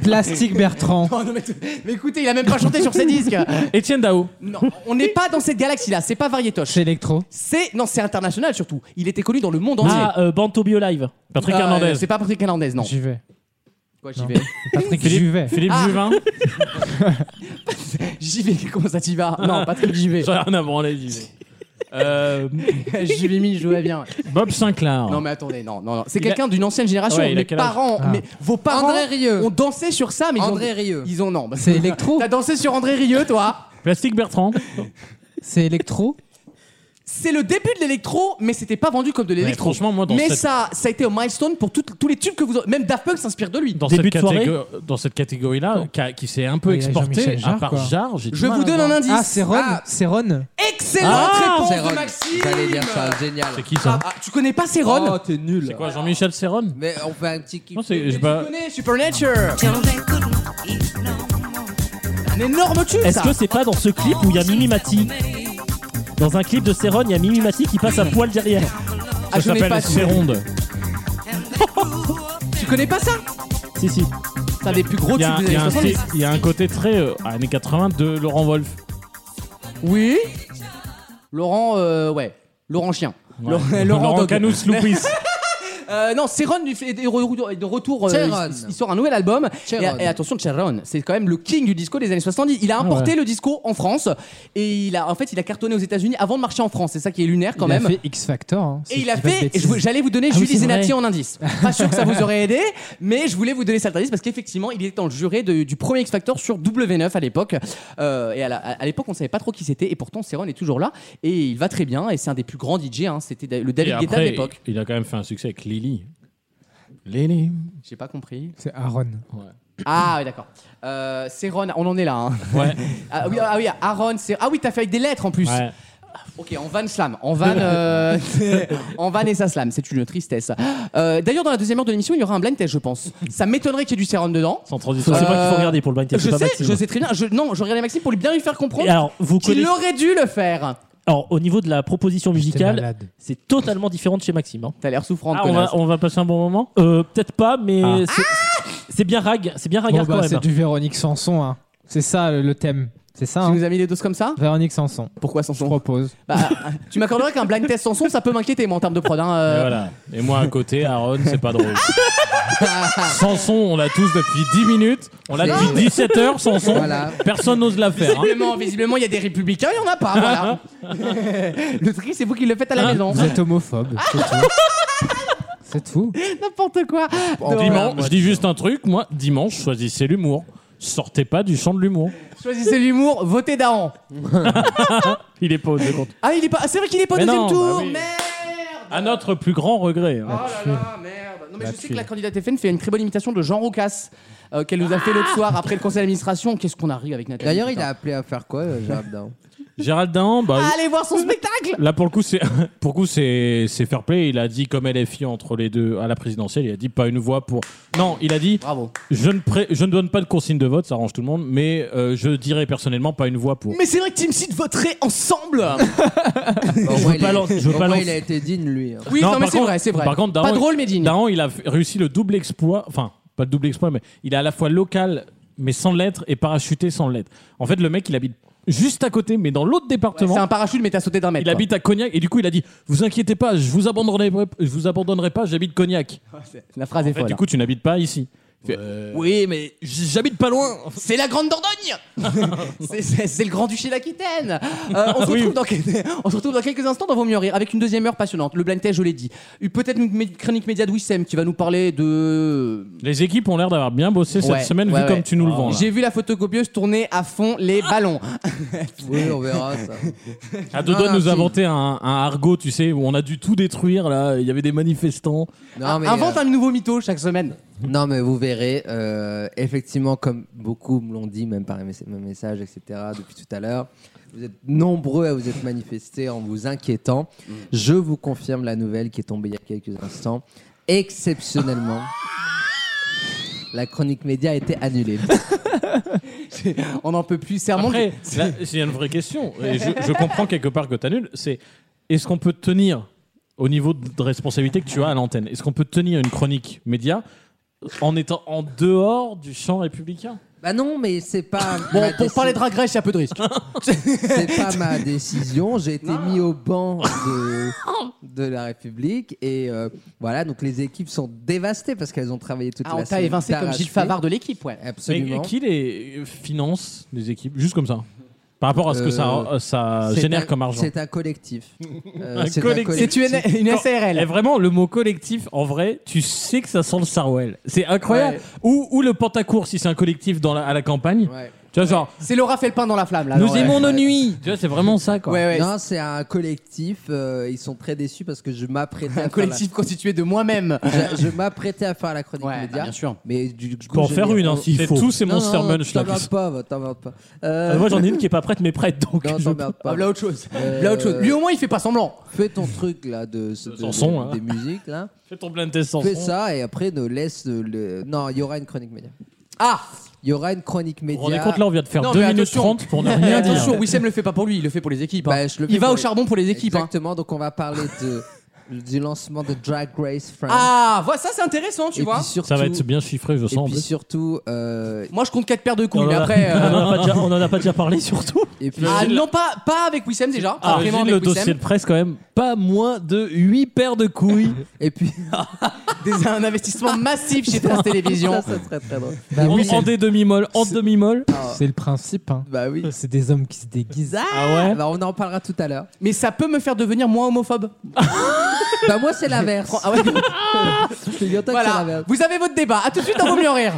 [SPEAKER 3] Plastique Bertrand.
[SPEAKER 2] Oh, non, mais, mais écoutez, il a même pas chanté sur ses disques.
[SPEAKER 5] Étienne Dao.
[SPEAKER 2] Non, on n'est pas dans cette galaxie-là. C'est pas Varietoche.
[SPEAKER 3] Chez Electro.
[SPEAKER 2] C'est non, c'est international surtout. Il était connu dans le monde entier.
[SPEAKER 5] Ah, euh, Banto Bio Live.
[SPEAKER 4] Patrick
[SPEAKER 2] Euh,
[SPEAKER 4] Hernandez.
[SPEAKER 2] C'est pas Patrick Hernandez, non.
[SPEAKER 3] J'y vais.
[SPEAKER 2] Quoi, j'y
[SPEAKER 3] Non.
[SPEAKER 2] vais.
[SPEAKER 3] Patrick
[SPEAKER 4] Philippe-
[SPEAKER 3] Juvet.
[SPEAKER 4] Philippe
[SPEAKER 2] Ah.
[SPEAKER 4] Juvin.
[SPEAKER 2] J'y vais. Comment ça, t'y vas Non, Patrick, j'y vais.
[SPEAKER 4] J'en ai rien à branler, j'y vais. Euh,
[SPEAKER 2] J'y vais mis, je vois bien.
[SPEAKER 4] Bob Sinclair.
[SPEAKER 2] Non, mais attendez, non, non, non. C'est
[SPEAKER 4] Il
[SPEAKER 2] quelqu'un d'une ancienne génération.
[SPEAKER 4] Ouais, il a
[SPEAKER 2] mes
[SPEAKER 4] quel âge
[SPEAKER 2] parents,
[SPEAKER 3] Ah.
[SPEAKER 2] mais vos parents
[SPEAKER 6] André Rieu.
[SPEAKER 2] ont dansé sur ça, mais ils
[SPEAKER 6] André
[SPEAKER 2] ont.
[SPEAKER 6] Rieu.
[SPEAKER 2] Ils ont non. bah,
[SPEAKER 3] C'est électro.
[SPEAKER 2] T'as dansé sur André Rieu, toi
[SPEAKER 5] Plastique Bertrand.
[SPEAKER 3] C'est électro.
[SPEAKER 2] C'est le début de l'électro, mais c'était pas vendu comme de
[SPEAKER 4] Mais
[SPEAKER 2] l'électro.
[SPEAKER 4] franchement, moi, dans
[SPEAKER 2] Mais
[SPEAKER 4] cette,
[SPEAKER 2] ça, ça a été un milestone pour tout- tous les tubes que vous. Même Daft Punk s'inspire de lui.
[SPEAKER 4] dans
[SPEAKER 5] Début
[SPEAKER 4] cette
[SPEAKER 5] de soirée.
[SPEAKER 4] catégorie- dans cette catégorie-là, qui, a- qui s'est un peu
[SPEAKER 3] Oui, il y a
[SPEAKER 4] exportée,
[SPEAKER 3] Jean-Michel
[SPEAKER 4] à
[SPEAKER 3] Jarre,
[SPEAKER 4] part
[SPEAKER 3] quoi.
[SPEAKER 4] Jarre, j'ai du
[SPEAKER 2] Je
[SPEAKER 4] mal
[SPEAKER 2] vous
[SPEAKER 4] à
[SPEAKER 2] donne un
[SPEAKER 4] voir.
[SPEAKER 2] indice.
[SPEAKER 3] Ah, c'est Ron.
[SPEAKER 2] Ah,
[SPEAKER 3] C'est Ron.
[SPEAKER 2] excellente réponse
[SPEAKER 6] Ah, C'est
[SPEAKER 2] de
[SPEAKER 6] Ron.
[SPEAKER 2] Maxime.
[SPEAKER 6] J'allais dire ça, génial.
[SPEAKER 4] C'est qui ça
[SPEAKER 2] Ah, tu connais pas Céron
[SPEAKER 6] Oh, t'es nul.
[SPEAKER 4] C'est quoi, Jean-Michel Serron
[SPEAKER 6] Mais on fait un petit kiff.
[SPEAKER 4] Non, c'est. je-
[SPEAKER 2] Tu
[SPEAKER 4] bah,
[SPEAKER 2] connais Supernature Un énorme tube
[SPEAKER 5] Est-ce
[SPEAKER 2] ça
[SPEAKER 5] que c'est pas dans ce clip où il y a Mimi Mati Dans un clip de Céron, il y a Mimi Mati qui passe à poil derrière.
[SPEAKER 2] Ah,
[SPEAKER 4] Ça
[SPEAKER 2] je n'ai
[SPEAKER 4] s'appelle
[SPEAKER 2] pas-
[SPEAKER 4] Séronde.
[SPEAKER 2] Tu connais pas ça
[SPEAKER 5] Si, si.
[SPEAKER 2] C'est un des plus gros
[SPEAKER 4] Il y, a,
[SPEAKER 2] tubes
[SPEAKER 4] il
[SPEAKER 2] des
[SPEAKER 4] y a un,
[SPEAKER 2] années 70.
[SPEAKER 4] il y a un côté très euh, années 80 de Laurent Wolf.
[SPEAKER 2] Oui Laurent, euh, ouais. Laurent Chien. Laurent, Dog.
[SPEAKER 4] Canus Lupis.
[SPEAKER 2] Euh, non, Céron lui fait- est de re- est de retour. euh,
[SPEAKER 6] Céron.
[SPEAKER 2] il, il sort un nouvel album. Et,
[SPEAKER 6] Céron.
[SPEAKER 2] et attention, Céron, c'est quand même le king du disco des années 70. Il a importé le disco en France et il a, en fait, il a cartonné aux États-Unis avant de marcher en France. C'est ça qui est lunaire quand
[SPEAKER 3] il
[SPEAKER 2] même.
[SPEAKER 3] a fait X Factor. hein, si
[SPEAKER 2] Et il
[SPEAKER 3] je
[SPEAKER 2] a
[SPEAKER 3] dis pas de
[SPEAKER 2] fait, et je
[SPEAKER 3] bêtises. Ah
[SPEAKER 2] vous- j'allais vous donner
[SPEAKER 5] oui,
[SPEAKER 2] Julie
[SPEAKER 5] c'est vrai.
[SPEAKER 2] Zenati en indice. Pas sûr que ça vous aurait aidé, mais je voulais vous donner cet indice parce qu'effectivement, il était dans le juré de- du premier X Factor sur W9 à l'époque. Euh, et à la- à à l'époque, on savait pas trop qui c'était, et pourtant, Céron est toujours là, et il va très bien, et c'est un des plus grands DJ, hein. c'était da- le
[SPEAKER 4] Et
[SPEAKER 2] David Guetta de
[SPEAKER 4] après,
[SPEAKER 2] l'époque.
[SPEAKER 4] il a quand même fait un succès avec Lily. Lily.
[SPEAKER 2] J'ai pas compris.
[SPEAKER 3] C'est Aaron.
[SPEAKER 2] Ah oui, d'accord. Euh, Céron, on en est là. hein.
[SPEAKER 4] Ouais.
[SPEAKER 2] Ah oui, ah oui, Aaron, c'est. Ah oui, t'as fait avec des lettres en plus.
[SPEAKER 4] ouais.
[SPEAKER 2] Ok, en van slam, en van, euh, en van et ça slam, c'est une tristesse. Euh, D'ailleurs, dans la deuxième heure de l'émission, il y aura un blind test, je pense. Ça m'étonnerait qu'il y ait du sérum dedans.
[SPEAKER 5] Sans transition. C'est moi qu'il faut regarder pour le blind
[SPEAKER 2] Je
[SPEAKER 5] test, c'est pas
[SPEAKER 2] sais,
[SPEAKER 5] Maxime.
[SPEAKER 2] je sais très bien. Je, non, je regardais Maxime pour lui bien lui faire
[SPEAKER 5] Et
[SPEAKER 2] comprendre
[SPEAKER 5] alors, vous
[SPEAKER 2] qu'il
[SPEAKER 5] connaissez...
[SPEAKER 2] aurait dû le faire.
[SPEAKER 5] alors, au niveau de la proposition musicale,
[SPEAKER 3] malade.
[SPEAKER 5] c'est totalement différent de chez Maxime. hein.
[SPEAKER 2] T'as l'air souffrante.
[SPEAKER 5] Ah, on,
[SPEAKER 2] connasse.
[SPEAKER 5] va, on va passer un bon moment Euh, Peut-être pas, mais c'est- c'est bien rag, c'est bien
[SPEAKER 3] Bon,
[SPEAKER 5] ragard
[SPEAKER 3] bah,
[SPEAKER 5] quand
[SPEAKER 3] c'est
[SPEAKER 5] même.
[SPEAKER 3] du Véronique Sanson. hein. C'est ça le, le thème. C'est ça.
[SPEAKER 2] Tu
[SPEAKER 3] hein.
[SPEAKER 2] nous as mis les doses comme ça
[SPEAKER 3] Véronique Sanson.
[SPEAKER 2] Pourquoi sans
[SPEAKER 3] Je
[SPEAKER 2] son
[SPEAKER 3] propose.
[SPEAKER 2] Bah, Tu m'accorderais qu'un blind test sans son, ça peut m'inquiéter, moi, en termes de prod. hein,
[SPEAKER 4] Et
[SPEAKER 2] euh.
[SPEAKER 4] voilà. Et moi à côté, Aaron, c'est pas drôle. Sanson, on l'a tous depuis 10 minutes. On l'a
[SPEAKER 6] C'est-
[SPEAKER 4] depuis 17 heures, Sanson.
[SPEAKER 6] Voilà.
[SPEAKER 4] Personne n'ose la faire. hein.
[SPEAKER 2] Visiblement, visiblement, il y a des républicains, il y en a pas. Voilà. le tri, c'est vous qui le faites
[SPEAKER 5] Hein
[SPEAKER 2] à la maison.
[SPEAKER 3] Vous êtes homophobe. c'est tout. C'est tout.
[SPEAKER 2] N'importe quoi. Donc,
[SPEAKER 4] Dimanche, je dis juste un truc, moi, dimanche, choisissez l'humour. Sortez pas du champ de l'humour.
[SPEAKER 2] Choisissez l'humour, votez Daron.
[SPEAKER 5] Il est pas au compte.
[SPEAKER 2] Ah, il est pas. ah, C'est vrai qu'il est pas au
[SPEAKER 4] Mais
[SPEAKER 2] deuxième
[SPEAKER 4] non,
[SPEAKER 2] tour.
[SPEAKER 4] bah oui.
[SPEAKER 2] Merde.
[SPEAKER 4] À notre plus grand regret. hein.
[SPEAKER 2] Oh là là, merde. Non mais
[SPEAKER 4] La
[SPEAKER 2] je sais
[SPEAKER 4] tuile.
[SPEAKER 2] que la candidate FN fait une très bonne imitation de Jean Roucas euh, qu'elle nous a fait l'autre soir après le conseil d'administration. Qu'est-ce qu'on arrive avec Nathalie
[SPEAKER 6] D'ailleurs, il
[SPEAKER 2] putain. Ah,
[SPEAKER 6] a appelé à faire quoi, euh, Gérard Daron
[SPEAKER 4] Gérald Dahan, bah,
[SPEAKER 2] Allez voir son spectacle.
[SPEAKER 4] Là, pour le coup, c'est pour le coup, c'est c'est fair play. Il a dit comme LFI entre les deux à la présidentielle, il a dit pas une voix pour. Non, il a dit
[SPEAKER 2] Bravo.
[SPEAKER 4] je ne pré- je ne donne pas de consigne de vote, ça arrange tout le monde, mais euh, je dirais personnellement pas une voix pour.
[SPEAKER 2] Mais c'est vrai que Team Seed voterait ensemble.
[SPEAKER 6] Bah, au moins, il a-
[SPEAKER 4] balance- je
[SPEAKER 6] au moins,
[SPEAKER 4] balance.
[SPEAKER 6] il a été digne, lui. hein.
[SPEAKER 2] Oui, non,
[SPEAKER 4] Non,
[SPEAKER 2] mais
[SPEAKER 4] par
[SPEAKER 2] c'est
[SPEAKER 4] contre-
[SPEAKER 2] vrai, c'est vrai.
[SPEAKER 4] par contre,
[SPEAKER 2] pas
[SPEAKER 4] Daron-
[SPEAKER 2] drôle, mais digne.
[SPEAKER 4] Daron, il a f- réussi le double exploit, enfin pas le double exploit, mais il est à la fois local mais sans l'être et parachuté sans l'être. En fait, le mec, il habite juste à côté, mais dans l'autre département.
[SPEAKER 2] C'est un parachute, mais t'as sauté d'un mètre.
[SPEAKER 4] il
[SPEAKER 2] quoi.
[SPEAKER 4] habite à Cognac et du coup il a dit vous inquiétez pas je vous abandonnerai je vous abandonnerai pas j'habite Cognac
[SPEAKER 2] La phrase est
[SPEAKER 4] En fait,
[SPEAKER 2] folle.
[SPEAKER 4] du coup tu n'habites pas ici
[SPEAKER 2] Euh, Oui, mais j'habite pas loin. C'est la Grande Dordogne. C'est- c'est c'est le Grand Duché d'Aquitaine. Euh, on, se retrouve dans, quel- on se retrouve dans quelques instants dans Vaut mieux rire avec une deuxième heure passionnante. Le blind test, je l'ai dit. Une- Peut-être une mé- chronique média de Wissem qui va nous parler de.
[SPEAKER 4] Les équipes ont l'air d'avoir bien bossé
[SPEAKER 2] Ouais,
[SPEAKER 4] cette semaine,
[SPEAKER 2] ouais,
[SPEAKER 4] vu
[SPEAKER 2] ouais.
[SPEAKER 4] comme tu nous le vends. là.
[SPEAKER 2] J'ai vu la photocopieuse tourner à fond les ballons.
[SPEAKER 6] Oui, on verra ça.
[SPEAKER 4] À deux doigts de
[SPEAKER 6] Ah,
[SPEAKER 4] nous
[SPEAKER 6] si.
[SPEAKER 4] inventer un, un argot, tu sais, où on a dû tout détruire, là. Il y avait des manifestants.
[SPEAKER 6] Non, mais,
[SPEAKER 2] Invente
[SPEAKER 6] euh,
[SPEAKER 2] un nouveau mytho chaque semaine.
[SPEAKER 6] non, mais vous verrez, euh, effectivement, comme beaucoup me l'ont dit, même par mes mes messages, etc., depuis tout à l'heure, vous êtes nombreux à vous être manifestés en vous inquiétant.
[SPEAKER 2] Mm.
[SPEAKER 6] Je vous confirme la nouvelle qui est tombée il y a quelques instants. Exceptionnellement, la chronique média a été annulée.
[SPEAKER 2] On n'en peut plus. C'est un monde-
[SPEAKER 4] Après, là, c'est une vraie question. Et je, je comprends quelque part que t'annules. C'est est-ce qu'on peut tenir au niveau de responsabilité que tu as à l'antenne. Est-ce qu'on peut tenir une chronique média en étant en dehors du champ républicain
[SPEAKER 6] Bah non, mais c'est pas.
[SPEAKER 2] Bon,
[SPEAKER 6] ma
[SPEAKER 2] pour
[SPEAKER 6] déci-
[SPEAKER 2] parler de ragresse, il y a peu de risque.
[SPEAKER 6] C'est pas ma décision. J'ai été mis au banc de, de la République. Et euh, voilà, donc les équipes sont dévastées parce qu'elles ont travaillé toute
[SPEAKER 2] Ah, on
[SPEAKER 6] la
[SPEAKER 2] t'a
[SPEAKER 6] semaine.
[SPEAKER 2] évincé comme
[SPEAKER 6] d'arrache-pied.
[SPEAKER 2] Gilles Favard de l'équipe, ouais.
[SPEAKER 6] Absolument.
[SPEAKER 4] Mais qui les finance, les équipes Juste comme ça. Par rapport à ce que ça,
[SPEAKER 6] Euh,
[SPEAKER 4] ça
[SPEAKER 6] C'est
[SPEAKER 4] génère
[SPEAKER 6] un-
[SPEAKER 4] comme argent.
[SPEAKER 6] C'est un collectif. Euh,
[SPEAKER 4] Un
[SPEAKER 6] c'est un
[SPEAKER 4] collectif.
[SPEAKER 2] C'est une, une SARL.
[SPEAKER 4] Et vraiment, le mot collectif, en vrai, tu sais que ça sent le Sarwell. C'est incroyable.
[SPEAKER 2] Ouais.
[SPEAKER 4] Ou, ou le Pantacourt, si c'est un collectif dans la- à la campagne.
[SPEAKER 6] Ouais.
[SPEAKER 4] Tu vois, genre,
[SPEAKER 2] C'est Laura Felpin dans la flamme, là.
[SPEAKER 4] nous
[SPEAKER 2] dans-
[SPEAKER 4] aimons nos nuits. Tu vois, c'est vraiment ça, quoi.
[SPEAKER 2] Ouais, ouais.
[SPEAKER 6] Non, c'est un collectif. euh, ils sont très déçus parce que je m'apprêtais
[SPEAKER 2] Un
[SPEAKER 6] à, faire la-
[SPEAKER 2] collectif constitué de moi-même.
[SPEAKER 6] je- je m'apprêtais à faire la chronique
[SPEAKER 2] Ouais,
[SPEAKER 6] média.
[SPEAKER 2] bien sûr.
[SPEAKER 6] Mais du coup,
[SPEAKER 5] peux en
[SPEAKER 6] je
[SPEAKER 5] faire
[SPEAKER 6] l'ai-
[SPEAKER 5] une, hein,
[SPEAKER 6] on-
[SPEAKER 5] s'il
[SPEAKER 4] C'est
[SPEAKER 5] faut.
[SPEAKER 4] tous ces
[SPEAKER 6] Non,
[SPEAKER 4] Monster
[SPEAKER 6] non,
[SPEAKER 4] Munch, là. qui
[SPEAKER 6] T'emmerdes
[SPEAKER 4] sont-
[SPEAKER 6] pas, va, t'emmerdes pas. Euh,
[SPEAKER 5] Euh, moi, j'en ai une qui est pas prête, mais prête, donc.
[SPEAKER 6] Non,
[SPEAKER 5] je-
[SPEAKER 6] t'emmerdes pas.
[SPEAKER 2] Ah, là, autre chose.
[SPEAKER 6] Euh,
[SPEAKER 2] Là, autre chose. Lui, au moins, il fait pas semblant.
[SPEAKER 6] Fais ton truc là de, de- de-
[SPEAKER 4] Sanson, hein.
[SPEAKER 6] des musiques là.
[SPEAKER 4] Fais ton blind test sans
[SPEAKER 6] Fais
[SPEAKER 4] son.
[SPEAKER 6] ça et après ne laisse le- le. Non, il y aura une chronique média.
[SPEAKER 2] Ah
[SPEAKER 6] Il y aura une chronique média.
[SPEAKER 4] Vous vous rendez compte, là, on vient de faire
[SPEAKER 2] Non,
[SPEAKER 4] 2
[SPEAKER 2] mais
[SPEAKER 4] minutes
[SPEAKER 2] attention.
[SPEAKER 4] 30 pour ne
[SPEAKER 2] Mais
[SPEAKER 4] rien dire.
[SPEAKER 2] attention, Wissem le fait pas pour lui, il le fait pour les équipes.
[SPEAKER 6] Bah,
[SPEAKER 2] hein.
[SPEAKER 6] je le
[SPEAKER 2] Il
[SPEAKER 6] fais
[SPEAKER 2] va
[SPEAKER 6] pour
[SPEAKER 2] au
[SPEAKER 6] les-
[SPEAKER 2] charbon pour les équipes. hein.
[SPEAKER 6] Exactement. Donc on va parler de du lancement de Drag Race France.
[SPEAKER 2] Ah, voilà, ça c'est intéressant, tu
[SPEAKER 6] et
[SPEAKER 2] vois.
[SPEAKER 6] puis surtout,
[SPEAKER 4] Ça va être bien chiffré, je
[SPEAKER 6] Et
[SPEAKER 4] sens.
[SPEAKER 6] puis surtout, euh,
[SPEAKER 2] Moi, je compte 4 paires de couilles,
[SPEAKER 5] on en
[SPEAKER 2] mais
[SPEAKER 5] a-
[SPEAKER 2] après. euh,
[SPEAKER 5] on en a pas déjà- on en a pas déjà parlé, surtout.
[SPEAKER 6] et puis
[SPEAKER 2] Ah non, pas, pas avec Wissem déjà. Pas
[SPEAKER 4] Ah,
[SPEAKER 2] vraiment
[SPEAKER 4] imagine
[SPEAKER 2] avec
[SPEAKER 4] le
[SPEAKER 2] Wissem.
[SPEAKER 4] dossier de presse, quand même. Pas moins de 8 paires de couilles.
[SPEAKER 6] et puis
[SPEAKER 2] Des- un investissement massif chez France Télévisions.
[SPEAKER 6] ça, ça serait très drôle.
[SPEAKER 3] Bah oui,
[SPEAKER 4] en des demi-molles, en demi-molles.
[SPEAKER 2] Ah.
[SPEAKER 3] c'est le principe. hein.
[SPEAKER 6] Bah oui.
[SPEAKER 3] C'est des hommes qui se déguisent.
[SPEAKER 4] Ah ouais
[SPEAKER 6] Bah, on en parlera tout à l'heure.
[SPEAKER 2] Mais ça peut me faire devenir moins homophobe.
[SPEAKER 6] Bah moi c'est l'inverse.
[SPEAKER 2] Ah ouais,
[SPEAKER 6] Figure-toi que c'est
[SPEAKER 2] voilà.
[SPEAKER 6] l'inverse.
[SPEAKER 2] Vous avez votre débat. À tout de suite dans Vaut mieux en rire.